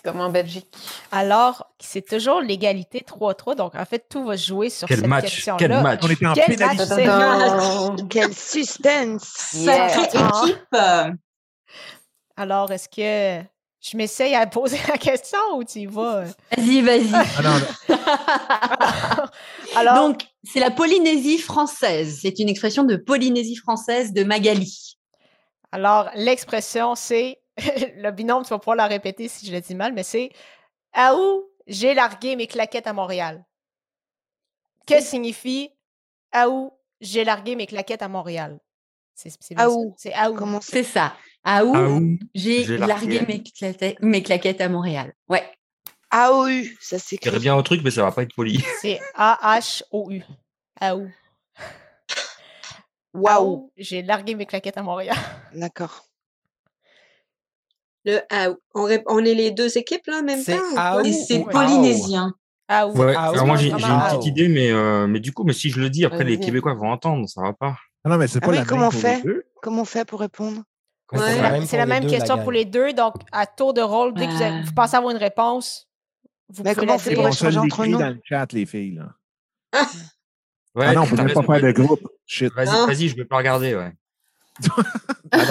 [SPEAKER 2] Comme en Belgique.
[SPEAKER 3] Alors, c'est toujours l'égalité 3-3. Donc, en fait, tout va se jouer sur
[SPEAKER 5] Quel
[SPEAKER 3] cette
[SPEAKER 5] match,
[SPEAKER 3] question-là.
[SPEAKER 5] quel match.
[SPEAKER 8] On était en
[SPEAKER 3] Quel
[SPEAKER 8] pénalité.
[SPEAKER 3] match, c'est
[SPEAKER 2] Tadam.
[SPEAKER 7] Quel suspense euh.
[SPEAKER 2] Yeah.
[SPEAKER 3] Sacrée Ah.
[SPEAKER 7] équipe
[SPEAKER 3] Alors, est-ce que je m'essaye à poser la question ou tu y vas? euh?
[SPEAKER 1] Vas-y, vas-y.
[SPEAKER 8] Ah non, non.
[SPEAKER 3] Alors,
[SPEAKER 1] Donc, c'est la Polynésie française. C'est une expression de Polynésie française de Magali.
[SPEAKER 3] alors l'expression, c'est le binôme, tu vas pouvoir la répéter si je le dis mal, mais c'est À où j'ai largué mes claquettes à Montréal? Que signifie À où j'ai largué mes claquettes à Montréal? C'est c'est bien
[SPEAKER 7] À
[SPEAKER 3] ça.
[SPEAKER 7] où
[SPEAKER 3] C'est à où?
[SPEAKER 7] Comment
[SPEAKER 1] C'est ça. À où,
[SPEAKER 5] Ah oui.
[SPEAKER 1] j'ai
[SPEAKER 5] j'ai
[SPEAKER 1] largué
[SPEAKER 5] largué.
[SPEAKER 1] mes, claquettes- mes claquettes à Montréal. Ouais.
[SPEAKER 7] AOU, ça
[SPEAKER 5] je dirais
[SPEAKER 7] s'écrit.
[SPEAKER 5] bien au truc, mais ça va pas être poli.
[SPEAKER 3] C'est A-H-O-U. À où? À
[SPEAKER 7] Waouh,
[SPEAKER 3] où J'ai largué mes claquettes à Montréal.
[SPEAKER 7] d'accord.
[SPEAKER 9] Le aou. On, ré- on est les deux équipes là en même
[SPEAKER 4] C'est
[SPEAKER 9] temps?
[SPEAKER 4] aou
[SPEAKER 9] ou quoi?
[SPEAKER 7] Et
[SPEAKER 4] ou
[SPEAKER 7] c'est
[SPEAKER 4] aou?
[SPEAKER 7] polynésien.
[SPEAKER 3] À où?
[SPEAKER 5] Ouais.
[SPEAKER 4] Ah
[SPEAKER 5] Alors
[SPEAKER 4] oui,
[SPEAKER 5] moi, j'ai j'ai
[SPEAKER 4] ah
[SPEAKER 5] une
[SPEAKER 4] bah, ah
[SPEAKER 5] petite
[SPEAKER 4] oui.
[SPEAKER 5] idée, mais, euh, mais du coup, mais si je le dis, après, les
[SPEAKER 2] Vas-y.
[SPEAKER 5] Québécois vont entendre, ça va pas.
[SPEAKER 8] Ah non, mais c'est
[SPEAKER 7] Ah
[SPEAKER 8] pas
[SPEAKER 7] oui,
[SPEAKER 8] la
[SPEAKER 7] comment
[SPEAKER 8] même pour
[SPEAKER 7] faire
[SPEAKER 8] les deux.
[SPEAKER 7] Comment on fait pour répondre
[SPEAKER 4] Mais
[SPEAKER 9] Ouais.
[SPEAKER 4] C'est
[SPEAKER 3] C'est
[SPEAKER 4] la
[SPEAKER 3] la,
[SPEAKER 4] même,
[SPEAKER 3] c'est
[SPEAKER 4] pour
[SPEAKER 3] la
[SPEAKER 4] les
[SPEAKER 3] même
[SPEAKER 4] deux,
[SPEAKER 3] question
[SPEAKER 4] la
[SPEAKER 3] pour
[SPEAKER 4] gang.
[SPEAKER 3] les deux. Donc, à tour de rôle, dès que vous, avez- vous pensez avoir une réponse, vous
[SPEAKER 7] Mais
[SPEAKER 3] pouvez
[SPEAKER 7] Ben, comment
[SPEAKER 3] la
[SPEAKER 7] on fait
[SPEAKER 8] Et
[SPEAKER 7] pour
[SPEAKER 3] dire.
[SPEAKER 8] on
[SPEAKER 7] échanger
[SPEAKER 8] se
[SPEAKER 7] entre
[SPEAKER 8] l'écrit
[SPEAKER 7] nous.
[SPEAKER 8] dans le chat, les filles. là.
[SPEAKER 5] Ouais,
[SPEAKER 8] ah non, on
[SPEAKER 5] t'as
[SPEAKER 8] peut même
[SPEAKER 5] raison,
[SPEAKER 8] pas faire de
[SPEAKER 5] ouais.
[SPEAKER 8] groupe. Shit.
[SPEAKER 5] Vas-y,
[SPEAKER 9] Ah.
[SPEAKER 5] vas-y, je vais pas regarder, ouais.
[SPEAKER 8] Ah non.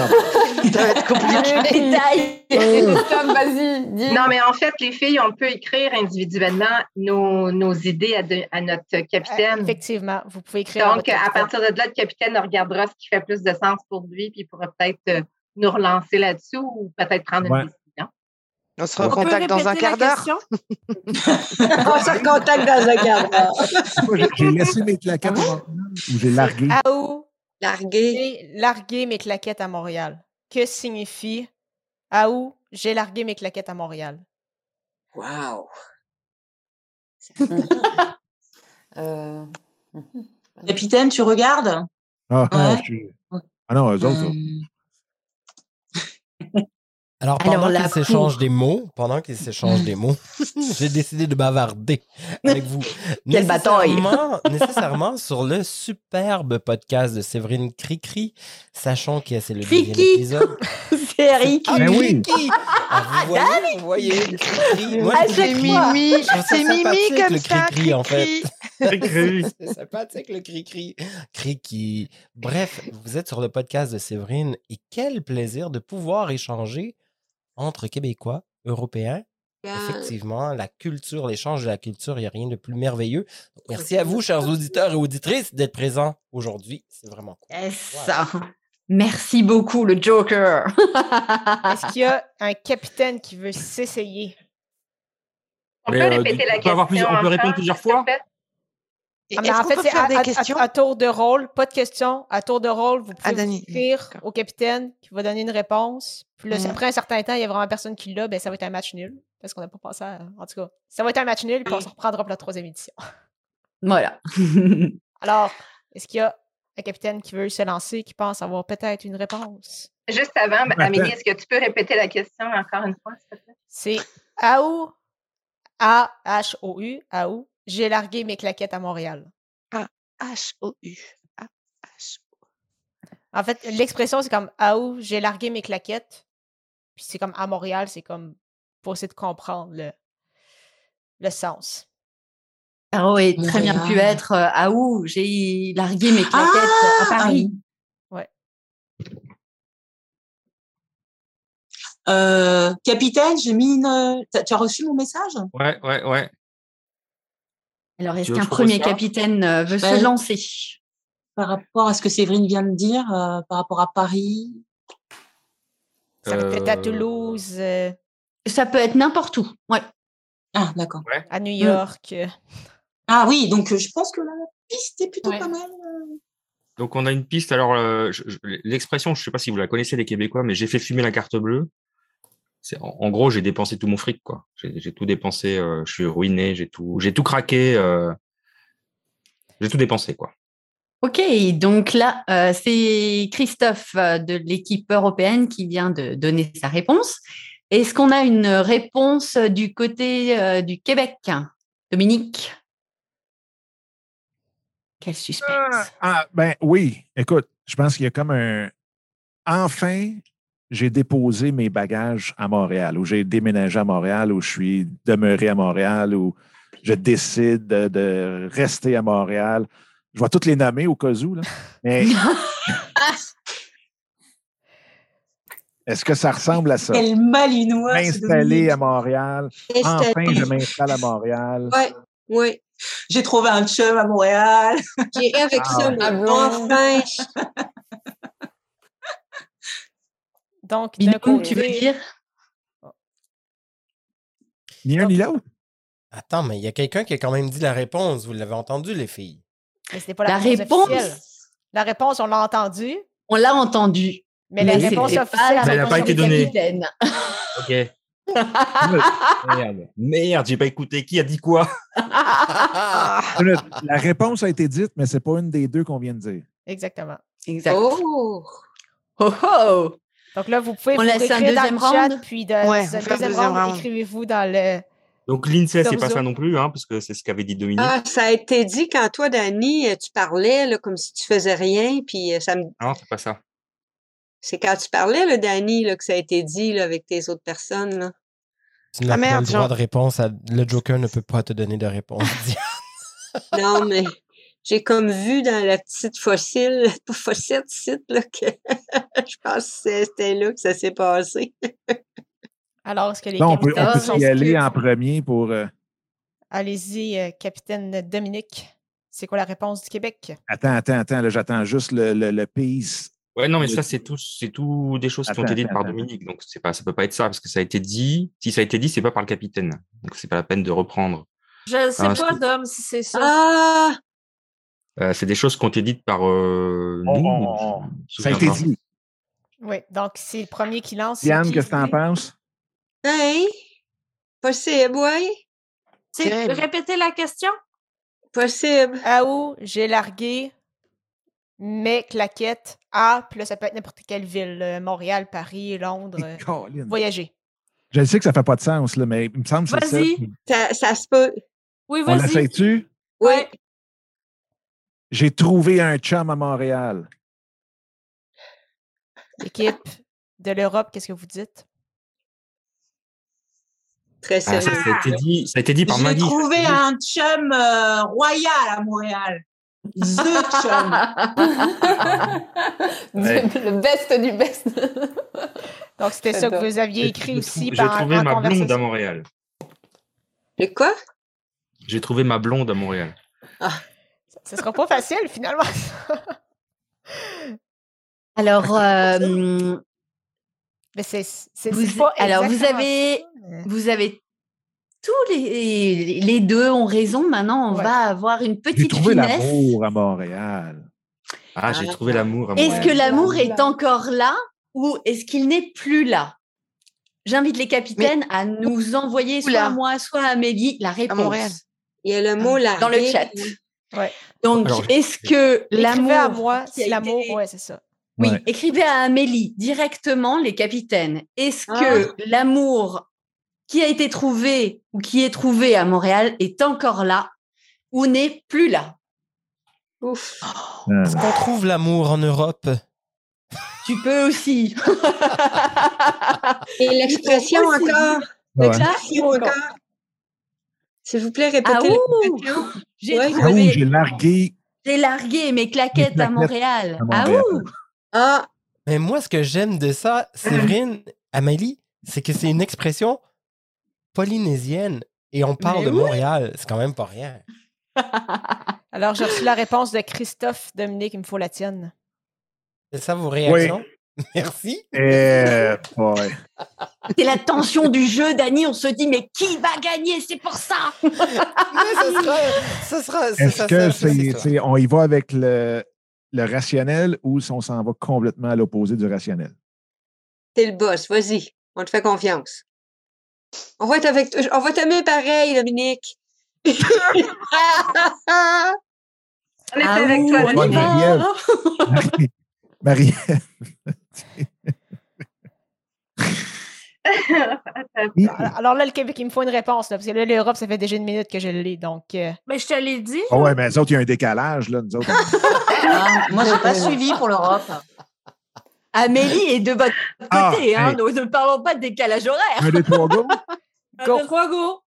[SPEAKER 7] Ça va être compliqué.
[SPEAKER 1] Détail.
[SPEAKER 2] Christophe, vas-y, dis.
[SPEAKER 10] Non, mais en fait, les filles, on peut écrire individuellement nos, nos idées à, de- à notre capitaine.
[SPEAKER 3] Effectivement, vous pouvez écrire. à
[SPEAKER 10] Donc,
[SPEAKER 3] votre
[SPEAKER 10] à
[SPEAKER 3] capitaine.
[SPEAKER 10] partir de là, le capitaine regardera ce qui fait plus de sens pour lui, puis il pourra peut-être euh, nous relancer là-dessus ou peut-être prendre
[SPEAKER 8] Ouais.
[SPEAKER 10] une décision.
[SPEAKER 7] On se
[SPEAKER 8] On
[SPEAKER 11] On peut
[SPEAKER 7] recontacte dans un
[SPEAKER 11] répéter
[SPEAKER 7] quart
[SPEAKER 11] la
[SPEAKER 7] d'heure.
[SPEAKER 11] question?
[SPEAKER 9] On se recontacte dans un quart d'heure.
[SPEAKER 8] Moi, j'ai- j'ai laissé mes claquettes à Montréal ou j'ai largué.
[SPEAKER 3] À où
[SPEAKER 9] Largué.
[SPEAKER 3] j'ai largué mes claquettes à Montréal? Que signifie à où j'ai largué mes claquettes à Montréal?
[SPEAKER 9] Wow.
[SPEAKER 2] Euh,
[SPEAKER 1] hum,
[SPEAKER 6] Capitaine, tu regardes
[SPEAKER 8] Ah, ah,
[SPEAKER 6] Ouais.
[SPEAKER 8] je suis- ah
[SPEAKER 4] Bah,
[SPEAKER 8] non, eux
[SPEAKER 4] Hmm.
[SPEAKER 8] autres.
[SPEAKER 6] Hum,
[SPEAKER 4] Alors,
[SPEAKER 1] Alors,
[SPEAKER 4] pendant
[SPEAKER 1] la
[SPEAKER 4] qu'ils s'échangent des mots, pendant qu'ils s'échangent des mots, j'ai décidé de bavarder avec vous.
[SPEAKER 1] Quelle bataille.
[SPEAKER 4] Nécessairement- Nécessairement sur le superbe podcast de Séverine Cricri, sachant que c'est le deuxième
[SPEAKER 1] Cricri.
[SPEAKER 4] épisode.
[SPEAKER 1] C'est Eric.
[SPEAKER 4] Ah,
[SPEAKER 8] Mais oui.
[SPEAKER 4] Cricri. Ah, vous voyez, vous voyez, le Cricri. Moi,
[SPEAKER 1] À
[SPEAKER 4] je trouve
[SPEAKER 7] C'est
[SPEAKER 1] chaque fois.
[SPEAKER 7] Mimi,
[SPEAKER 4] trouve ça
[SPEAKER 7] c'est
[SPEAKER 4] sympathique,
[SPEAKER 7] Mimi
[SPEAKER 4] le
[SPEAKER 7] comme ça,
[SPEAKER 4] cri-cri, en fait.
[SPEAKER 7] cri-cri.
[SPEAKER 5] Cricri.
[SPEAKER 4] C'est sympathique le cri-cri. Cri-qui. Bref, vous êtes sur le podcast de Séverine et quel plaisir de pouvoir échanger entre Québécois, Européens.
[SPEAKER 7] Ben,
[SPEAKER 4] Effectivement, la culture, l'échange de la culture, il n'y a rien de plus merveilleux. Donc, merci à vous, chers auditeurs et auditrices, d'être présents aujourd'hui. C'est vraiment cool.
[SPEAKER 7] Eh,
[SPEAKER 1] Yes. Merci beaucoup, le Joker.
[SPEAKER 3] Est-ce qu'il y a un capitaine qui veut s'essayer?
[SPEAKER 10] On
[SPEAKER 5] Mais,
[SPEAKER 10] peut
[SPEAKER 5] euh,
[SPEAKER 10] répéter
[SPEAKER 5] du-
[SPEAKER 10] la
[SPEAKER 5] on peut avoir
[SPEAKER 10] question.
[SPEAKER 5] plusieurs- on peut
[SPEAKER 10] encore,
[SPEAKER 5] répondre plusieurs
[SPEAKER 10] s'il te
[SPEAKER 5] fois
[SPEAKER 10] plaît?
[SPEAKER 7] Et
[SPEAKER 3] Ah, mais
[SPEAKER 7] Est-ce
[SPEAKER 3] en
[SPEAKER 7] qu'on
[SPEAKER 3] fait,
[SPEAKER 7] peut
[SPEAKER 3] c'est à,
[SPEAKER 7] faire des
[SPEAKER 3] à-
[SPEAKER 7] questions
[SPEAKER 3] à- à tour de rôle, pas de questions, à tour de rôle, vous pouvez
[SPEAKER 7] Ah,
[SPEAKER 3] vous
[SPEAKER 7] Dani, oui,
[SPEAKER 3] écrire
[SPEAKER 7] d'accord.
[SPEAKER 3] au capitaine qui va donner une réponse. Puis là, si
[SPEAKER 7] Mhm.
[SPEAKER 3] après un certain temps, il y a vraiment personne qui l'a, ben, ça va être un match nul. Parce qu'on n'a pas pensé à... En tout cas, ça va être un match nul, puis on se reprendra pour la troisième édition.
[SPEAKER 1] Voilà.
[SPEAKER 3] Alors, est-ce qu'il y a un capitaine qui veut se lancer, qui pense avoir peut-être une réponse?
[SPEAKER 10] Juste avant,
[SPEAKER 8] Attends.
[SPEAKER 10] Amélie, est-ce que tu peux répéter la question encore une fois, s'il te plaît?
[SPEAKER 3] C'est à où, A-H-O-U, à où, j'ai largué mes claquettes à Montréal.
[SPEAKER 7] H-O-U. A-H.
[SPEAKER 3] En fait, l'expression, c'est comme à où j'ai largué mes claquettes. Puis c'est comme à Montréal, c'est comme pour essayer de comprendre le, le sens.
[SPEAKER 1] Ça aurait très bien
[SPEAKER 7] Montréal.
[SPEAKER 1] pu être euh, à où j'ai largué mes claquettes
[SPEAKER 3] Ah,
[SPEAKER 1] à Paris.
[SPEAKER 3] Ouais.
[SPEAKER 6] Euh, capitaine, j'ai mis une. euh, t'as- Tu as reçu mon message
[SPEAKER 5] Ouais, ouais, ouais.
[SPEAKER 1] Alors, est-ce
[SPEAKER 6] Tu veux
[SPEAKER 1] qu'un
[SPEAKER 6] que je
[SPEAKER 1] premier
[SPEAKER 6] fasse ça
[SPEAKER 1] capitaine euh, veut
[SPEAKER 6] Ben,
[SPEAKER 1] se lancer
[SPEAKER 6] Par rapport à ce que Séverine vient de dire, euh, par rapport à Paris.
[SPEAKER 3] Ça peut être à
[SPEAKER 6] Euh.
[SPEAKER 3] Toulouse. euh,
[SPEAKER 1] Ça peut être n'importe où. Ouais.
[SPEAKER 6] Ah, d'accord.
[SPEAKER 3] À New
[SPEAKER 6] Mm.
[SPEAKER 3] York.
[SPEAKER 6] Ah oui, donc euh, je pense que la piste est plutôt pas mal. euh.
[SPEAKER 5] Donc on a une piste. Alors euh, je- je- l'expression, je sais pas si vous la connaissez les Québécois, mais j'ai fait fumer la carte bleue. C'est en, en gros j'ai dépensé tout mon fric quoi. J'ai j'ai tout dépensé. euh, je suis ruiné. J'ai tout. J'ai tout craqué. euh, j'ai tout dépensé quoi.
[SPEAKER 1] Ok, donc là, euh, c'est Christophe euh, de l'équipe européenne qui vient de donner sa réponse. Est-ce qu'on a une réponse du côté euh, du Québec Dominique Quel suspense.
[SPEAKER 8] Ah, ben oui. Écoute, je pense qu'il y a comme un. Enfin, j'ai déposé mes bagages à Montréal, ou j'ai déménagé à Montréal, ou je suis demeuré à Montréal, ou je décide de, de rester à Montréal. Je vais toutes les nommer au cas où. là. Mais est-ce que ça ressemble à ça?
[SPEAKER 6] Quel malinois. ce
[SPEAKER 8] M'installer
[SPEAKER 6] Dominique.
[SPEAKER 8] à Montréal.
[SPEAKER 6] Installé.
[SPEAKER 8] Enfin, je m'installe à Montréal.
[SPEAKER 9] Ouais, ouais.
[SPEAKER 6] J'ai trouvé un chum à Montréal.
[SPEAKER 9] J'irai avec
[SPEAKER 8] Ah
[SPEAKER 9] ça,
[SPEAKER 8] ouais.
[SPEAKER 9] moi. Enfin,
[SPEAKER 3] Donc, d'un
[SPEAKER 1] Guillaume, tu veux
[SPEAKER 3] côté-
[SPEAKER 1] dire
[SPEAKER 8] Ni un ni l'autre.
[SPEAKER 4] Attends, mais il y a quelqu'un qui a quand même dit la réponse. Vous l'avez entendu, les filles.
[SPEAKER 3] Mais ce n'est pas la,
[SPEAKER 1] La
[SPEAKER 3] réponse.
[SPEAKER 1] réponse-
[SPEAKER 3] officielle. La réponse, on l'a entendue,
[SPEAKER 1] On l'a entendu.
[SPEAKER 3] mais, la
[SPEAKER 1] c'était
[SPEAKER 3] réponse
[SPEAKER 1] pas
[SPEAKER 3] officielle.
[SPEAKER 1] la
[SPEAKER 5] Mais elle a
[SPEAKER 1] réponse
[SPEAKER 5] pas été
[SPEAKER 1] du
[SPEAKER 5] donnée.
[SPEAKER 1] capitaine.
[SPEAKER 5] Ok. Merde, merde, j'ai pas écouté. Qui a dit quoi
[SPEAKER 8] Une minute. La réponse a été dite, mais ce n'est pas une des deux qu'on vient de dire.
[SPEAKER 3] Exactement.
[SPEAKER 1] Exact.
[SPEAKER 9] Oh!
[SPEAKER 1] Oh, oh.
[SPEAKER 3] Donc là, vous pouvez vous
[SPEAKER 1] On laisse un
[SPEAKER 3] écrire dans le
[SPEAKER 1] deuxième
[SPEAKER 3] chat,
[SPEAKER 1] round?
[SPEAKER 3] puis dans
[SPEAKER 7] Ouais,
[SPEAKER 3] ce
[SPEAKER 7] on fait un
[SPEAKER 3] deuxième
[SPEAKER 7] deuxième
[SPEAKER 3] round,
[SPEAKER 7] round.
[SPEAKER 3] écrivez-vous dans le...
[SPEAKER 5] Donc l'INSEE, c'est
[SPEAKER 3] Sur
[SPEAKER 5] pas ça
[SPEAKER 3] Zoom.
[SPEAKER 5] non plus, hein, parce que c'est ce qu'avait dit Dominique.
[SPEAKER 9] Ah, ça a été dit quand toi, Dani, euh, tu parlais là, comme si tu faisais rien, puis euh, ça me...
[SPEAKER 5] Non, c'est pas ça.
[SPEAKER 9] c'est quand tu parlais, là, Dani, là, que ça a été dit là, avec tes autres personnes. Là.
[SPEAKER 4] Tu n'as
[SPEAKER 9] Ah,
[SPEAKER 4] pas
[SPEAKER 9] merde,
[SPEAKER 4] le droit
[SPEAKER 9] Jean.
[SPEAKER 4] de réponse. à- Le Joker ne peut pas te donner de réponse.
[SPEAKER 9] Non, mais j'ai comme vu dans la petite fossile, pas fossette, site, là, que je pense que c'est- c'était là que ça s'est passé.
[SPEAKER 3] Alors, est-ce que les
[SPEAKER 8] Non, on peut, on
[SPEAKER 3] capitaines
[SPEAKER 8] peut
[SPEAKER 3] sont
[SPEAKER 8] y aller
[SPEAKER 3] sûrs?
[SPEAKER 8] en premier pour. euh,
[SPEAKER 3] Allez-y, euh, capitaine Dominique. C'est quoi la réponse du Québec?
[SPEAKER 8] Attends, attends, attends. là, J'attends juste le, le, le pays.
[SPEAKER 5] Ouais, non, mais
[SPEAKER 8] Le-
[SPEAKER 5] ça, c'est tout, c'est tout des choses qui ont
[SPEAKER 8] Attends,
[SPEAKER 5] été dites par
[SPEAKER 8] attends,
[SPEAKER 5] Dominique. Donc, c'est pas, ça peut pas être ça, parce que ça a été dit. Si ça a été dit, c'est pas par le capitaine. Donc, c'est pas la peine de reprendre.
[SPEAKER 11] Je ne sais
[SPEAKER 5] Ah,
[SPEAKER 11] pas, Dom, si c'est ça.
[SPEAKER 9] Ah!
[SPEAKER 5] Euh, c'est des choses qui ont été dites par euh,
[SPEAKER 8] On-
[SPEAKER 5] nous.
[SPEAKER 8] on-
[SPEAKER 5] je
[SPEAKER 8] on-
[SPEAKER 5] me
[SPEAKER 8] Ça a
[SPEAKER 5] souviens
[SPEAKER 8] été
[SPEAKER 5] pas.
[SPEAKER 8] dit.
[SPEAKER 3] Oui, donc c'est le premier qui lance. c'est
[SPEAKER 8] Diane,
[SPEAKER 3] qui,
[SPEAKER 8] qu'est-ce que t'en
[SPEAKER 3] excusez?
[SPEAKER 8] penses?
[SPEAKER 9] Hein? Possible, oui?
[SPEAKER 11] C'est
[SPEAKER 7] Terrible.
[SPEAKER 11] répéter la question?
[SPEAKER 9] Possible.
[SPEAKER 3] À où j'ai largué mes claquettes à, puis là, ça peut être n'importe quelle ville, euh, Montréal, Paris, Londres, euh,
[SPEAKER 8] Colin.
[SPEAKER 3] voyager.
[SPEAKER 8] Je sais que ça fait pas de sens, là, mais il me semble que c'est ça.
[SPEAKER 11] Vas-y.
[SPEAKER 9] Ça, ça se peut.
[SPEAKER 11] Oui,
[SPEAKER 8] On
[SPEAKER 11] vas-y.
[SPEAKER 8] l'essaye-tu?
[SPEAKER 9] Oui.
[SPEAKER 11] Ouais.
[SPEAKER 8] J'ai trouvé un chum à Montréal.
[SPEAKER 3] Équipe de l'Europe, qu'est-ce que vous dites?
[SPEAKER 9] Très
[SPEAKER 5] Ah,
[SPEAKER 9] sérieux.
[SPEAKER 5] ça, ça a été dit, ça a été dit par
[SPEAKER 6] J'ai
[SPEAKER 5] Maggie.
[SPEAKER 6] trouvé un chum euh, royal à Montréal. The chum.
[SPEAKER 2] Du-
[SPEAKER 5] Ouais.
[SPEAKER 2] Le best du best.
[SPEAKER 3] Donc, c'était ça que
[SPEAKER 2] J'adore.
[SPEAKER 3] vous aviez
[SPEAKER 5] J'ai-
[SPEAKER 3] écrit
[SPEAKER 5] j'ai
[SPEAKER 3] aussi
[SPEAKER 5] trou-
[SPEAKER 3] par,
[SPEAKER 5] J'ai trouvé
[SPEAKER 3] en
[SPEAKER 5] ma blonde à
[SPEAKER 3] conversation.
[SPEAKER 5] Montréal.
[SPEAKER 9] Le quoi?
[SPEAKER 5] J'ai trouvé ma blonde à Montréal.
[SPEAKER 3] Ce sera pas facile, finalement.
[SPEAKER 1] Alors, euh,
[SPEAKER 3] Mais c'est c'est-
[SPEAKER 1] Vous-
[SPEAKER 3] c'est pas
[SPEAKER 1] alors, vous
[SPEAKER 3] exactement
[SPEAKER 1] avez-
[SPEAKER 3] ça, mais-
[SPEAKER 1] vous avez tous les, les deux ont raison. Maintenant, on
[SPEAKER 3] Ouais.
[SPEAKER 1] va avoir une
[SPEAKER 8] J'ai
[SPEAKER 1] petite
[SPEAKER 8] trouvé
[SPEAKER 1] finesse.
[SPEAKER 8] l'amour à Montréal.
[SPEAKER 5] Ah, j'ai trouvé l'amour à Montréal.
[SPEAKER 1] Est-ce que l'amour
[SPEAKER 2] Voilà.
[SPEAKER 1] est encore là ou est-ce qu'il n'est plus là J'invite les capitaines à nous envoyer soit
[SPEAKER 7] Oula.
[SPEAKER 1] à moi, soit à Amélie la
[SPEAKER 7] Montréal.
[SPEAKER 1] réponse
[SPEAKER 9] Il y a le mot là.
[SPEAKER 1] dans le chat.
[SPEAKER 3] Ouais.
[SPEAKER 1] Donc,
[SPEAKER 5] Alors, je-
[SPEAKER 1] est-ce que l'amour
[SPEAKER 3] Écrivez à moi,
[SPEAKER 1] qui a
[SPEAKER 3] c'est l'amour,
[SPEAKER 1] été-
[SPEAKER 3] ouais, c'est ça.
[SPEAKER 1] Oui,
[SPEAKER 8] Ouais.
[SPEAKER 1] écrivez à Amélie directement, les capitaines. Est-ce
[SPEAKER 9] Ah.
[SPEAKER 1] que l'amour qui a été trouvé ou qui est trouvé à Montréal est encore là ou n'est plus là
[SPEAKER 9] Ouf.
[SPEAKER 8] Ah.
[SPEAKER 4] Est-ce qu'on trouve l'amour en Europe?
[SPEAKER 1] Tu peux aussi.
[SPEAKER 9] Et l'expression
[SPEAKER 1] Possible.
[SPEAKER 8] Ah
[SPEAKER 9] encore.
[SPEAKER 8] Ouais.
[SPEAKER 9] L'expression
[SPEAKER 1] Encore.
[SPEAKER 9] encore. S'il vous plaît, répétez.
[SPEAKER 1] Ah ouh
[SPEAKER 9] l'expression.
[SPEAKER 1] J'ai
[SPEAKER 8] Ah
[SPEAKER 9] Ouais.
[SPEAKER 8] oui,
[SPEAKER 1] trouvé,
[SPEAKER 8] j'ai largué.
[SPEAKER 1] j'ai largué mes claquettes à
[SPEAKER 8] claquettes
[SPEAKER 1] Montréal.
[SPEAKER 8] à
[SPEAKER 1] Ah
[SPEAKER 8] Montréal.
[SPEAKER 1] ouh
[SPEAKER 9] Ah,
[SPEAKER 4] Mais moi, ce que j'aime de ça, Séverine, Amélie, c'est que c'est une expression polynésienne et on parle
[SPEAKER 3] Mais
[SPEAKER 4] de
[SPEAKER 3] oui.
[SPEAKER 4] Montréal. C'est quand même pas rien.
[SPEAKER 3] Alors, j'ai reçu la réponse de Christophe Dominique, il me faut la tienne.
[SPEAKER 4] C'est ça vos réactions? Merci.
[SPEAKER 8] Eh, boy.
[SPEAKER 1] C'est la tension du jeu, Dani. On se dit, mais qui va gagner C'est pour ça
[SPEAKER 4] Ça sera. ça-
[SPEAKER 8] Est-ce
[SPEAKER 4] ça- ça-
[SPEAKER 8] que
[SPEAKER 4] ça-
[SPEAKER 8] c'est,
[SPEAKER 4] c'est
[SPEAKER 8] tu
[SPEAKER 4] toi.
[SPEAKER 8] sais, on y va avec le, le rationnel ou si on s'en va complètement à l'opposé du rationnel?
[SPEAKER 9] T'es le boss, vas-y, on te fait confiance. On va être avec toi- on va t'aimer pareil, Dominique.
[SPEAKER 10] On est avec toi,
[SPEAKER 8] Ouais,
[SPEAKER 10] Dominique.
[SPEAKER 8] Marie-Ève. Marie- Marie-Ève.
[SPEAKER 3] Alors, alors là, le Québec, il me faut une réponse, là, parce que là, l'Europe, ça fait déjà une minute que je l'ai, donc... euh,
[SPEAKER 11] Mais je te l'ai dit.
[SPEAKER 8] Ah ouais, mais les autres, il y a un décalage, là, nous autres. on-
[SPEAKER 6] Ah, moi, j'ai pas suivi pour l'Europe.
[SPEAKER 1] Amélie est de votre côté,
[SPEAKER 8] Ah,
[SPEAKER 1] hein,
[SPEAKER 8] hey.
[SPEAKER 1] donc ne parlons pas de décalage horaire.
[SPEAKER 8] un des trois gars?
[SPEAKER 9] Ah,
[SPEAKER 11] Un, deux, trois, go.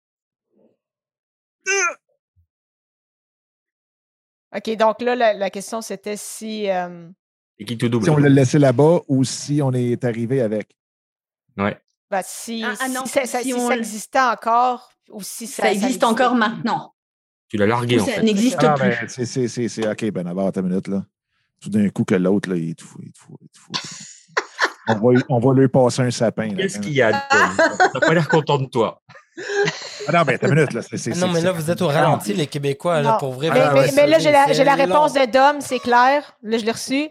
[SPEAKER 3] OK, donc là, la, la question, c'était si... euh,
[SPEAKER 5] Et qui te double.
[SPEAKER 8] Si on l'a laissé là-bas ou si on est arrivé avec.
[SPEAKER 5] Ouais.
[SPEAKER 3] ben, si,
[SPEAKER 1] Ah, ah non,
[SPEAKER 3] si ça, ça-
[SPEAKER 1] si
[SPEAKER 3] si
[SPEAKER 1] on
[SPEAKER 3] ça
[SPEAKER 1] le-
[SPEAKER 3] existait encore, ou si ça...
[SPEAKER 1] Ça existe encore maintenant.
[SPEAKER 5] Tu l'as largué,
[SPEAKER 1] Ou
[SPEAKER 5] en
[SPEAKER 1] ça
[SPEAKER 5] fait.
[SPEAKER 1] n'existe
[SPEAKER 8] Ah,
[SPEAKER 1] plus.
[SPEAKER 8] ben, c'est, c'est, c'est, c'est- OK, ben, d'abord, attends une minute, là. Tout d'un coup, que l'autre, là, il te fout, il te fout, il te fout. On va, on va lui passer un sapin. là.
[SPEAKER 5] Qu'est-ce qu'il y a de tel T'as pas l'air content de toi.
[SPEAKER 8] Ah non, ben, attends une minute, là. C'est, c'est,
[SPEAKER 4] Ah non,
[SPEAKER 8] c'est- Ah,
[SPEAKER 4] mais là, vous êtes au ralenti, les Québécois, là,
[SPEAKER 3] Non.
[SPEAKER 4] pour vrai.
[SPEAKER 3] Mais,
[SPEAKER 4] vous
[SPEAKER 3] mais-
[SPEAKER 4] êtes
[SPEAKER 3] mais Eh ben là,
[SPEAKER 4] sauvés,
[SPEAKER 3] j'ai la,
[SPEAKER 4] c'est
[SPEAKER 3] j'ai la réponse
[SPEAKER 4] long.
[SPEAKER 3] de Dom, c'est clair. Là, je l'ai reçue.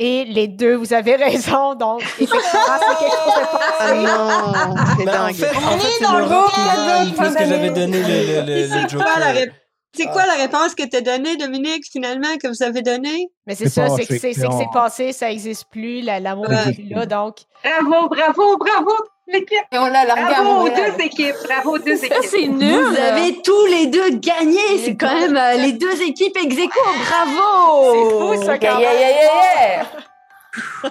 [SPEAKER 3] Et les deux, vous avez raison. Donc, effectivement, c'est quelque chose de
[SPEAKER 7] Ah
[SPEAKER 3] passé.
[SPEAKER 7] non, c'est
[SPEAKER 4] Ben, en
[SPEAKER 7] dingue.
[SPEAKER 4] fait, en
[SPEAKER 2] On
[SPEAKER 4] fait,
[SPEAKER 2] est
[SPEAKER 4] c'est
[SPEAKER 2] dans le
[SPEAKER 4] l'Europe
[SPEAKER 2] groupe,
[SPEAKER 4] qui
[SPEAKER 2] là,
[SPEAKER 4] gagne,
[SPEAKER 2] de
[SPEAKER 4] parce que
[SPEAKER 2] Pandamé.
[SPEAKER 4] j'avais donné le, le,
[SPEAKER 9] Et
[SPEAKER 4] le, le
[SPEAKER 9] c'est quoi
[SPEAKER 4] Joker.
[SPEAKER 9] la
[SPEAKER 4] Ah.
[SPEAKER 9] réponse? C'est quoi la réponse que t'as donnée, Dominique, finalement, que vous avez donnée?
[SPEAKER 3] Mais c'est
[SPEAKER 8] C'est
[SPEAKER 3] ça,
[SPEAKER 8] pas-
[SPEAKER 3] c'est que
[SPEAKER 8] c'est-
[SPEAKER 3] c'est c'est que
[SPEAKER 8] on-
[SPEAKER 3] c'est passé, ça n'existe plus, la- l'amour
[SPEAKER 8] Ouais.
[SPEAKER 3] n'est plus là. Donc,
[SPEAKER 10] Bravo, bravo, bravo, l'équipe.
[SPEAKER 2] Et on l'a largué à
[SPEAKER 10] Bravo aux
[SPEAKER 2] Montréal.
[SPEAKER 10] Ah deux équipes. Bravo aux deux
[SPEAKER 11] Ça,
[SPEAKER 10] équipes.
[SPEAKER 11] c'est nul.
[SPEAKER 1] Vous avez tous les deux gagné. C'est quand même euh, les deux équipes ex aequo. Bravo
[SPEAKER 3] c'est fou, ça,
[SPEAKER 2] Yeah,
[SPEAKER 3] quand
[SPEAKER 2] yeah,
[SPEAKER 3] même.
[SPEAKER 2] yeah,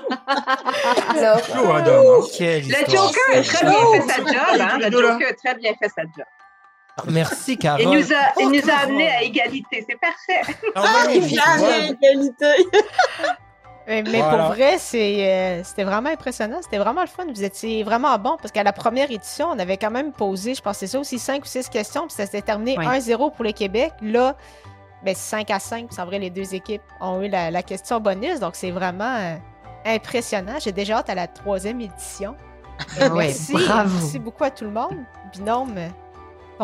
[SPEAKER 2] yeah. Non.
[SPEAKER 5] Chaud, hein, Dom, hein.
[SPEAKER 4] Quelle
[SPEAKER 10] Le
[SPEAKER 4] histoire.
[SPEAKER 10] Joker a très bien fait sa job. Hein? Le Joker a très bien fait sa job.
[SPEAKER 4] Merci,
[SPEAKER 10] Il
[SPEAKER 4] Carole.
[SPEAKER 10] nous a, il nous a amenés à égalité. C'est parfait.
[SPEAKER 4] Ah,
[SPEAKER 9] Il vient à l'égalité.
[SPEAKER 3] Mais, mais
[SPEAKER 4] Voilà.
[SPEAKER 3] pour vrai, c'est, euh, c'était vraiment impressionnant. C'était vraiment le fun. Vous étiez vraiment bon parce qu'à la première édition, on avait quand même posé, je pense, c'est ça aussi, 5 ou 6 questions. Puis ça s'était terminé
[SPEAKER 12] Oui.
[SPEAKER 3] 1-0 pour le Québec. Là, ben, 5 à 5. Puis c'est vrai, les deux équipes ont eu la, la question bonus. Donc, c'est vraiment euh, impressionnant. J'ai déjà hâte à la troisième édition.
[SPEAKER 12] Ah ouais,
[SPEAKER 3] Merci.
[SPEAKER 12] bravo.
[SPEAKER 3] Merci beaucoup à tout le monde. Binôme. euh,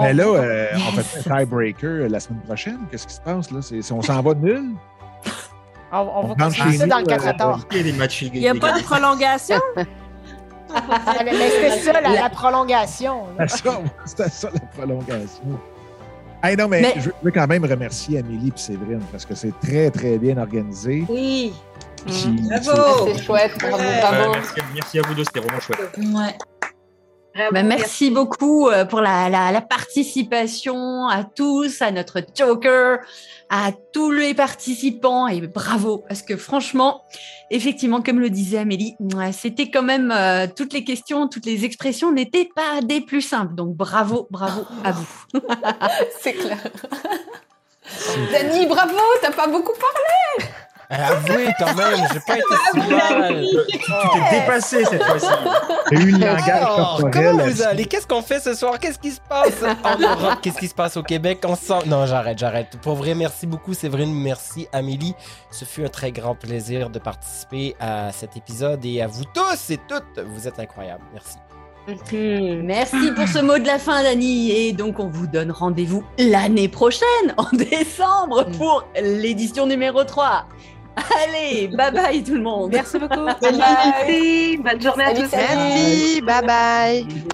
[SPEAKER 8] Mais là,
[SPEAKER 3] bon.
[SPEAKER 8] euh, on
[SPEAKER 12] Yes.
[SPEAKER 8] fait un tiebreaker euh, la semaine prochaine. Qu'est-ce qui se passe, là? C'est, si on s'en va de nul?
[SPEAKER 3] on, on
[SPEAKER 8] on
[SPEAKER 3] va
[SPEAKER 8] rentre
[SPEAKER 3] continuer
[SPEAKER 8] chez
[SPEAKER 3] ça dans le
[SPEAKER 8] nous,
[SPEAKER 3] 4 à
[SPEAKER 8] euh,
[SPEAKER 3] tort.
[SPEAKER 5] Il y a des matchs
[SPEAKER 11] Il n'y a pas de prolongation.
[SPEAKER 3] Ah, mais- mais C'était ça, la, la prolongation. là.
[SPEAKER 8] C'était ça, c'était ça la prolongation. Hey, non, mais,
[SPEAKER 1] Mais-
[SPEAKER 8] je veux quand même remercier Amélie et Séverine parce que c'est très, très bien organisé.
[SPEAKER 9] Oui.
[SPEAKER 8] Puis
[SPEAKER 9] Bravo.
[SPEAKER 2] C'est chouette. Bravo,
[SPEAKER 9] Ouais.
[SPEAKER 2] bravo.
[SPEAKER 5] merci, merci à vous deux, c'était vraiment chouette.
[SPEAKER 6] Ouais.
[SPEAKER 10] Bravo.
[SPEAKER 1] Bah, merci beaucoup euh, pour la, la- la participation à tous, à notre Joker, à tous les participants et bravo parce que franchement, effectivement, comme le disait Amélie, mouah, c'était quand même euh, toutes les questions, toutes les expressions n'étaient pas des plus simples. Donc bravo, bravo à vous.
[SPEAKER 2] C'est clair. Dani, bravo, t'as pas beaucoup parlé.
[SPEAKER 4] Euh, Avouez quand même, j'ai pas été si mal.
[SPEAKER 5] Tu t'es dépassé cette fois-ci.
[SPEAKER 8] Il y a eu le langage
[SPEAKER 4] Alors,
[SPEAKER 8] corporel.
[SPEAKER 4] comment vous
[SPEAKER 8] là-dessus.
[SPEAKER 4] allez? Qu'est-ce qu'on fait ce soir? Qu'est-ce qui se passe en Europe? Qu'est-ce qui se passe au Québec? On se sent- Non, j'arrête, j'arrête. Pour vrai, merci beaucoup, Séverine. Merci, Amélie. Ce fut un très grand plaisir de participer à cet épisode et à vous tous et toutes. Vous êtes incroyables. Merci.
[SPEAKER 1] Merci pour ce mot de la fin, Dani. Et donc, on vous donne rendez-vous l'année prochaine, en décembre, pour l'édition numéro 3. Allez, bye bye tout le monde.
[SPEAKER 3] Merci beaucoup.
[SPEAKER 10] Bonne journée à tous.
[SPEAKER 2] Salut,
[SPEAKER 7] Merci,
[SPEAKER 2] salut.
[SPEAKER 7] bye bye.